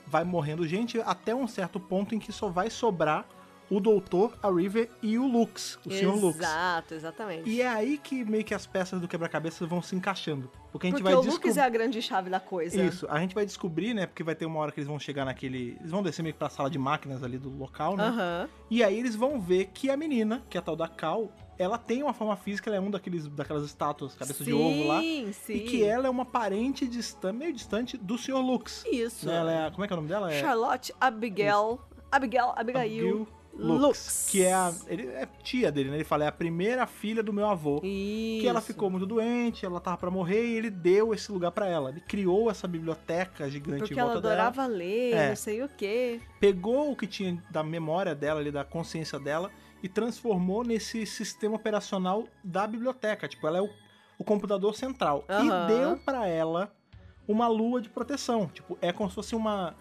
Speaker 1: vai morrendo gente até um certo ponto em que só vai sobrar o doutor, a River e o Lux, o senhor Lux.
Speaker 2: Exato, exatamente.
Speaker 1: E é aí que meio que as peças do quebra-cabeça vão se encaixando. Porque a gente
Speaker 2: Porque
Speaker 1: vai
Speaker 2: o
Speaker 1: descobrindo.
Speaker 2: Lucas é a grande chave da coisa.
Speaker 1: Isso, a gente vai descobrir, né? Porque vai ter uma hora que eles vão chegar naquele. Eles vão descer meio que pra sala de máquinas ali do local, né?
Speaker 2: Aham.
Speaker 1: E aí eles vão ver que a menina, que é a tal da Cal, ela tem uma forma física, ela é um daqueles, daquelas estátuas, cabeça de ovo lá.
Speaker 2: Sim, sim.
Speaker 1: E que ela é uma parente distante, meio distante do Sr. Lux.
Speaker 2: Isso.
Speaker 1: Né? Ela é, a- como é que é o nome dela? É
Speaker 2: Charlotte Abigail. Abigail, Abigail.
Speaker 1: Abigail Lux,
Speaker 2: Lux.
Speaker 1: Que é a, ele, é tia dele, né? Ele fala, é a primeira filha do meu avô.
Speaker 2: Isso.
Speaker 1: Que ela ficou muito doente, ela tava pra morrer e ele deu esse lugar pra ela. Ele criou essa biblioteca gigante em
Speaker 2: Porque
Speaker 1: volta
Speaker 2: ela
Speaker 1: dela.
Speaker 2: adorava ler,
Speaker 1: É.
Speaker 2: não sei o quê.
Speaker 1: pegou o que tinha da memória dela ali, da consciência dela, e transformou nesse sistema operacional da biblioteca. Tipo, ela é o, o computador central.
Speaker 2: Aham.
Speaker 1: E deu pra ela uma lua de proteção. Tipo, é como se fosse uma.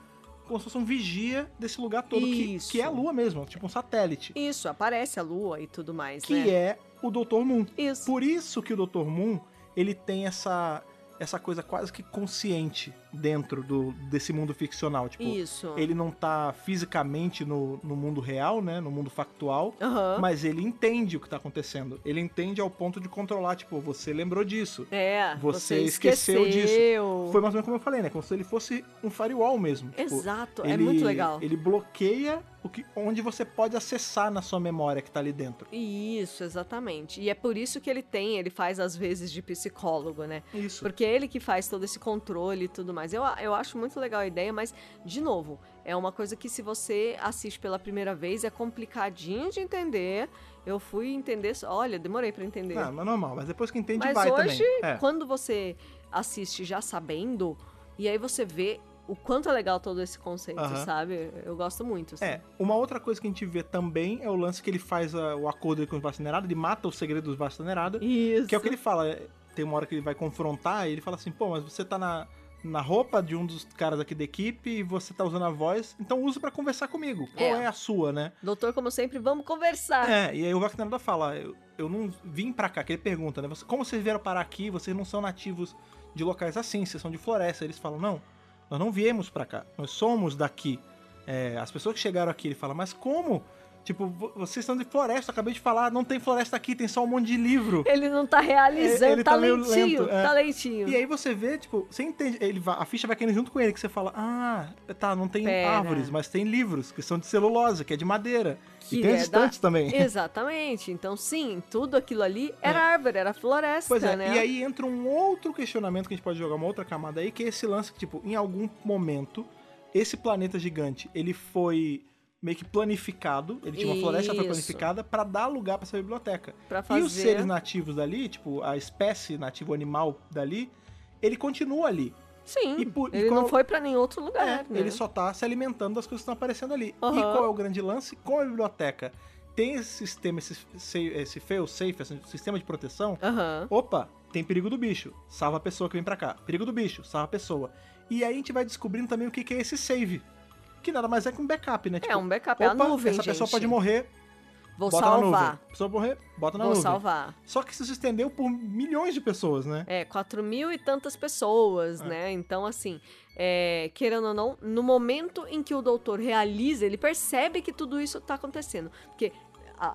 Speaker 1: Como se fosse um vigia desse lugar todo, que,
Speaker 2: Isso.
Speaker 1: que é a lua mesmo, tipo um satélite.
Speaker 2: Isso, aparece a lua e tudo mais,
Speaker 1: Que
Speaker 2: né?
Speaker 1: é o Dr. Moon.
Speaker 2: Isso.
Speaker 1: Por isso que o Dr. Moon, ele tem essa essa coisa quase que consciente dentro do, desse mundo ficcional, tipo,
Speaker 2: Isso.
Speaker 1: ele não tá fisicamente no, no mundo real, né, no mundo factual,
Speaker 2: Aham.
Speaker 1: mas ele entende o que tá acontecendo. Ele entende ao ponto de controlar, tipo, você lembrou disso.
Speaker 2: É,
Speaker 1: Você
Speaker 2: você,
Speaker 1: esqueceu disso.
Speaker 2: esqueceu.
Speaker 1: Foi mais ou menos como eu falei, né, como se ele fosse um firewall mesmo, tipo,
Speaker 2: Uhum. Exato, é
Speaker 1: ele-
Speaker 2: muito legal.
Speaker 1: Ele bloqueia o que, onde você pode acessar na sua memória que tá ali dentro.
Speaker 2: Isso, exatamente. E é por isso que ele tem, ele faz às vezes de psicólogo, né?
Speaker 1: Isso.
Speaker 2: Porque é ele que faz todo esse controle e tudo mais. Eu, a- eu acho muito legal a ideia, mas, de novo, é uma coisa que se você assiste pela primeira vez é complicadinho de entender. Eu fui entender, só- olha, demorei pra entender.
Speaker 1: Ah, mas normal, mas depois que entende
Speaker 2: mas
Speaker 1: vai
Speaker 2: hoje,
Speaker 1: também. É.
Speaker 2: quando você assiste já sabendo, e aí você vê o quanto é legal todo esse conceito,
Speaker 1: Aham.
Speaker 2: sabe? Eu gosto muito. assim.
Speaker 1: É, uma outra coisa que a gente vê também é o lance que ele faz a- o acordo dele com os Vacinerada, ele mata o segredo dos Vacinerada,
Speaker 2: Isso.
Speaker 1: que é o que ele fala. é, Tem uma hora que ele vai confrontar e ele fala assim, pô, mas você tá na, na roupa de um dos caras aqui da equipe e você tá usando a voz, então usa pra conversar comigo. Qual é,
Speaker 2: É. Ah.
Speaker 1: a sua, né?
Speaker 2: Doutor, como sempre, vamos conversar.
Speaker 1: É, e aí o Vacinerada fala, eu, eu não vim pra cá, que ele pergunta, né? "Você- como vocês vieram parar aqui? Vocês não são nativos de locais assim, vocês são de floresta. Eles falam, não, nós não viemos pra cá, nós somos daqui. É, as pessoas que chegaram aqui, ele fala, mas como? Tipo, vo- vocês são de floresta, eu acabei de falar, não tem floresta aqui, tem só um monte de livro.
Speaker 2: Ele não tá realizando,
Speaker 1: É, ele
Speaker 2: tá,
Speaker 1: tá meio
Speaker 2: lentinho,
Speaker 1: lento, é.
Speaker 2: tá lentinho.
Speaker 1: E aí você vê, tipo, você entende, ele vai- a ficha vai caindo junto com ele, que você fala, ah, tá, não tem
Speaker 2: Pera.
Speaker 1: árvores, mas tem livros, que são de celulose, que é de madeira. e
Speaker 2: Que
Speaker 1: tem as
Speaker 2: é da-
Speaker 1: estantes também.
Speaker 2: Exatamente. Então, sim, tudo aquilo ali era
Speaker 1: É.
Speaker 2: árvore, era floresta,
Speaker 1: Pois é,
Speaker 2: né?
Speaker 1: e aí entra um outro questionamento que a gente pode jogar uma outra camada aí, que é esse lance que, tipo, em algum momento, esse planeta gigante, ele foi meio que planificado, ele tinha uma floresta que foi
Speaker 2: Isso.
Speaker 1: planificada pra dar lugar pra essa biblioteca.
Speaker 2: pra fazer.
Speaker 1: E os seres nativos dali, tipo, a espécie nativa animal dali, ele continua ali.
Speaker 2: Sim,
Speaker 1: e por- e
Speaker 2: ele
Speaker 1: qual-
Speaker 2: não foi pra nenhum outro lugar,
Speaker 1: É,
Speaker 2: né?
Speaker 1: ele só tá se alimentando das coisas que estão aparecendo ali. E
Speaker 2: Aham.
Speaker 1: qual é o grande lance? Como a biblioteca tem esse sistema, esse, se- esse fail safe, esse sistema de proteção,
Speaker 2: Aham.
Speaker 1: Opa, tem perigo do bicho. Salva a pessoa que vem pra cá. Perigo do bicho, salva a pessoa. E aí a gente vai descobrindo também o que que é esse save. Que nada mais é que um backup, né?
Speaker 2: é um backup, é a
Speaker 1: opa,
Speaker 2: nuvem,
Speaker 1: essa pessoa
Speaker 2: gente.
Speaker 1: pode morrer,
Speaker 2: Vou
Speaker 1: bota na
Speaker 2: salvar.
Speaker 1: nuvem. Pessoa morrer, bota na
Speaker 2: Vou
Speaker 1: nuvem.
Speaker 2: salvar.
Speaker 1: Só que isso se estendeu por milhões de pessoas, né?
Speaker 2: É, quatro mil e tantas pessoas,
Speaker 1: É.
Speaker 2: né? Então, assim, é, querendo ou não, no momento em que o doutor realiza, ele percebe que tudo isso tá acontecendo. Porque a,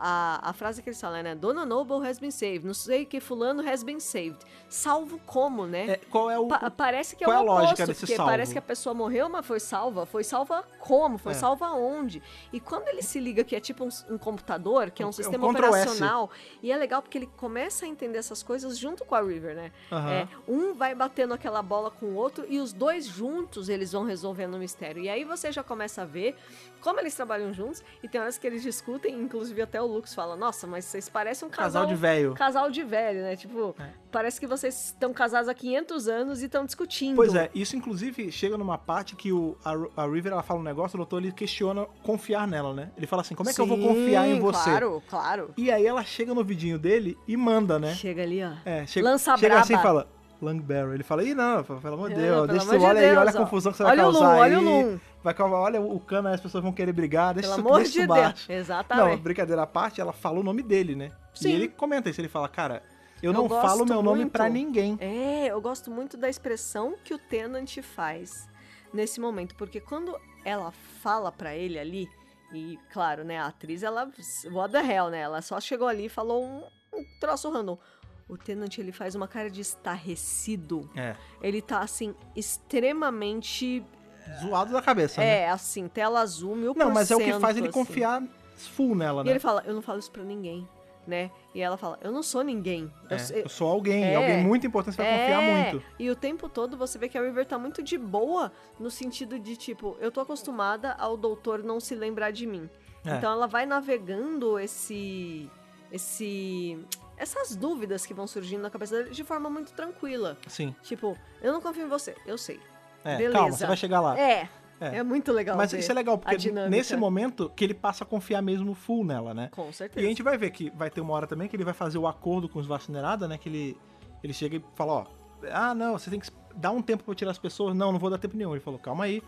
Speaker 2: a- a frase que eles falam, é, né? Dona Noble has been saved. Não sei que fulano has been saved. Salvo como, né?
Speaker 1: É, qual é o
Speaker 2: Pa- parece que é
Speaker 1: qual é
Speaker 2: o
Speaker 1: a
Speaker 2: oposto,
Speaker 1: lógica desse
Speaker 2: porque
Speaker 1: salvo?
Speaker 2: parece que a pessoa morreu, mas foi salva. Foi salva como? Foi
Speaker 1: É.
Speaker 2: salva onde? E quando ele se liga que é tipo um, s- um computador, que é
Speaker 1: É
Speaker 2: um,
Speaker 1: um
Speaker 2: sistema
Speaker 1: Ctrl S.
Speaker 2: operacional, e é legal porque ele começa a entender essas coisas junto com a River, né?
Speaker 1: Aham.
Speaker 2: É, um vai batendo aquela bola com o outro e os dois juntos eles vão resolvendo o mistério. E aí você já começa a ver como eles trabalham juntos e tem horas que eles discutem, inclusive até o Lux fala: Nossa, mas vocês parecem um
Speaker 1: casal
Speaker 2: casal,
Speaker 1: de velho.
Speaker 2: casal de velho, né? Tipo,
Speaker 1: É.
Speaker 2: parece que vocês estão casados há 500 anos e estão discutindo.
Speaker 1: Pois é, isso inclusive chega numa parte que o, a, Ru- a River ela fala um negócio, o doutor ele questiona confiar nela, né? Ele fala assim: como é que eu vou
Speaker 2: Sim,
Speaker 1: confiar em você?
Speaker 2: Claro, claro.
Speaker 1: E aí ela chega no vidinho dele e manda, né?
Speaker 2: Chega ali, ó.
Speaker 1: É, chega,
Speaker 2: Lança
Speaker 1: chega
Speaker 2: braba.
Speaker 1: assim e fala, Langbarrow. Ele fala, ih, não, pelo amor de
Speaker 2: Não,
Speaker 1: Deus,
Speaker 2: pelo
Speaker 1: deixa
Speaker 2: amor
Speaker 1: isso,
Speaker 2: de
Speaker 1: olha aí,
Speaker 2: Deus,
Speaker 1: olha a
Speaker 2: ó.
Speaker 1: confusão que você vai
Speaker 2: Olha o Lum,
Speaker 1: causar aí.
Speaker 2: olha o Lum.
Speaker 1: Vai causar, olha o cano aí, as pessoas vão querer brigar, deixa
Speaker 2: Pelo
Speaker 1: isso,
Speaker 2: amor
Speaker 1: deixa isso
Speaker 2: de
Speaker 1: baixo.
Speaker 2: Deus.
Speaker 1: Não,
Speaker 2: Exatamente.
Speaker 1: brincadeira à parte, ela fala o nome dele, né?
Speaker 2: Sim.
Speaker 1: E ele comenta isso, ele fala, cara, eu,
Speaker 2: Eu
Speaker 1: não falo
Speaker 2: gosto
Speaker 1: meu nome
Speaker 2: muito.
Speaker 1: pra ninguém.
Speaker 2: É, eu gosto muito da expressão que o Tenant faz nesse momento, porque quando ela fala pra ele ali, e claro, né, a atriz, ela, what the hell, né, ela só chegou ali e falou um, um troço random. O Tenant, ele faz uma cara de estarrecido.
Speaker 1: É,
Speaker 2: Ele tá, assim, extremamente,
Speaker 1: zoado da cabeça, né?
Speaker 2: é, assim, tela azul, mil
Speaker 1: Não, mas é o que faz ele
Speaker 2: assim.
Speaker 1: confiar full nela,
Speaker 2: E
Speaker 1: né?
Speaker 2: ele fala, eu não falo isso pra ninguém, né, e ela fala, eu não sou ninguém. Eu
Speaker 1: É,
Speaker 2: sei-
Speaker 1: eu sou alguém,
Speaker 2: É.
Speaker 1: alguém muito importante, você vai confiar
Speaker 2: É,
Speaker 1: muito.
Speaker 2: E o tempo todo você vê que a River tá muito de boa, no sentido de tipo, eu tô acostumada ao doutor não se lembrar de mim.
Speaker 1: É.
Speaker 2: Então ela vai navegando esse. esse. essas dúvidas que vão surgindo na cabeça dela de forma muito tranquila.
Speaker 1: Sim,
Speaker 2: Tipo, eu não confio em você, eu sei.
Speaker 1: é,
Speaker 2: Beleza.
Speaker 1: calma, você vai chegar lá.
Speaker 2: É.
Speaker 1: É.
Speaker 2: É, muito legal.
Speaker 1: Mas
Speaker 2: ver.
Speaker 1: isso é legal, porque
Speaker 2: a dinâmica.
Speaker 1: nesse momento que ele passa a confiar mesmo full nela, né?
Speaker 2: Com
Speaker 1: E a
Speaker 2: certeza.
Speaker 1: gente vai ver que vai ter uma hora também que ele vai fazer o acordo com os vacinerada, né? Que ele, ele chega e fala, ó, ah, não, você tem que dá um tempo pra eu tirar as pessoas. Não, não vou dar tempo nenhum. Ele falou, calma aí.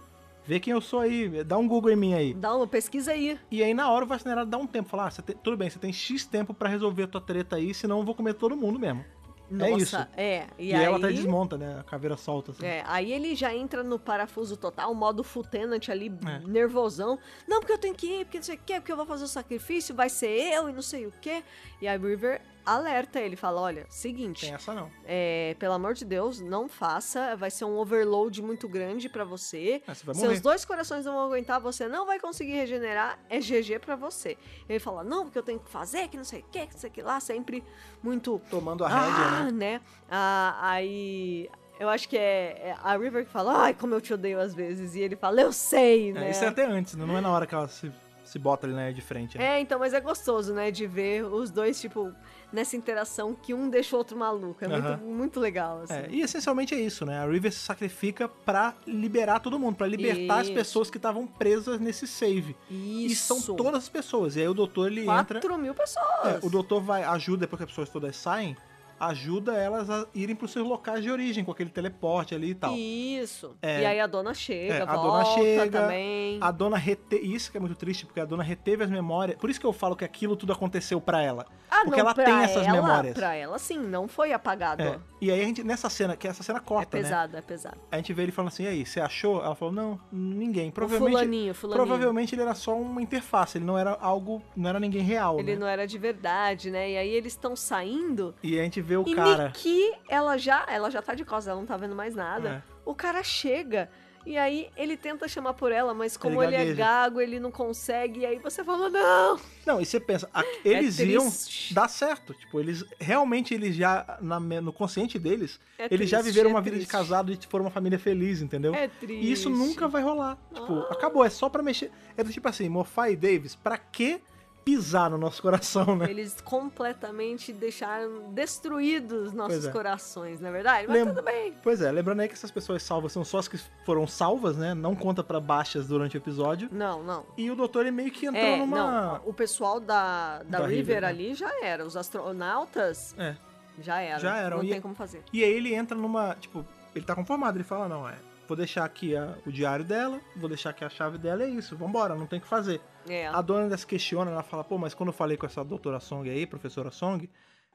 Speaker 1: Vê quem eu sou aí, dá um Google em mim aí.
Speaker 2: Dá uma pesquisa aí.
Speaker 1: E aí, na hora, o vacineiro dá um tempo. Falar, ah, você tem- tudo bem, você tem X tempo pra resolver a tua treta aí, senão eu vou comer todo mundo mesmo.
Speaker 2: Nossa,
Speaker 1: é isso.
Speaker 2: é. E,
Speaker 1: E,
Speaker 2: aí,
Speaker 1: ela até desmonta, né? A caveira solta, assim.
Speaker 2: é, aí ele já entra no parafuso total, modo futenant ali,
Speaker 1: É.
Speaker 2: nervosão. Não, porque eu tenho que ir, porque não sei o quê, porque eu vou fazer o sacrifício, vai ser eu e não sei o quê. E a River alerta ele, fala, olha, seguinte,
Speaker 1: Tem essa não.
Speaker 2: é, pelo amor de Deus, não faça, vai ser um overload muito grande pra você.
Speaker 1: Ah, você vai
Speaker 2: Seus
Speaker 1: morrer.
Speaker 2: dois corações não vão aguentar, você não vai conseguir regenerar, é GG pra você. Ele fala, não, porque eu tenho que fazer, que não sei o que, que não sei o que lá, sempre muito
Speaker 1: Tomando a rédea, né?
Speaker 2: ah, né? Ah, aí. Eu acho que é é a River que fala, ai, como eu te odeio às vezes. E ele fala, eu sei, né?
Speaker 1: É, isso é até antes, né? Não é na hora que ela se, se bota ali né, de frente. Né?
Speaker 2: É, então, mas é gostoso, né? De ver os dois, tipo, nessa interação que um deixa o outro maluco. É
Speaker 1: Aham.
Speaker 2: muito, muito legal, assim.
Speaker 1: É, e essencialmente é isso, né? A River se sacrifica pra liberar todo mundo, pra libertar as
Speaker 2: Isso.
Speaker 1: pessoas que estavam presas nesse save.
Speaker 2: Isso.
Speaker 1: E são todas as pessoas. E aí o doutor ele entra.
Speaker 2: 4 mil pessoas.
Speaker 1: É, o doutor vai, ajuda, depois que as pessoas todas saem, ajuda elas a irem pros seus locais de origem, com aquele teleporte ali e tal.
Speaker 2: Isso.
Speaker 1: É.
Speaker 2: E aí a dona chega,
Speaker 1: É, a
Speaker 2: volta
Speaker 1: dona chega, Ah,
Speaker 2: também.
Speaker 1: A dona reteve. Isso que é muito triste, porque a dona reteve as memórias. Por isso que eu falo que aquilo tudo aconteceu pra ela.
Speaker 2: Ah,
Speaker 1: porque
Speaker 2: não,
Speaker 1: ela
Speaker 2: pra
Speaker 1: tem essas
Speaker 2: ela,
Speaker 1: memórias.
Speaker 2: Pra ela, sim, não foi apagado.
Speaker 1: É,
Speaker 2: É,
Speaker 1: E aí a gente, nessa cena, que essa cena corta, né?
Speaker 2: pesado, é pesado.
Speaker 1: A gente vê ele falando assim, e aí, você achou? Ela falou, não, ninguém.
Speaker 2: O
Speaker 1: Provavelmente,
Speaker 2: fulaninho, fulaninho.
Speaker 1: provavelmente ele era só uma interface, ele não era algo, não era ninguém real,
Speaker 2: Ele
Speaker 1: né?
Speaker 2: não era de verdade, né? E aí eles estão saindo.
Speaker 1: E a gente vê o
Speaker 2: e
Speaker 1: cara...
Speaker 2: Niki, ela já, ela já tá de costas, ela não tá vendo mais nada.
Speaker 1: É.
Speaker 2: O cara chega. E aí ele tenta chamar por ela, mas como
Speaker 1: Tá Ele
Speaker 2: ele, é
Speaker 1: gagueja.
Speaker 2: gago, ele não consegue. E aí você fala, não!
Speaker 1: Não, e você pensa, a- eles iam
Speaker 2: É triste.
Speaker 1: dar certo, tipo, eles, realmente eles já, na me- no consciente deles,
Speaker 2: É
Speaker 1: eles já
Speaker 2: triste,
Speaker 1: viveram
Speaker 2: é
Speaker 1: uma vida de
Speaker 2: triste.
Speaker 1: casado e foram uma família feliz, entendeu?
Speaker 2: É triste. Ah.
Speaker 1: E isso nunca vai rolar. Tipo, acabou, é só pra mexer. É do tipo assim, Mofai e Davis, pra que pisar no nosso coração, né?
Speaker 2: Eles completamente deixaram destruídos nossos
Speaker 1: Pois é.
Speaker 2: corações, não é verdade? Mas
Speaker 1: Lem-
Speaker 2: tudo bem.
Speaker 1: Pois é, lembrando aí que essas pessoas salvas são só as que foram salvas, né? Não conta pra baixas durante o episódio.
Speaker 2: Não, não.
Speaker 1: E o doutor ele meio que entrou
Speaker 2: É,
Speaker 1: numa.
Speaker 2: não. O pessoal da, da,
Speaker 1: Da
Speaker 2: River,
Speaker 1: River, né?
Speaker 2: ali já era. Os astronautas
Speaker 1: É.
Speaker 2: já eram.
Speaker 1: Já eram,
Speaker 2: Não
Speaker 1: e-
Speaker 2: tem como fazer.
Speaker 1: E aí ele entra numa. Tipo, ele tá conformado, ele fala, não, é. Vou deixar aqui a- o diário dela, vou deixar aqui a chave dela, é isso, vambora, não tem o que fazer.
Speaker 2: É.
Speaker 1: A dona ainda se questiona, ela fala, pô, mas quando eu falei com essa doutora Song aí, professora Song,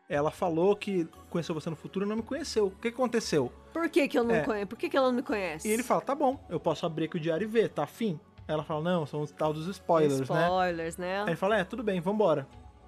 Speaker 1: ela falou que conheceu você no futuro e não me conheceu. O que aconteceu?
Speaker 2: Por que, que eu não
Speaker 1: É.
Speaker 2: conheço? Por que, que ela não me conhece?
Speaker 1: E ele fala, tá bom, eu posso abrir aqui o diário e ver, tá afim? Ela fala, não, são os tal dos spoilers, né?
Speaker 2: Spoilers, né?
Speaker 1: Aí ele fala, é, tudo bem, vambora.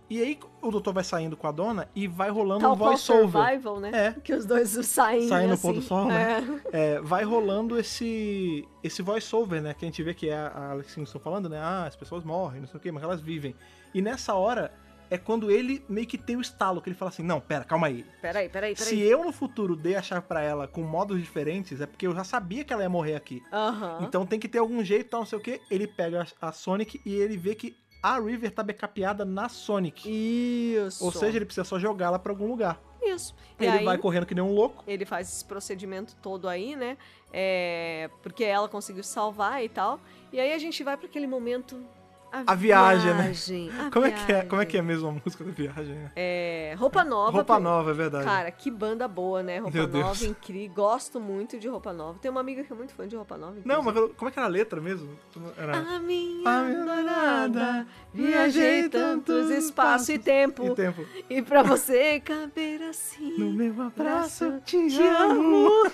Speaker 1: E aí o doutor vai saindo com a dona e vai rolando
Speaker 2: Tal
Speaker 1: um
Speaker 2: qual
Speaker 1: voice-over.
Speaker 2: Survival, né?
Speaker 1: É.
Speaker 2: Que os dois saem
Speaker 1: Saem no
Speaker 2: assim.
Speaker 1: pôr do sol, né?
Speaker 2: É.
Speaker 1: É, vai rolando esse esse voice-over, né? Que a gente vê que é a Alex Simpson falando, né? Ah, as pessoas morrem, não sei o quê, mas elas vivem. E nessa hora é quando ele meio que tem o estalo, que ele fala assim, não, pera, calma aí.
Speaker 2: Peraí, peraí,
Speaker 1: Se
Speaker 2: peraí.
Speaker 1: eu no futuro dei a chave pra ela com modos diferentes, é porque eu já sabia que ela ia morrer aqui.
Speaker 2: Aham.
Speaker 1: Então tem que ter algum jeito, tal, não sei o quê. Ele pega a a Sonic e ele vê que a River tá becapeada na Sonic.
Speaker 2: Isso.
Speaker 1: Ou seja, ele precisa só jogar ela pra algum lugar.
Speaker 2: isso. E
Speaker 1: ele
Speaker 2: aí,
Speaker 1: vai correndo que nem um louco.
Speaker 2: ele faz esse procedimento todo aí, né? É, porque ela conseguiu salvar e tal. E aí a gente vai pra aquele momento.
Speaker 1: A viagem, né?
Speaker 2: né?
Speaker 1: Como é, que é, como é que é mesmo a música da viagem? né?
Speaker 2: É, roupa nova.
Speaker 1: Roupa
Speaker 2: pro-
Speaker 1: nova, é verdade.
Speaker 2: Cara, que banda boa, né? Roupa
Speaker 1: Meu Deus.
Speaker 2: nova, incrível. Gosto muito de roupa nova. Tem uma amiga que é muito fã de roupa nova.
Speaker 1: Não,
Speaker 2: inclusive.
Speaker 1: mas eu- como é que era a letra mesmo? Era...
Speaker 2: A minha,
Speaker 1: A minha
Speaker 2: adorada,
Speaker 1: adorada,
Speaker 2: viajei
Speaker 1: viajei
Speaker 2: tantos
Speaker 1: tantos
Speaker 2: espaço e
Speaker 1: passos
Speaker 2: tempo,
Speaker 1: E tempo.
Speaker 2: e pra você caber assim,
Speaker 1: No meu abraço, te,
Speaker 2: te
Speaker 1: amo.
Speaker 2: amo.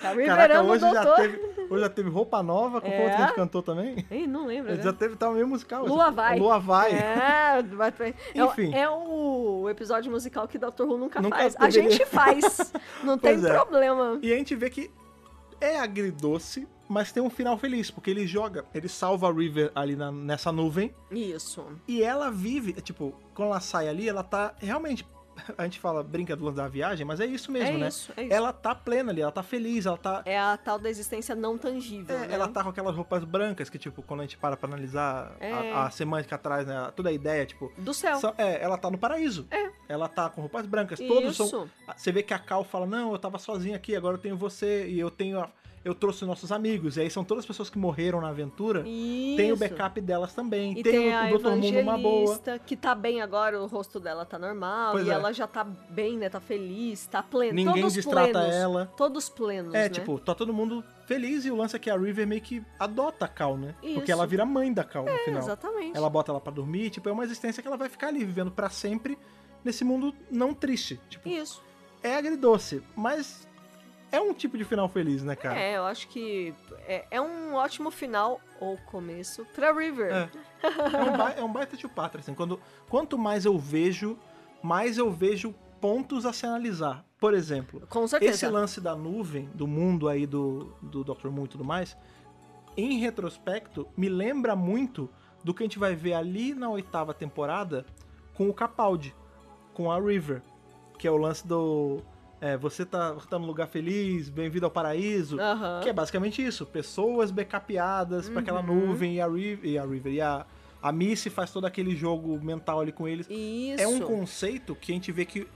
Speaker 2: Tá me
Speaker 1: Caraca,
Speaker 2: liberando,
Speaker 1: hoje já,
Speaker 2: doutor.
Speaker 1: teve, hoje já teve roupa nova, qual foi o
Speaker 2: É.
Speaker 1: outro que a gente cantou também?
Speaker 2: Ei, não lembro, né?
Speaker 1: Já teve, tá meio musical.
Speaker 2: Lua
Speaker 1: esse-
Speaker 2: vai.
Speaker 1: Lua vai.
Speaker 2: É, vai pra- é o-
Speaker 1: Enfim.
Speaker 2: É o episódio musical que Dr. Who nunca,
Speaker 1: Nunca
Speaker 2: faz. A
Speaker 1: deveria.
Speaker 2: gente faz. Não tem
Speaker 1: Pois é.
Speaker 2: problema.
Speaker 1: E a gente vê que é agridoce, mas tem um final feliz, porque ele joga, ele salva a River ali na- nessa nuvem,
Speaker 2: Isso.
Speaker 1: e ela vive, tipo, quando ela sai ali, ela tá realmente, a gente fala, brinca do lance da viagem, mas é isso mesmo,
Speaker 2: é
Speaker 1: né?
Speaker 2: isso, é isso.
Speaker 1: Ela tá plena ali, ela tá feliz, ela tá...
Speaker 2: É a tal da existência não tangível.
Speaker 1: é,
Speaker 2: né?
Speaker 1: Ela tá com aquelas roupas brancas que, tipo, quando a gente para pra analisar a-
Speaker 2: É.
Speaker 1: a, semântica atrás, né? Toda a ideia, tipo.
Speaker 2: Do céu.
Speaker 1: são- é, ela tá no paraíso.
Speaker 2: É.
Speaker 1: Ela tá com roupas brancas. Todos
Speaker 2: isso.
Speaker 1: são Você vê que a Cal fala: Não, eu tava sozinha aqui, agora eu tenho você, e eu tenho a. eu trouxe nossos amigos, e aí são todas as pessoas que morreram na aventura.
Speaker 2: Isso.
Speaker 1: Tem o backup delas também.
Speaker 2: E
Speaker 1: tem,
Speaker 2: tem
Speaker 1: o,
Speaker 2: a
Speaker 1: o Dr. Mundo uma boa.
Speaker 2: evangelista, que tá bem agora, o rosto dela tá normal.
Speaker 1: Pois
Speaker 2: e
Speaker 1: é.
Speaker 2: ela já tá bem, né? Tá feliz, tá plena.
Speaker 1: Ninguém
Speaker 2: Todos
Speaker 1: distrata
Speaker 2: plenos.
Speaker 1: ela.
Speaker 2: Todos plenos,
Speaker 1: É,
Speaker 2: né?
Speaker 1: tipo, tá todo mundo feliz e o lance é que a River meio que adota a Cal, né?
Speaker 2: Isso.
Speaker 1: Porque ela vira mãe da Cal no
Speaker 2: É,
Speaker 1: final.
Speaker 2: exatamente.
Speaker 1: Ela bota ela pra dormir, tipo, é uma existência que ela vai ficar ali vivendo pra sempre nesse mundo não triste. Tipo,
Speaker 2: Isso.
Speaker 1: é agridoce, mas é um tipo de final feliz, né, cara?
Speaker 2: É, eu acho que é, é um ótimo final ou começo pra River.
Speaker 1: É. É um, ba- é um baita tio Patra, assim. Quando, quanto mais eu vejo, mais eu vejo pontos a se analisar. Por exemplo,
Speaker 2: Com certeza.
Speaker 1: esse lance da nuvem, do mundo aí do, do Dr. Moon e tudo mais, em retrospecto, me lembra muito do que a gente vai ver ali na oitava temporada com o Capaldi, com a River, que é o lance do. é, você tá, tá num lugar feliz, bem-vindo ao paraíso.
Speaker 2: Aham.
Speaker 1: Que é basicamente isso, pessoas backupeadas pra aquela
Speaker 2: Uhum.
Speaker 1: nuvem e a River e a, River, e a, a Missy faz todo aquele jogo mental ali com eles.
Speaker 2: Isso.
Speaker 1: É um conceito que a gente vê que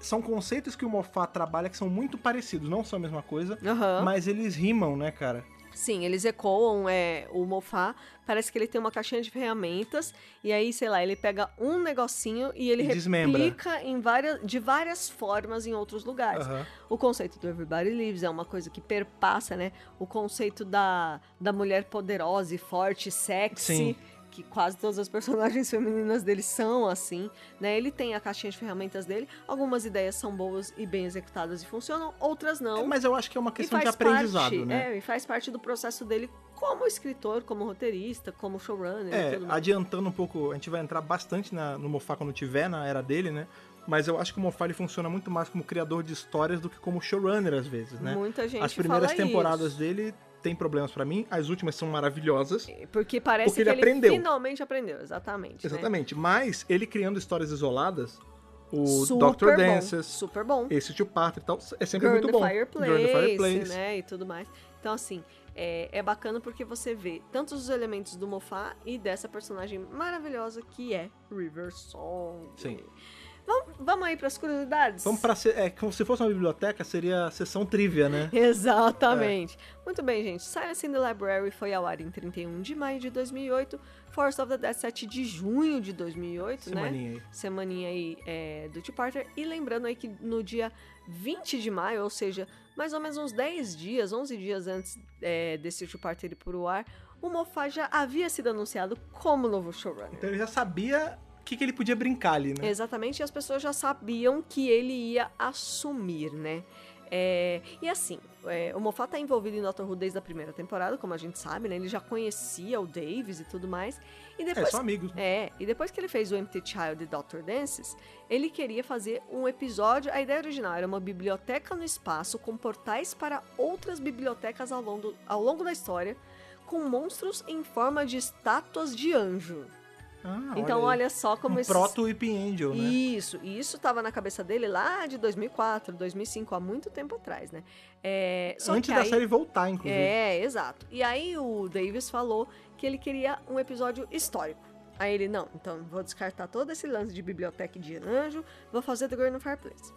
Speaker 1: são conceitos que o Moffat trabalha que são muito parecidos, não são a mesma coisa,
Speaker 2: Aham.
Speaker 1: mas eles rimam, né, cara?
Speaker 2: Sim, eles ecoam é, o Mofá. Parece que ele tem uma caixinha de ferramentas. E aí, sei lá, ele pega um negocinho e ele
Speaker 1: E desmembra.
Speaker 2: replica em várias, de várias formas em outros lugares.
Speaker 1: Aham.
Speaker 2: O conceito do Everybody Lives é uma coisa que perpassa, né? O conceito da, da mulher poderosa e forte, sexy.
Speaker 1: Sim.
Speaker 2: Que quase todas as personagens femininas dele são assim, né? Ele tem a caixinha de ferramentas dele. Algumas ideias são boas e bem executadas e funcionam, outras não.
Speaker 1: É, Mas eu acho que é uma
Speaker 2: Então, E
Speaker 1: questão de
Speaker 2: faz
Speaker 1: aprendizado,
Speaker 2: parte,
Speaker 1: né?
Speaker 2: É, e faz parte do processo dele como escritor, como roteirista, como showrunner e
Speaker 1: É,
Speaker 2: tudo mais.
Speaker 1: adiantando um pouco, a gente vai entrar bastante na- no Mofá quando tiver na era dele, né? Mas eu acho que o Mofá ele funciona muito mais como criador de histórias do que como showrunner às vezes, né?
Speaker 2: Muita gente
Speaker 1: As primeiras
Speaker 2: fala
Speaker 1: temporadas
Speaker 2: isso.
Speaker 1: dele tem problemas pra mim, as últimas são maravilhosas.
Speaker 2: Porque parece
Speaker 1: Porque
Speaker 2: que
Speaker 1: ele aprendeu.
Speaker 2: finalmente aprendeu, exatamente. né?
Speaker 1: Exatamente, mas ele criando histórias isoladas, o
Speaker 2: Super
Speaker 1: Dr.
Speaker 2: bom,
Speaker 1: Dances,
Speaker 2: Super bom.
Speaker 1: esse tio Patrick e tal, é sempre
Speaker 2: Girl in
Speaker 1: muito
Speaker 2: the
Speaker 1: bom.
Speaker 2: Fireplace,
Speaker 1: Girl in the
Speaker 2: né, e tudo mais. Então, assim, é, é bacana porque você vê tantos os elementos do Mofá e dessa personagem maravilhosa que é River Song.
Speaker 1: Sim.
Speaker 2: Vamos, vamos aí pras curiosidades?
Speaker 1: Vamos pra ser, é, como se fosse uma biblioteca, seria a sessão trivia, né?
Speaker 2: Exatamente. Muito bem, gente. Silence in the Library foi ao ar em 31 de maio de 2008, Force of the Dead 7 de junho de 2008, né?
Speaker 1: Semaninha aí.
Speaker 2: Semaninha aí é, do Two Parter. E lembrando aí que no dia 20 de maio, ou seja, mais ou menos uns 10 dias, 11 dias antes é, desse Two Parter ir pro ar, o Moffat já havia sido anunciado como novo showrunner.
Speaker 1: Então ele já sabia o que, que ele podia brincar ali, né?
Speaker 2: Exatamente, e as pessoas já sabiam que ele ia assumir, né? É, e assim, é, o Moffat tá envolvido em Doctor Who desde a primeira temporada, como a gente sabe, né? Ele já conhecia o Davis e tudo mais. E
Speaker 1: É,
Speaker 2: depois,
Speaker 1: são amigos. né?
Speaker 2: é, e depois que ele fez o Empty Child e Doctor Dances, ele queria fazer um episódio. A ideia original era uma biblioteca no espaço com portais para outras bibliotecas ao longo, ao longo da história, com monstros em forma de estátuas de anjo.
Speaker 1: Ah,
Speaker 2: então,
Speaker 1: aí.
Speaker 2: olha só como
Speaker 1: um
Speaker 2: esse.
Speaker 1: proto Whip Angel, né?
Speaker 2: Isso, e isso tava na cabeça dele lá de 2004, 2005, há muito tempo atrás, né? É, só
Speaker 1: Antes
Speaker 2: que
Speaker 1: da
Speaker 2: aí-
Speaker 1: série voltar, inclusive.
Speaker 2: É, exato. E aí o Davis falou que ele queria um episódio histórico. Aí ele, não, então vou descartar todo esse lance de biblioteca e de anjo, vou fazer The Girl in the Fireplace.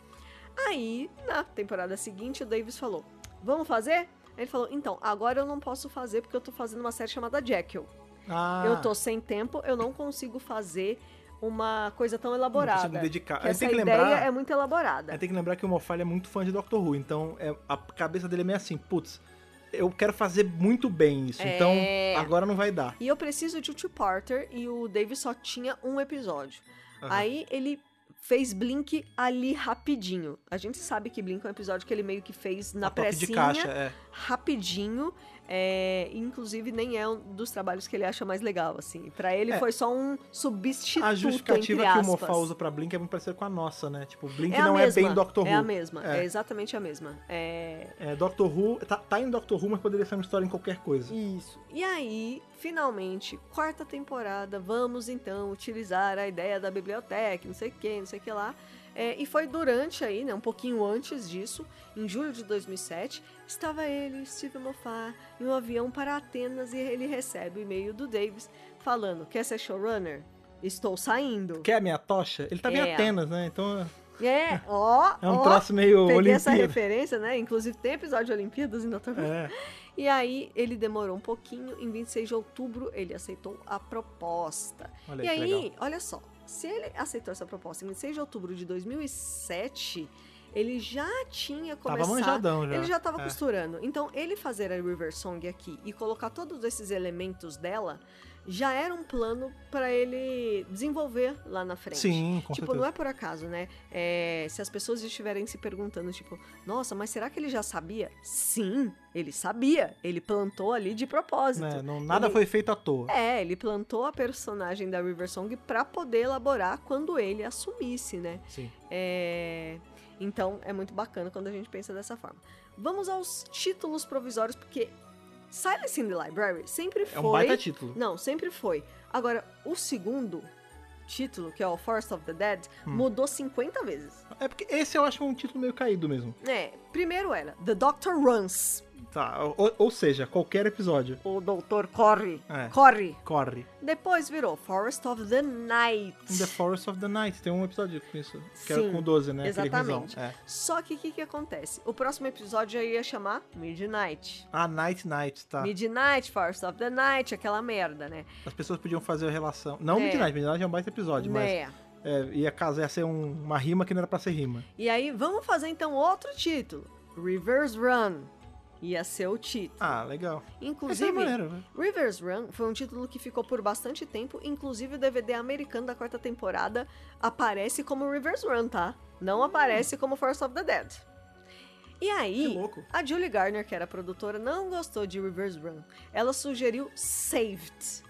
Speaker 2: Aí, na temporada seguinte, o Davis falou, vamos fazer? Aí ele falou, então, agora eu não posso fazer porque eu tô fazendo uma série chamada Jekyll.
Speaker 1: Ah,
Speaker 2: Eu tô sem tempo, eu não consigo fazer uma coisa tão
Speaker 1: não
Speaker 2: elaborada.
Speaker 1: consigo me dedicar.
Speaker 2: Que
Speaker 1: Aí
Speaker 2: essa
Speaker 1: tem que
Speaker 2: ideia
Speaker 1: lembrar...
Speaker 2: é muito elaborada.
Speaker 1: Aí tem que lembrar que o Moffat ele é muito fã de Doctor Who, então é- a cabeça dele é meio assim, putz, eu quero fazer muito bem isso,
Speaker 2: É.
Speaker 1: então agora não vai dar.
Speaker 2: E eu preciso de Two Parter e o Dave só tinha um episódio.
Speaker 1: Aham.
Speaker 2: Aí ele fez Blink ali rapidinho. A gente sabe que Blink é um episódio que ele meio que fez na
Speaker 1: A toque
Speaker 2: pressinha,
Speaker 1: de caixa, é.
Speaker 2: rapidinho. é, inclusive nem é um dos trabalhos que ele acha mais legal, assim. Pra ele
Speaker 1: É.
Speaker 2: foi só um substituto,
Speaker 1: A justificativa
Speaker 2: entre
Speaker 1: que o
Speaker 2: aspas.
Speaker 1: Moffat usa pra Blink é muito parecida com a nossa, né? Tipo, Blink
Speaker 2: é a
Speaker 1: não é
Speaker 2: mesma,
Speaker 1: bem Doctor Who.
Speaker 2: É a mesma,
Speaker 1: É.
Speaker 2: é exatamente a mesma. É,
Speaker 1: É, Doctor Who, tá, tá em Doctor Who, mas poderia ser uma história em qualquer coisa.
Speaker 2: Isso. E aí, finalmente, quarta temporada, vamos então utilizar a ideia da biblioteca, não sei o que, não sei o que lá. É, e foi durante aí, né, um pouquinho antes disso, em julho de 2007, estava ele, Steve Moffat, em um avião para Atenas e ele recebe o e-mail do Davis falando, quer ser showrunner? Estou saindo.
Speaker 1: Quer a minha tocha? Ele tá em
Speaker 2: É.
Speaker 1: Atenas, né? Então
Speaker 2: É, ó,
Speaker 1: É um
Speaker 2: ó,
Speaker 1: troço meio
Speaker 2: peguei
Speaker 1: Olimpíada.
Speaker 2: essa referência, né? Inclusive tem episódio de Olimpíadas em Dr. Who.
Speaker 1: É.
Speaker 2: E aí ele demorou um pouquinho, em 26 de outubro ele aceitou a proposta.
Speaker 1: Olha
Speaker 2: e
Speaker 1: aí, que
Speaker 2: aí,
Speaker 1: legal.
Speaker 2: olha só, se ele aceitou essa proposta em 26 de outubro de 2007, ele já tinha
Speaker 1: Tava
Speaker 2: começado
Speaker 1: manjadão já.
Speaker 2: ele já estava
Speaker 1: É.
Speaker 2: costurando. Então, ele fazer a River Song aqui e colocar todos esses elementos dela já era um plano para ele desenvolver lá na frente.
Speaker 1: Sim, com
Speaker 2: Tipo,
Speaker 1: certeza.
Speaker 2: não é por acaso, né? É, se as pessoas estiverem se perguntando, tipo, nossa, mas será que ele já sabia? Sim, ele sabia. Ele plantou ali de propósito.
Speaker 1: Né, não- nada foi feito à toa.
Speaker 2: É, ele plantou a personagem da River Song pra poder elaborar quando ele assumisse, né?
Speaker 1: Sim.
Speaker 2: É, Então é muito bacana quando a gente pensa dessa forma. Vamos aos títulos provisórios, porque Silence in the Library sempre
Speaker 1: É um
Speaker 2: foi.
Speaker 1: baita título.
Speaker 2: Não, sempre foi. Agora, o segundo título, que é o Forest of the Dead,
Speaker 1: Hum.
Speaker 2: mudou 50 vezes.
Speaker 1: É porque esse eu acho um título meio caído mesmo.
Speaker 2: É, primeiro era The Doctor Runs,
Speaker 1: Tá, ou, ou seja, qualquer episódio.
Speaker 2: o Doutor Corre.
Speaker 1: É.
Speaker 2: Corre.
Speaker 1: Corre.
Speaker 2: Depois virou Forest of the Night.
Speaker 1: In the Forest of the Night, tem um episódio com isso. Que era
Speaker 2: Sim,
Speaker 1: com 12, né? Aquele
Speaker 2: exatamente.
Speaker 1: ruizão. É.
Speaker 2: Só que o que, que acontece? O próximo episódio já ia chamar Midnight.
Speaker 1: Ah, Night Night, tá.
Speaker 2: Midnight, Forest of the Night, aquela merda, né?
Speaker 1: As pessoas podiam fazer a relação. Não
Speaker 2: É.
Speaker 1: Midnight, Midnight é um baita episódio, mas
Speaker 2: Né?
Speaker 1: é, ia casar ia ser um- uma rima que não era pra ser rima.
Speaker 2: E aí, vamos fazer então outro título. Reverse Run. Ia ser o título.
Speaker 1: Ah, legal. Essa é
Speaker 2: Inclusive,
Speaker 1: maneiro, né?
Speaker 2: Reverse Run foi um título que ficou por bastante tempo. Inclusive, o DVD americano da quarta temporada aparece como Reverse Run, tá?
Speaker 1: Hum.
Speaker 2: Não aparece como Force of the Dead. E
Speaker 1: Que
Speaker 2: aí,
Speaker 1: louco.
Speaker 2: a Julie Garner, que era a produtora, não gostou de Reverse Run. Ela sugeriu Saved.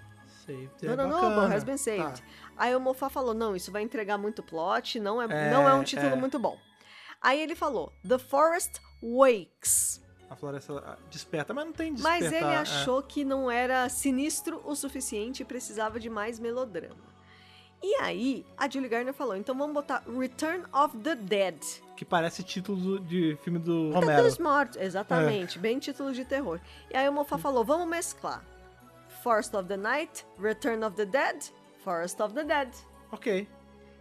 Speaker 1: Saved.
Speaker 2: Não,
Speaker 1: é
Speaker 2: não, não,
Speaker 1: bacana.
Speaker 2: has been saved.
Speaker 1: Tá.
Speaker 2: Aí o Mofá falou: não, isso vai entregar muito plot, não é,
Speaker 1: É,
Speaker 2: não é um título
Speaker 1: é.
Speaker 2: muito bom. Aí ele falou: The Forest Wakes.
Speaker 1: A floresta ah, desperta, mas não tem despertar.
Speaker 2: Mas ele
Speaker 1: é.
Speaker 2: achou que não era sinistro o suficiente e precisava de mais melodrama. E aí, a Julie Garner falou: então vamos botar Return of the Dead.
Speaker 1: Que parece título do- de filme do
Speaker 2: Tá
Speaker 1: Romero. É.
Speaker 2: dos mortos, exatamente, bem título de terror. E aí o Mofá falou: vamos mesclar. Forest of the Night, Return of the Dead, Forest of the Dead.
Speaker 1: Ok.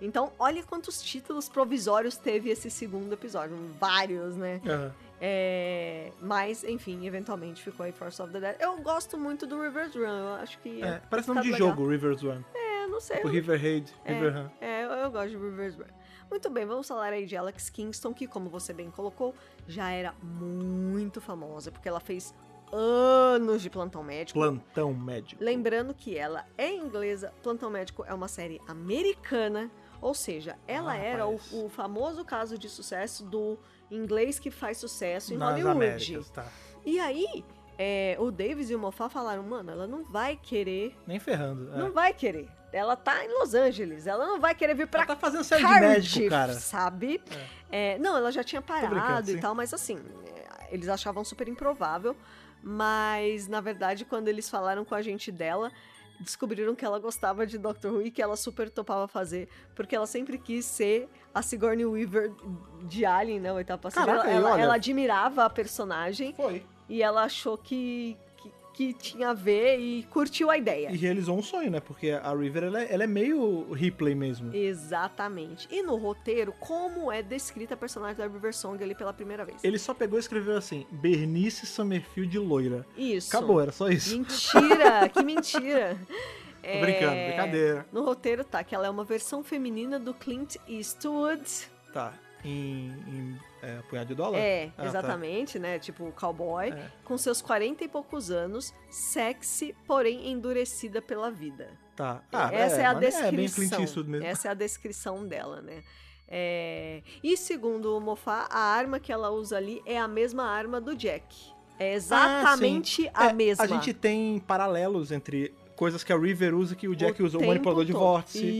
Speaker 2: Então, olha quantos títulos provisórios teve esse segundo episódio. Vários, né?
Speaker 1: Aham.
Speaker 2: É, Mas, enfim, eventualmente ficou aí Force of the Dead. Eu gosto muito do River's Run. Eu acho que.
Speaker 1: É,
Speaker 2: ia
Speaker 1: parece
Speaker 2: ficar
Speaker 1: nome de
Speaker 2: legal.
Speaker 1: jogo, Rivers One.
Speaker 2: É, não
Speaker 1: O
Speaker 2: sei.
Speaker 1: Tipo River Raid,
Speaker 2: É,
Speaker 1: River Run.
Speaker 2: é, eu, eu gosto de River's Run. Muito bem, vamos falar aí de Alex Kingston, que, como você bem colocou, já era muito famosa, porque ela fez anos de plantão médico.
Speaker 1: Plantão médico.
Speaker 2: Lembrando que ela é inglesa, Plantão Médico é uma série americana, ou seja, ela
Speaker 1: Ah,
Speaker 2: era o,
Speaker 1: rapaz.
Speaker 2: o famoso caso de sucesso do inglês que faz sucesso em
Speaker 1: Nas
Speaker 2: Hollywood.
Speaker 1: Américas, tá.
Speaker 2: E aí, é, o Davis e o Moffat falaram, mano, ela não vai querer,
Speaker 1: Nem ferrando. é.
Speaker 2: não vai querer. Ela tá em Los Angeles, ela não vai querer vir pra
Speaker 1: Ela tá fazendo série de
Speaker 2: Cardiff,
Speaker 1: médico, cara.
Speaker 2: sabe? É, não, ela já tinha parado
Speaker 1: brincando,
Speaker 2: e
Speaker 1: sim.
Speaker 2: tal, mas assim, é, eles achavam super improvável. Mas, na verdade, quando eles falaram com a gente dela, descobriram que ela gostava de Doctor Who e que ela super topava fazer, porque ela sempre quis ser a Sigourney Weaver de Alien, né? O oitavo passageiro.
Speaker 1: Caraca,
Speaker 2: ela,
Speaker 1: e
Speaker 2: ela-
Speaker 1: olha-
Speaker 2: ela admirava a personagem
Speaker 1: Foi.
Speaker 2: e ela achou que, que, que tinha a ver e curtiu a ideia.
Speaker 1: E realizou um sonho, né? Porque a River, ela é, ela é meio Ripley mesmo.
Speaker 2: Exatamente. E no roteiro, como é descrita a personagem da River Song ali pela primeira vez.
Speaker 1: Ele só pegou e escreveu assim, Bernice Summerfield loira.
Speaker 2: Isso.
Speaker 1: Acabou, era só isso.
Speaker 2: Mentira, que mentira. É,
Speaker 1: Tô brincando, brincadeira.
Speaker 2: No roteiro tá que ela é uma versão feminina do Clint Eastwood.
Speaker 1: Tá. Em, em é, punhado de dólar?
Speaker 2: É,
Speaker 1: Ah, tá.
Speaker 2: exatamente, né? Tipo cowboy,
Speaker 1: É.
Speaker 2: com seus 40 e poucos anos, sexy, porém endurecida pela vida.
Speaker 1: Tá. Ah,
Speaker 2: Essa é, a
Speaker 1: mas É bem
Speaker 2: descrição.
Speaker 1: Clint Eastwood mesmo.
Speaker 2: Essa é a descrição dela, né? É, E segundo o Mofá, a arma que ela usa ali é a mesma arma do Jack. É exatamente a
Speaker 1: Ah, É,
Speaker 2: mesma.
Speaker 1: A gente tem paralelos entre coisas que a River usa e que o Jack usa. O
Speaker 2: tempo
Speaker 1: manipulador de
Speaker 2: todo.
Speaker 1: vórtice. É.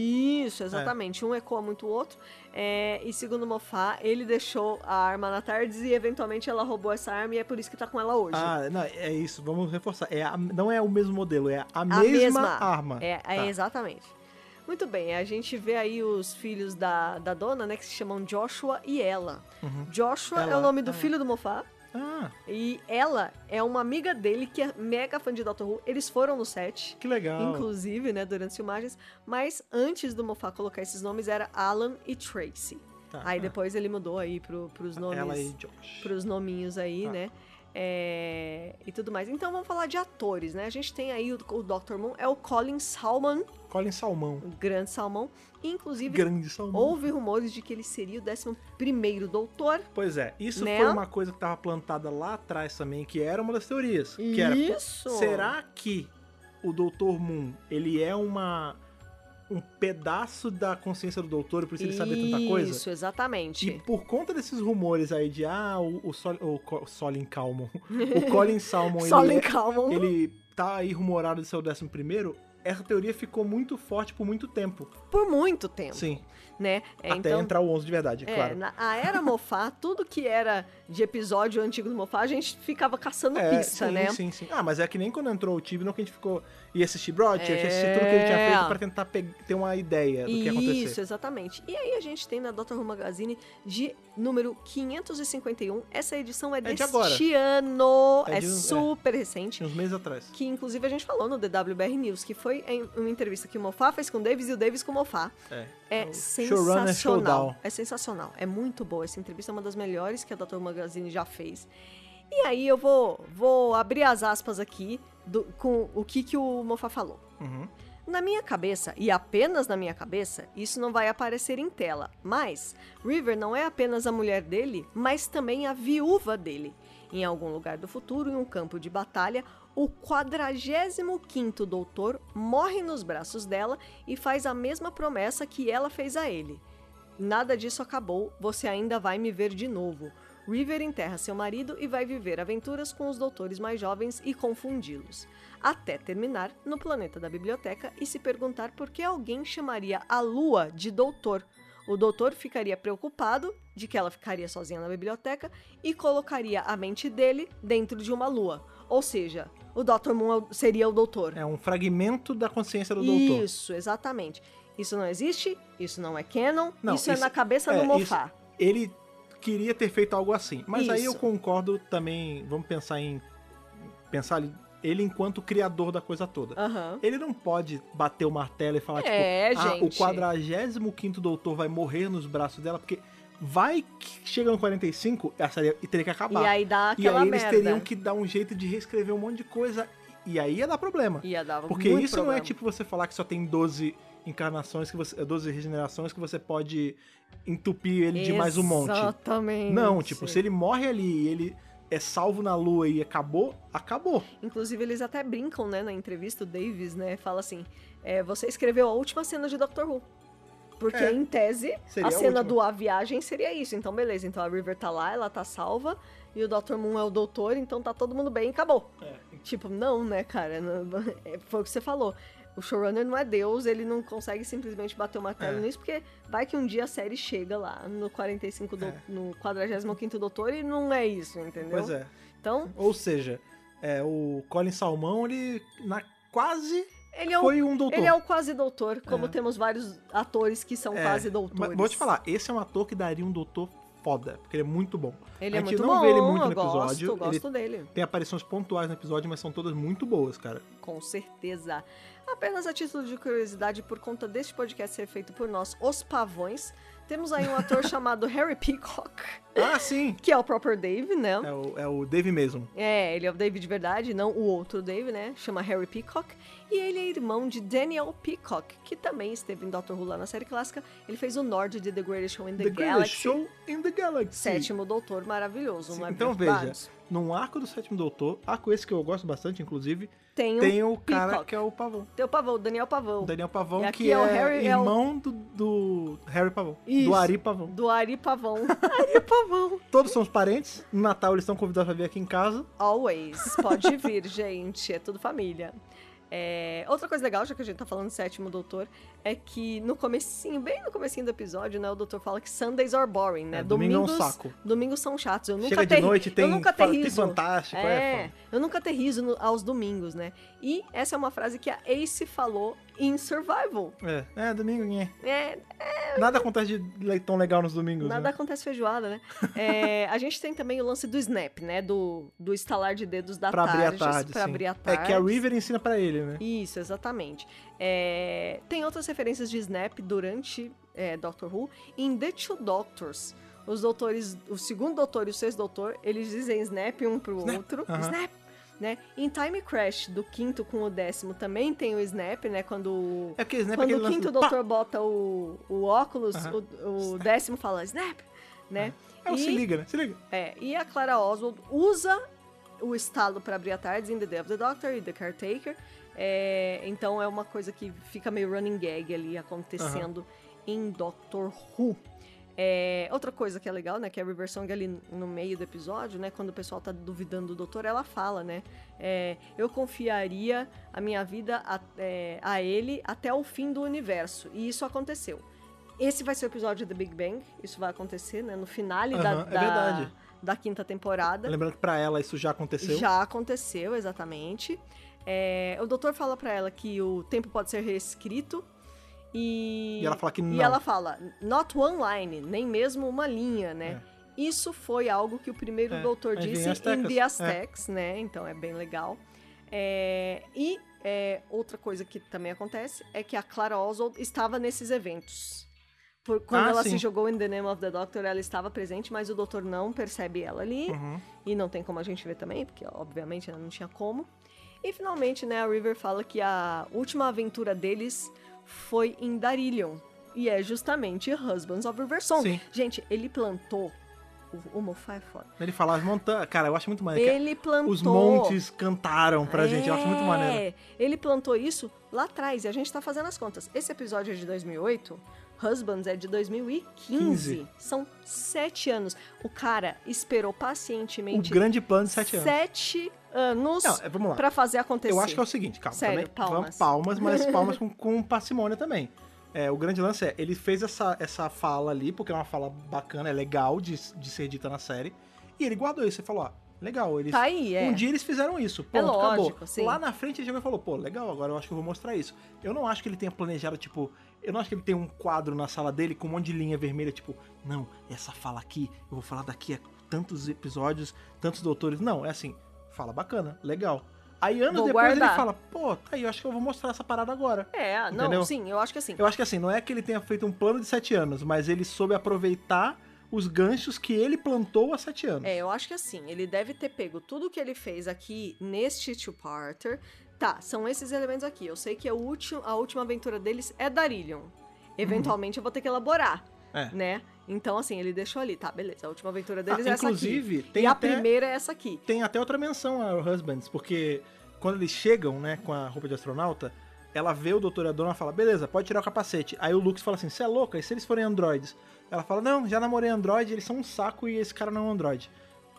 Speaker 2: Isso, exatamente. Um ecoa muito o outro. É, e segundo o Mofá, ele deixou a arma na Tardes e eventualmente ela roubou essa arma e é por isso que tá com ela hoje.
Speaker 1: Ah, não, é isso. Vamos reforçar. É a- não é o mesmo modelo, é a,
Speaker 2: a
Speaker 1: mesma,
Speaker 2: mesma,
Speaker 1: arma.
Speaker 2: É, é,
Speaker 1: Tá.
Speaker 2: exatamente. Muito bem, a gente vê aí os filhos da, da dona, né, que se chamam Joshua e ela. Joshua é o
Speaker 1: Ela,
Speaker 2: nome do
Speaker 1: Uhum. é.
Speaker 2: filho do Mofá.
Speaker 1: Ah,
Speaker 2: E ela é uma amiga dele que é mega fã de Doctor Who. Eles foram no set.
Speaker 1: que legal.
Speaker 2: inclusive, né, durante as filmagens, mas antes do Moffat colocar esses nomes era Alan e Tracy.
Speaker 1: Tá,
Speaker 2: aí
Speaker 1: é.
Speaker 2: depois ele mudou aí pro, pros nomes.
Speaker 1: Ela e Josh.
Speaker 2: pros nominhos aí,
Speaker 1: Tá.
Speaker 2: né? É, e tudo mais. Então vamos falar de atores, né? A gente tem aí o, o Dr. Moon, é o Colin Salmon,
Speaker 1: Colin Salmão.
Speaker 2: o grande Salmão. Inclusive,
Speaker 1: Grande Salmão.
Speaker 2: houve rumores de que ele seria o 11 doutor.
Speaker 1: Pois é, isso
Speaker 2: Né?
Speaker 1: foi uma coisa que tava plantada lá atrás também, que era uma das teorias. Que era,
Speaker 2: Isso!
Speaker 1: será que o Dr. Moon, ele é uma um pedaço da consciência do doutor, e por isso ele sabe tanta coisa?
Speaker 2: Isso, exatamente.
Speaker 1: E por conta desses rumores aí de, ah, o, o, Sol, o, Co- o Solin Calmon, o Colin Salmon, ele,
Speaker 2: Solin
Speaker 1: é-
Speaker 2: Calmon.
Speaker 1: ele tá aí rumorado de ser o décimo primeiro, essa teoria ficou muito forte por muito tempo.
Speaker 2: Por muito tempo,
Speaker 1: é- Sim,
Speaker 2: né? É,
Speaker 1: até
Speaker 2: então,
Speaker 1: entrar o 11 de verdade,
Speaker 2: é,
Speaker 1: claro.
Speaker 2: na a era Mofá, tudo que era de episódio antigo do Mofá, a gente ficava caçando
Speaker 1: É,
Speaker 2: pista,
Speaker 1: sim,
Speaker 2: né?
Speaker 1: Sim, sim. Ah, mas é que nem quando entrou o Tibnon que a gente ficou. ia assistir Broad, ia assistir
Speaker 2: É.
Speaker 1: tudo que ele tinha feito pra tentar pe- ter uma ideia É do que ia
Speaker 2: Isso,
Speaker 1: acontecer.
Speaker 2: exatamente. E aí a gente tem na Dr. Who Magazine de número 551. Essa edição é,
Speaker 1: de
Speaker 2: deste
Speaker 1: agora.
Speaker 2: ano, é,
Speaker 1: É de- é.
Speaker 2: super recente.
Speaker 1: Tinha uns meses atrás.
Speaker 2: Que inclusive a gente falou no DWBR News, que foi em uma entrevista que o Mofá fez com o Davis e o Davis com o Mofá.
Speaker 1: É.
Speaker 2: É
Speaker 1: O Showrunner
Speaker 2: sensacional.
Speaker 1: Showdown.
Speaker 2: É sensacional. É muito boa. Essa entrevista é uma das melhores que a Dr. Magazine já fez. E aí eu vou, vou abrir as aspas aqui do- com o que, que o Mofá falou.
Speaker 1: Uhum.
Speaker 2: Na minha cabeça, e apenas na minha cabeça, isso não vai aparecer em tela, mas River não é apenas a mulher dele, mas também a viúva dele. Em algum lugar do futuro, em um campo de batalha, o 45º doutor morre nos braços dela e faz a mesma promessa que ela fez a ele. Nada disso acabou, você ainda vai me ver de novo. River enterra seu marido e vai viver aventuras com os doutores mais jovens e confundi-los. Até terminar no planeta da biblioteca e se perguntar por que alguém chamaria a lua de doutor. O doutor ficaria preocupado de que ela ficaria sozinha na biblioteca e colocaria a mente dele dentro de uma lua. Ou seja, o Dr. Moon é o- seria o doutor.
Speaker 1: É um fragmento da consciência do doutor.
Speaker 2: Isso, exatamente. Isso não existe, isso não é canon,
Speaker 1: Não,
Speaker 2: isso, é
Speaker 1: isso-
Speaker 2: na cabeça
Speaker 1: é,
Speaker 2: do
Speaker 1: isso-
Speaker 2: Mofá.
Speaker 1: Ele queria ter feito algo assim. Mas aí eu
Speaker 2: Isso.
Speaker 1: concordo também. Vamos pensar em. Pensar ali, ele enquanto criador da coisa toda.
Speaker 2: Aham.
Speaker 1: Ele não pode bater o martelo e falar,
Speaker 2: É,
Speaker 1: tipo, ah, o
Speaker 2: gente.
Speaker 1: 45 doutor vai morrer nos braços dela, porque vai que chega no 45 essa série e teria que acabar.
Speaker 2: E aí dá
Speaker 1: é E
Speaker 2: aquela
Speaker 1: aí eles
Speaker 2: merda.
Speaker 1: teriam que dar um jeito de reescrever um monte de coisa, e aí ia dar problema.
Speaker 2: Ia dar
Speaker 1: Porque
Speaker 2: muito
Speaker 1: isso não é
Speaker 2: problema.
Speaker 1: tipo você falar que só tem 12 encarnações, que você, 12 regenerações que você pode entupir ele de mais um monte.
Speaker 2: Exatamente.
Speaker 1: Não, tipo, se ele morre ali e ele é salvo na lua e acabou, acabou.
Speaker 2: Inclusive, eles até brincam, né, na entrevista, o Davis, né, fala assim, é, você escreveu a última cena de Doctor Who. Porque,
Speaker 1: É.
Speaker 2: em tese,
Speaker 1: Seria
Speaker 2: a
Speaker 1: a
Speaker 2: cena
Speaker 1: última.
Speaker 2: do A Viagem seria isso. Então, beleza, então a River tá lá, ela tá salva, e o Dr. Moon é o doutor, então tá todo mundo bem, acabou. Tipo, não, né, cara? Não- é, Foi o que você falou. O showrunner não é Deus, ele não consegue simplesmente bater o martelo
Speaker 1: É.
Speaker 2: nisso, porque vai que um dia a série chega lá no 45 do,
Speaker 1: É.
Speaker 2: no 45 doutor e não é isso, entendeu?
Speaker 1: Pois é.
Speaker 2: Então,
Speaker 1: Ou seja, é, o Colin Salmão, ele na, quase
Speaker 2: ele é, o,
Speaker 1: foi um doutor.
Speaker 2: ele é o quase doutor, como
Speaker 1: É.
Speaker 2: temos vários atores que são
Speaker 1: É,
Speaker 2: quase
Speaker 1: Mas
Speaker 2: doutores.
Speaker 1: vou te falar, esse é um ator que daria um doutor foda, porque ele é muito bom.
Speaker 2: Ele
Speaker 1: A
Speaker 2: é
Speaker 1: gente
Speaker 2: muito
Speaker 1: não
Speaker 2: bom,
Speaker 1: vê ele muito no
Speaker 2: eu gosto,
Speaker 1: episódio, ele-
Speaker 2: gosto dele.
Speaker 1: Tem aparições pontuais no episódio, mas são todas muito boas, cara.
Speaker 2: Com certeza. Apenas a título de curiosidade, por conta deste podcast ser feito por nós, Os Pavões, temos aí um ator chamado Harry Peacock,
Speaker 1: Ah, sim!
Speaker 2: que é o próprio Dave, né?
Speaker 1: É o, é o Dave mesmo.
Speaker 2: É, ele é o Dave de verdade, não o outro Dave, né? Chama Harry Peacock. E ele é irmão de Daniel Peacock, que também esteve em Doctor Who lá na série clássica. Ele fez o Nord de The Greatest Show in the,
Speaker 1: The, Greatest
Speaker 2: Galaxy.
Speaker 1: Show in the Galaxy.
Speaker 2: Sétimo Doutor maravilhoso,
Speaker 1: Sim,
Speaker 2: não é
Speaker 1: então
Speaker 2: verdade?
Speaker 1: veja. Num arco do Sétimo Doutor, arco esse que eu gosto bastante, inclusive,
Speaker 2: Tem,
Speaker 1: tem
Speaker 2: o
Speaker 1: o cara
Speaker 2: Peacock.
Speaker 1: que é o Pavão.
Speaker 2: Tem o Pavão, o Daniel Pavão.
Speaker 1: O Daniel Pavão,
Speaker 2: E aqui
Speaker 1: que
Speaker 2: é
Speaker 1: é,
Speaker 2: o Harry- é o-
Speaker 1: irmão do, do Harry Pavão.
Speaker 2: Isso.
Speaker 1: Do Ari Pavão.
Speaker 2: Do Ari Pavão. Ari Pavão.
Speaker 1: Todos são os parentes. No Natal eles estão convidados pra vir aqui em casa.
Speaker 2: Always. Pode vir, gente. É tudo família. É, Outra coisa legal, já que a gente tá falando do sétimo doutor, é que no comecinho, bem no comecinho do episódio, né, o doutor fala que Sundays are boring, né?
Speaker 1: É, domingo é um
Speaker 2: domingos,
Speaker 1: saco.
Speaker 2: domingos são chatos. Eu nunca
Speaker 1: Chega de
Speaker 2: aterri-
Speaker 1: noite, tem,
Speaker 2: eu nunca
Speaker 1: fa- tem
Speaker 2: aterrizo.
Speaker 1: fantástico. É,
Speaker 2: É, eu nunca aterrizo no- aos domingos, né? E essa é uma frase que a Ace falou em Survival.
Speaker 1: foda. é, é domingo, né?
Speaker 2: É, é,
Speaker 1: Nada acontece de le- tão legal nos domingos.
Speaker 2: Nada
Speaker 1: né?
Speaker 2: acontece feijoada, né? É, a gente tem também o lance do snap, né? Do, do estalar de dedos da
Speaker 1: Pra abrir a
Speaker 2: tardes,
Speaker 1: tarde.
Speaker 2: pra
Speaker 1: sim.
Speaker 2: abrir a
Speaker 1: É
Speaker 2: tarde.
Speaker 1: que a River ensina pra ele, né?
Speaker 2: Isso, exatamente. É, tem outras referências de Snap durante é, Doctor Who. Em The Two Doctors, os doutores, o segundo doutor e o sexto doutor, eles dizem Snap um pro outro.
Speaker 1: aham.
Speaker 2: Snap! Né? Em Time Crash, do quinto com o décimo, também tem o Snap, né? Quando,
Speaker 1: É porque Snap é
Speaker 2: quando
Speaker 1: aquele
Speaker 2: o
Speaker 1: lance
Speaker 2: quinto
Speaker 1: do pá,
Speaker 2: doutor bota o, o óculos,
Speaker 1: Aham.
Speaker 2: o, o décimo fala Snap, né?
Speaker 1: É o se
Speaker 2: E-
Speaker 1: liga, né? Se liga.
Speaker 2: é, e a Clara Oswald usa o estalo para abrir a tarde em The Day of the Doctor e The Caretaker. É, então é uma coisa que fica meio running gag ali acontecendo em Doctor Who. É, outra coisa que é legal, né, que a River Song ali no meio do episódio, né, quando o pessoal tá duvidando do doutor, ela fala, né, é, eu confiaria a minha vida a, é, a ele até o fim do universo, e isso aconteceu. Esse vai ser o episódio de The Big Bang, isso vai acontecer, né, no finale da,
Speaker 1: Aham, é
Speaker 2: da-
Speaker 1: verdade.
Speaker 2: da quinta temporada.
Speaker 1: Lembrando que pra ela isso já aconteceu.
Speaker 2: Já aconteceu, exatamente. É, o doutor fala pra ela que o tempo pode ser reescrito e.
Speaker 1: E ela fala que
Speaker 2: e
Speaker 1: não.
Speaker 2: ela fala, not one line, nem mesmo uma linha, né? Isso foi algo que o primeiro
Speaker 1: É,
Speaker 2: doutor
Speaker 1: é, vem
Speaker 2: disse em
Speaker 1: Aztecas,
Speaker 2: The
Speaker 1: é.
Speaker 2: Aztecs, né? Então é bem legal. É, e é, outra coisa que também acontece é que a Clara Oswald estava nesses eventos. Por- quando
Speaker 1: Ah,
Speaker 2: ela se
Speaker 1: sim.
Speaker 2: jogou em The Name of the Doctor, ela estava presente, mas o doutor não percebe ela ali.
Speaker 1: Uhum.
Speaker 2: E não tem como a gente ver também, porque obviamente né, não tinha como. E finalmente, né, a River fala que a última aventura deles foi em Darillion. E é justamente Husbands of River Song.
Speaker 1: Sim.
Speaker 2: Gente, ele plantou. O, o Mofá é foda.
Speaker 1: Ele fala as montanhas. Cara, eu acho muito maneiro. É que
Speaker 2: Ele plantou.
Speaker 1: Os montes cantaram pra gente. Eu acho muito maneiro.
Speaker 2: É, Ele plantou isso lá atrás e a gente tá fazendo as contas. Esse episódio é de 2008, Husbands é de 2015.
Speaker 1: 15.
Speaker 2: São sete anos. O cara esperou
Speaker 1: O
Speaker 2: pacientemente
Speaker 1: grande plano de sete anos.
Speaker 2: sete anos
Speaker 1: Não, é, vamos lá.
Speaker 2: pra fazer acontecer.
Speaker 1: Eu acho que é o seguinte, calma.
Speaker 2: Sério,
Speaker 1: também,
Speaker 2: palmas.
Speaker 1: Vamos, palmas, mas palmas com, com parcimônia também. É, o grande lance é, ele fez essa, essa fala ali, porque é uma fala bacana, é legal de, de ser dita na série. E ele guardou isso, ele falou, ó, legal, eles...
Speaker 2: Tá aí, é.
Speaker 1: Um dia eles fizeram isso,
Speaker 2: É
Speaker 1: ponto,
Speaker 2: lógico,
Speaker 1: acabou.
Speaker 2: sim.
Speaker 1: Lá na frente ele chegou e falou, pô, legal, agora eu acho que eu vou mostrar isso. Eu não acho que ele tenha planejado, tipo, eu não acho que ele tem um quadro na sala dele com um monte de linha vermelha, tipo, não, essa fala aqui, eu vou falar daqui a tantos episódios, tantos doutores. Não, é assim, fala bacana, legal. Aí anos
Speaker 2: Vou
Speaker 1: depois
Speaker 2: guardar.
Speaker 1: ele fala, pô, tá aí, eu acho que eu vou mostrar essa parada agora.
Speaker 2: É, não,
Speaker 1: Entendeu?
Speaker 2: sim, eu acho que assim.
Speaker 1: Eu acho que assim, não é que ele tenha feito um plano de sete anos, mas ele soube aproveitar os ganchos que ele plantou há sete anos.
Speaker 2: É, eu acho que assim, ele deve ter pego tudo que ele fez aqui neste two-parter. Tá, são esses elementos aqui. Eu sei que a última, a última aventura deles é Darillion. Eventualmente eu vou ter que elaborar,
Speaker 1: Uhum. É.
Speaker 2: né? Então, assim, ele deixou ali, tá, beleza. A última aventura deles
Speaker 1: Ah,
Speaker 2: é essa aqui.
Speaker 1: inclusive,
Speaker 2: e
Speaker 1: tem
Speaker 2: a
Speaker 1: até...
Speaker 2: primeira é essa aqui.
Speaker 1: tem até outra menção ao Husbands, porque quando eles chegam, né, com a roupa de astronauta, ela vê o doutor e a dona e fala, beleza, pode tirar o capacete. Aí o Lux fala assim, você é louca? E se eles forem androides? Ela fala, não, já namorei android, eles são um saco e esse cara não é um android.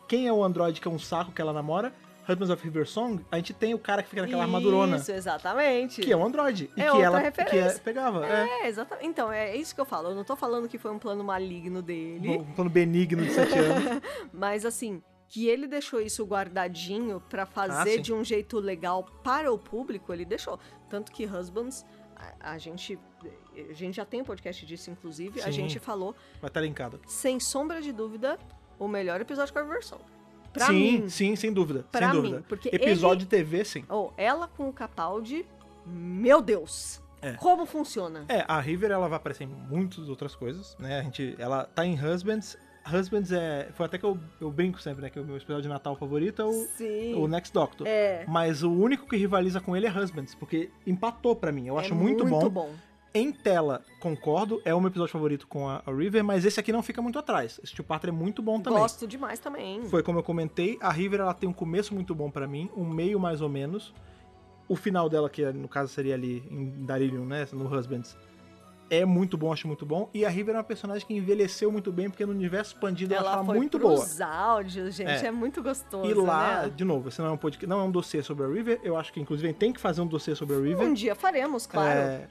Speaker 1: Quem é o android que é um saco que ela namora? Husbands of River Song, a gente tem o cara que fica naquela armadurona,
Speaker 2: Isso, exatamente.
Speaker 1: que é um android. E
Speaker 2: É
Speaker 1: que
Speaker 2: outra
Speaker 1: ela que é-
Speaker 2: referência.
Speaker 1: pegava. É.
Speaker 2: É, exatamente. Então, é isso que eu falo. Eu não tô falando que foi um plano maligno dele.
Speaker 1: Um plano benigno de 7 anos.
Speaker 2: Mas assim, que ele deixou isso guardadinho pra
Speaker 1: Ah,
Speaker 2: fazer
Speaker 1: sim.
Speaker 2: de um jeito legal para o público, ele deixou. Tanto que Husbands, a, a gente. A gente já tem um podcast disso, inclusive. A
Speaker 1: Sim.
Speaker 2: gente falou,
Speaker 1: Vai estar tá linkado.
Speaker 2: sem sombra de dúvida, o melhor episódio com a Riversong. Pra
Speaker 1: sim,
Speaker 2: mim.
Speaker 1: sim, sem dúvida.
Speaker 2: Pra
Speaker 1: sem
Speaker 2: mim,
Speaker 1: dúvida.
Speaker 2: porque
Speaker 1: Episódio de TV, sim.
Speaker 2: Ou oh, ela com o Capaldi, meu Deus!
Speaker 1: É.
Speaker 2: Como funciona?
Speaker 1: É, a River ela vai aparecer em muitas outras coisas, né? A gente, ela tá em Husbands. Husbands é, foi até que eu, eu brinco sempre, né? Que o meu especial de Natal favorito é o,
Speaker 2: Sim.
Speaker 1: o Next Doctor.
Speaker 2: É.
Speaker 1: Mas o único que rivaliza com ele é Husbands, porque empatou pra mim. Eu acho
Speaker 2: é
Speaker 1: muito, bom.
Speaker 2: bom.
Speaker 1: Em tela, concordo, é o meu episódio favorito com a, a River, mas esse aqui não fica muito atrás. Esse Tio Parter é muito bom também.
Speaker 2: Gosto demais também.
Speaker 1: Foi como eu comentei, a River ela tem um começo muito bom pra mim, um meio mais ou menos. O final dela, que é, no caso seria ali em Darillion, né? No Husbands, é muito bom, acho muito bom. E a River é uma personagem que envelheceu muito bem, porque no universo expandido ela,
Speaker 2: Ela
Speaker 1: fala
Speaker 2: foi
Speaker 1: muito
Speaker 2: pros
Speaker 1: boa.
Speaker 2: áudios, gente. É,
Speaker 1: É.
Speaker 2: muito gostoso.
Speaker 1: E lá,
Speaker 2: né?
Speaker 1: de novo, esse não é um podcast, não é um dossiê sobre a River. Eu acho que, inclusive, a gente tem que fazer um dossiê sobre a River.
Speaker 2: Um dia faremos, claro.
Speaker 1: É,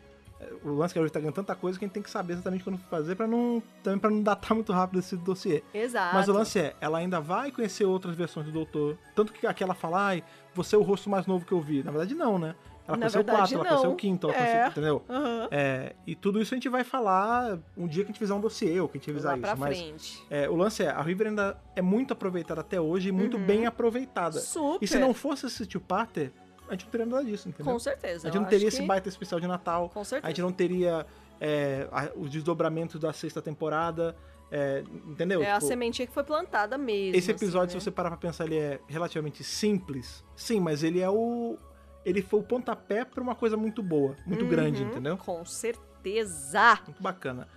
Speaker 1: o lance que a River tá ganhando tanta coisa que a gente tem que saber exatamente quando fazer pra não, também para não datar muito rápido esse dossiê.
Speaker 2: Exato.
Speaker 1: Mas o lance é, ela ainda vai conhecer outras versões do Doutor. Tanto que aquela fala, ai, você é o rosto mais novo que eu vi. Na verdade, não, né? Ela
Speaker 2: Na
Speaker 1: conheceu o
Speaker 2: verdade,
Speaker 1: 4, ela
Speaker 2: não.
Speaker 1: conheceu o 5, ela
Speaker 2: É.
Speaker 1: conheceu, entendeu?
Speaker 2: Aham.
Speaker 1: É, e tudo isso a gente vai falar um dia que a gente fizer um dossiê ou que a gente
Speaker 2: Lá
Speaker 1: revisar
Speaker 2: pra
Speaker 1: isso. Mas
Speaker 2: frente.
Speaker 1: é, o lance é, a River ainda é muito aproveitada até hoje e muito bem aproveitada.
Speaker 2: Uhum. Super.
Speaker 1: E se não fosse esse Tio Pater, a gente não teria nada disso, entendeu?
Speaker 2: Com certeza.
Speaker 1: a gente
Speaker 2: eu
Speaker 1: não teria
Speaker 2: acho
Speaker 1: esse
Speaker 2: que-
Speaker 1: baita especial de Natal.
Speaker 2: Com
Speaker 1: A
Speaker 2: certeza.
Speaker 1: gente não teria é, a- os desdobramentos da sexta temporada. é, entendeu?
Speaker 2: É a
Speaker 1: Tipo,
Speaker 2: sementinha que foi plantada mesmo.
Speaker 1: esse episódio,
Speaker 2: assim, né?
Speaker 1: se você parar pra pensar, ele é relativamente simples. Sim, mas ele é o. Ele foi o pontapé pra uma coisa muito boa, muito grande,
Speaker 2: Uhum,
Speaker 1: entendeu?
Speaker 2: Com certeza.
Speaker 1: Muito bacana.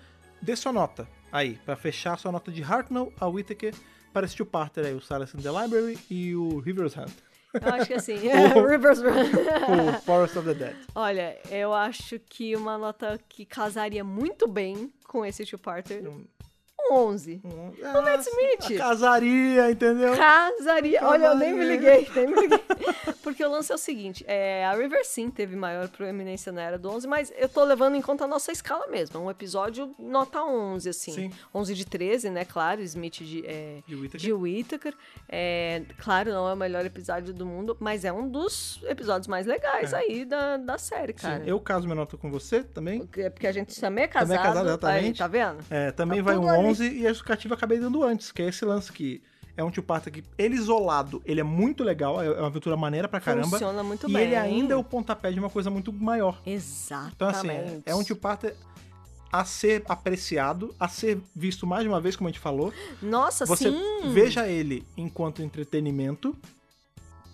Speaker 1: Dê sua nota aí, pra fechar sua nota de Hartnell a Whittaker para esse Tio Parter aí, o Silence in the Library e o River's Hunt,
Speaker 2: Eu acho que assim, é, reverse run.
Speaker 1: o Forest of the Dead.
Speaker 2: Olha, eu acho que uma nota que casaria muito bem com esse two-parter,
Speaker 1: Um-
Speaker 2: um 11.
Speaker 1: um- Ah,
Speaker 2: Matt Smith.
Speaker 1: a Casaria, entendeu?
Speaker 2: Casaria. Olha, eu nem me
Speaker 1: Casaria.
Speaker 2: liguei, nem me liguei. Porque o lance é o seguinte, é, a River sim teve maior proeminência na Era do 11, mas eu tô levando em conta a nossa escala mesmo. É um episódio nota 11, assim.
Speaker 1: Sim.
Speaker 2: 11 de 13, né, claro, Smith de... é,
Speaker 1: De Whittaker.
Speaker 2: de Whittaker. É, claro, não é o melhor episódio do mundo, mas é um dos episódios mais legais
Speaker 1: É.
Speaker 2: aí da, da série,
Speaker 1: Sim,
Speaker 2: cara.
Speaker 1: eu caso minha nota com você também.
Speaker 2: Porque- É porque a gente também é casado.
Speaker 1: Também é casado, exatamente.
Speaker 2: aí, tá vendo?
Speaker 1: É, também
Speaker 2: Tá
Speaker 1: vai
Speaker 2: tudo
Speaker 1: um
Speaker 2: ali.
Speaker 1: 11 e a justificativa eu acabei dando antes, que é esse lance que é um tio Parter que, ele isolado, ele é muito legal, é é uma aventura maneira pra caramba.
Speaker 2: Funciona muito
Speaker 1: e
Speaker 2: bem.
Speaker 1: ele ainda é o pontapé de uma coisa muito maior.
Speaker 2: Exatamente.
Speaker 1: Então, assim, é- é um tio Parter a ser apreciado, a ser visto mais de uma vez, como a gente falou.
Speaker 2: Nossa,
Speaker 1: Você
Speaker 2: Ah, sim.
Speaker 1: veja ele enquanto entretenimento,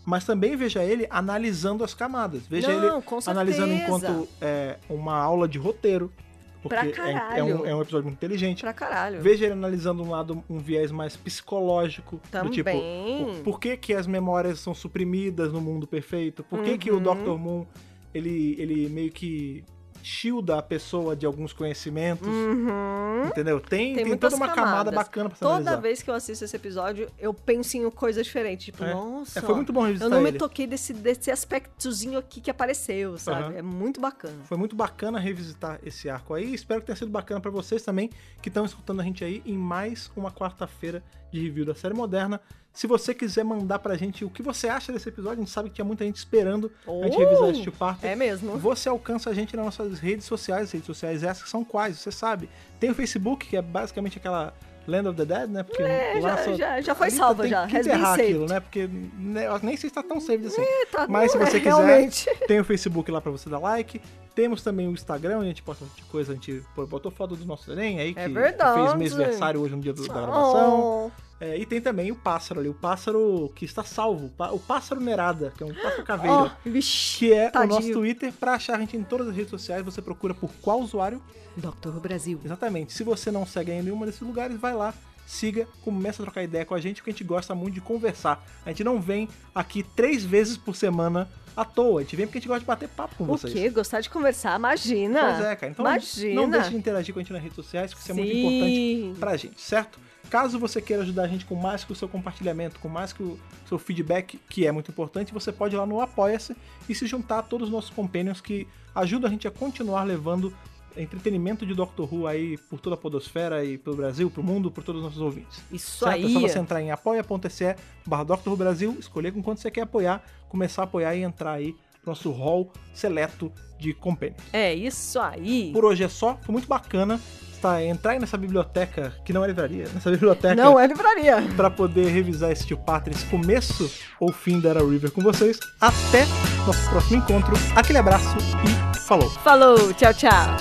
Speaker 1: mas também veja ele analisando as camadas. Veja
Speaker 2: Não,
Speaker 1: ele
Speaker 2: com certeza.
Speaker 1: analisando enquanto é, uma aula de roteiro. Porque
Speaker 2: Pra
Speaker 1: é- é, um,
Speaker 2: caralho.
Speaker 1: é um episódio muito inteligente.
Speaker 2: Pra caralho.
Speaker 1: Veja ele analisando um lado, um viés mais psicológico. Do tipo,
Speaker 2: Também.
Speaker 1: o- por que, que as memórias são suprimidas no mundo perfeito? Por que, que
Speaker 2: Uhum.
Speaker 1: o Dr. Moon, ele, ele meio que shielda a pessoa de alguns conhecimentos?
Speaker 2: Uhum.
Speaker 1: Entendeu? Tem,
Speaker 2: Tem
Speaker 1: tem,
Speaker 2: muitas
Speaker 1: toda uma camada
Speaker 2: camadas.
Speaker 1: bacana pra se
Speaker 2: Toda
Speaker 1: analisar.
Speaker 2: vez que eu assisto esse episódio, eu penso em coisa diferente. Tipo,
Speaker 1: É.
Speaker 2: nossa.
Speaker 1: É, foi muito bom
Speaker 2: eu
Speaker 1: revisitar
Speaker 2: não
Speaker 1: ele.
Speaker 2: me toquei desse, desse aspectozinho aqui que apareceu, sabe?
Speaker 1: Aham.
Speaker 2: É muito bacana.
Speaker 1: Foi muito bacana revisitar esse arco aí. Espero que tenha sido bacana pra vocês também, que estão escutando a gente aí em mais uma quarta-feira de review da série moderna. Se você quiser mandar pra gente o que você acha desse episódio, a gente sabe que tinha muita gente esperando a gente
Speaker 2: Oh!
Speaker 1: revisar este parte.
Speaker 2: É mesmo.
Speaker 1: Você alcança a gente nas nossas redes sociais, redes sociais essas são quais, você sabe. Tem o Facebook, que é basicamente aquela Land of the Dead, né? Porque
Speaker 2: É,
Speaker 1: lá
Speaker 2: já-
Speaker 1: só-
Speaker 2: já- já foi
Speaker 1: ali tá,
Speaker 2: salva,
Speaker 1: tem
Speaker 2: já.
Speaker 1: que
Speaker 2: Has been
Speaker 1: enterrar
Speaker 2: saved.
Speaker 1: aquilo, né? Porque né, eu nem sei se tá tão saved assim.
Speaker 2: Tá,
Speaker 1: Mas se
Speaker 2: não
Speaker 1: você
Speaker 2: é,
Speaker 1: quiser,
Speaker 2: Realmente.
Speaker 1: tem o Facebook lá pra você dar like. Temos também o Instagram, onde a gente posta um monte de coisa, a gente pô- botou foto do nosso Enem aí, que
Speaker 2: É
Speaker 1: que
Speaker 2: verdade.
Speaker 1: fez mês aniversário hoje no dia do- da gravação.
Speaker 2: Oh.
Speaker 1: É, e tem também o pássaro ali, o pássaro que está salvo, o pá- o pássaro Nerada, que é um pássaro caveira.
Speaker 2: Oh, vixi,
Speaker 1: Que é
Speaker 2: tadinho.
Speaker 1: o nosso Twitter. Pra achar a gente em todas as redes sociais, você procura por qual usuário.
Speaker 2: Doctor Brasil.
Speaker 1: Exatamente. Se você não segue ainda em nenhum desses lugares, vai lá, siga, começa a trocar ideia com a gente, porque a gente gosta muito de conversar. A gente não vem aqui três vezes por semana à toa. A gente vem porque a gente gosta de bater papo com
Speaker 2: O
Speaker 1: vocês.
Speaker 2: quê? Gostar de conversar? Imagina.
Speaker 1: Pois é, cara. Então
Speaker 2: Imagina.
Speaker 1: não deixe de interagir com a gente nas redes sociais, porque isso é muito
Speaker 2: Sim.
Speaker 1: importante pra gente, certo? Caso você queira ajudar a gente com mais que o seu compartilhamento, com mais que o seu feedback, que é muito importante, você pode ir lá no Apoia-se e se juntar a todos os nossos companions que ajudam a gente a continuar levando entretenimento de Doctor Who aí por toda a podosfera e pelo Brasil, pro mundo, por todos os nossos ouvintes.
Speaker 2: Isso
Speaker 1: Certo? É
Speaker 2: aí.
Speaker 1: só você entrar em apoia.se barra Dr. Who Brasil, escolher com quanto você quer apoiar, começar a apoiar e entrar aí pro nosso hall seleto de companions.
Speaker 2: É isso aí.
Speaker 1: Por hoje é só, foi muito bacana tá, entrar aí nessa biblioteca, que não é livraria, nessa biblioteca
Speaker 2: Não é livraria.
Speaker 1: pra poder revisar esse tio Pátria, esse começo ou fim da Era River com vocês. Até nosso próximo encontro. Aquele abraço e falou!
Speaker 2: Falou, tchau, tchau.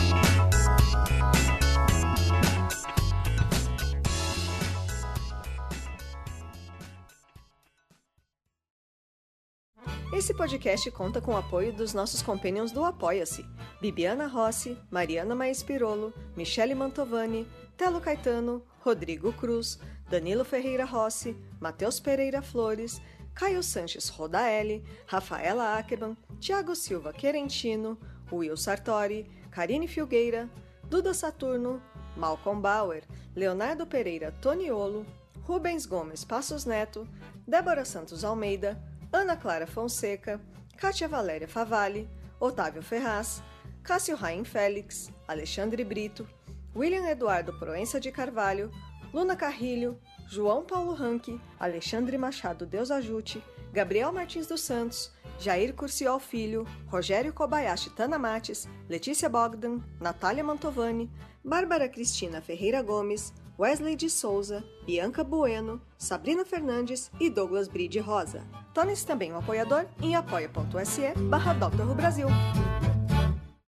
Speaker 2: Esse podcast conta com o apoio dos nossos companions do Apoia-se: Bibiana Rossi, Mariana Maes Pirolo, Michele Mantovani, Telo Caetano, Rodrigo Cruz, Danilo Ferreira Rossi, Matheus Pereira Flores, Caio Sanches Rodaelli, Rafaela Ackerman, Tiago Silva Querentino, Will Sartori, Karine Filgueira, Duda Saturno, Malcolm Bauer, Leonardo Pereira Toniolo, Rubens Gomes Passos Neto, Débora Santos Almeida, Ana Clara Fonseca, Kátia Valéria Favalli, Otávio Ferraz, Cássio Raim Félix, Alexandre Brito, William Eduardo Proença de Carvalho, Luna Carrilho, João Paulo Ranque, Alexandre Machado Deus Ajute, Gabriel Martins dos Santos, Jair Curciol Filho, Rogério Kobayashi Tana Mates, Letícia Bogdan, Natália Mantovani, Bárbara Cristina Ferreira Gomes, Wesley de Souza, Bianca Bueno, Sabrina Fernandes e Douglas Bride Rosa. Torne-se também um apoiador em apoia.se barra Dr. Who Brasil.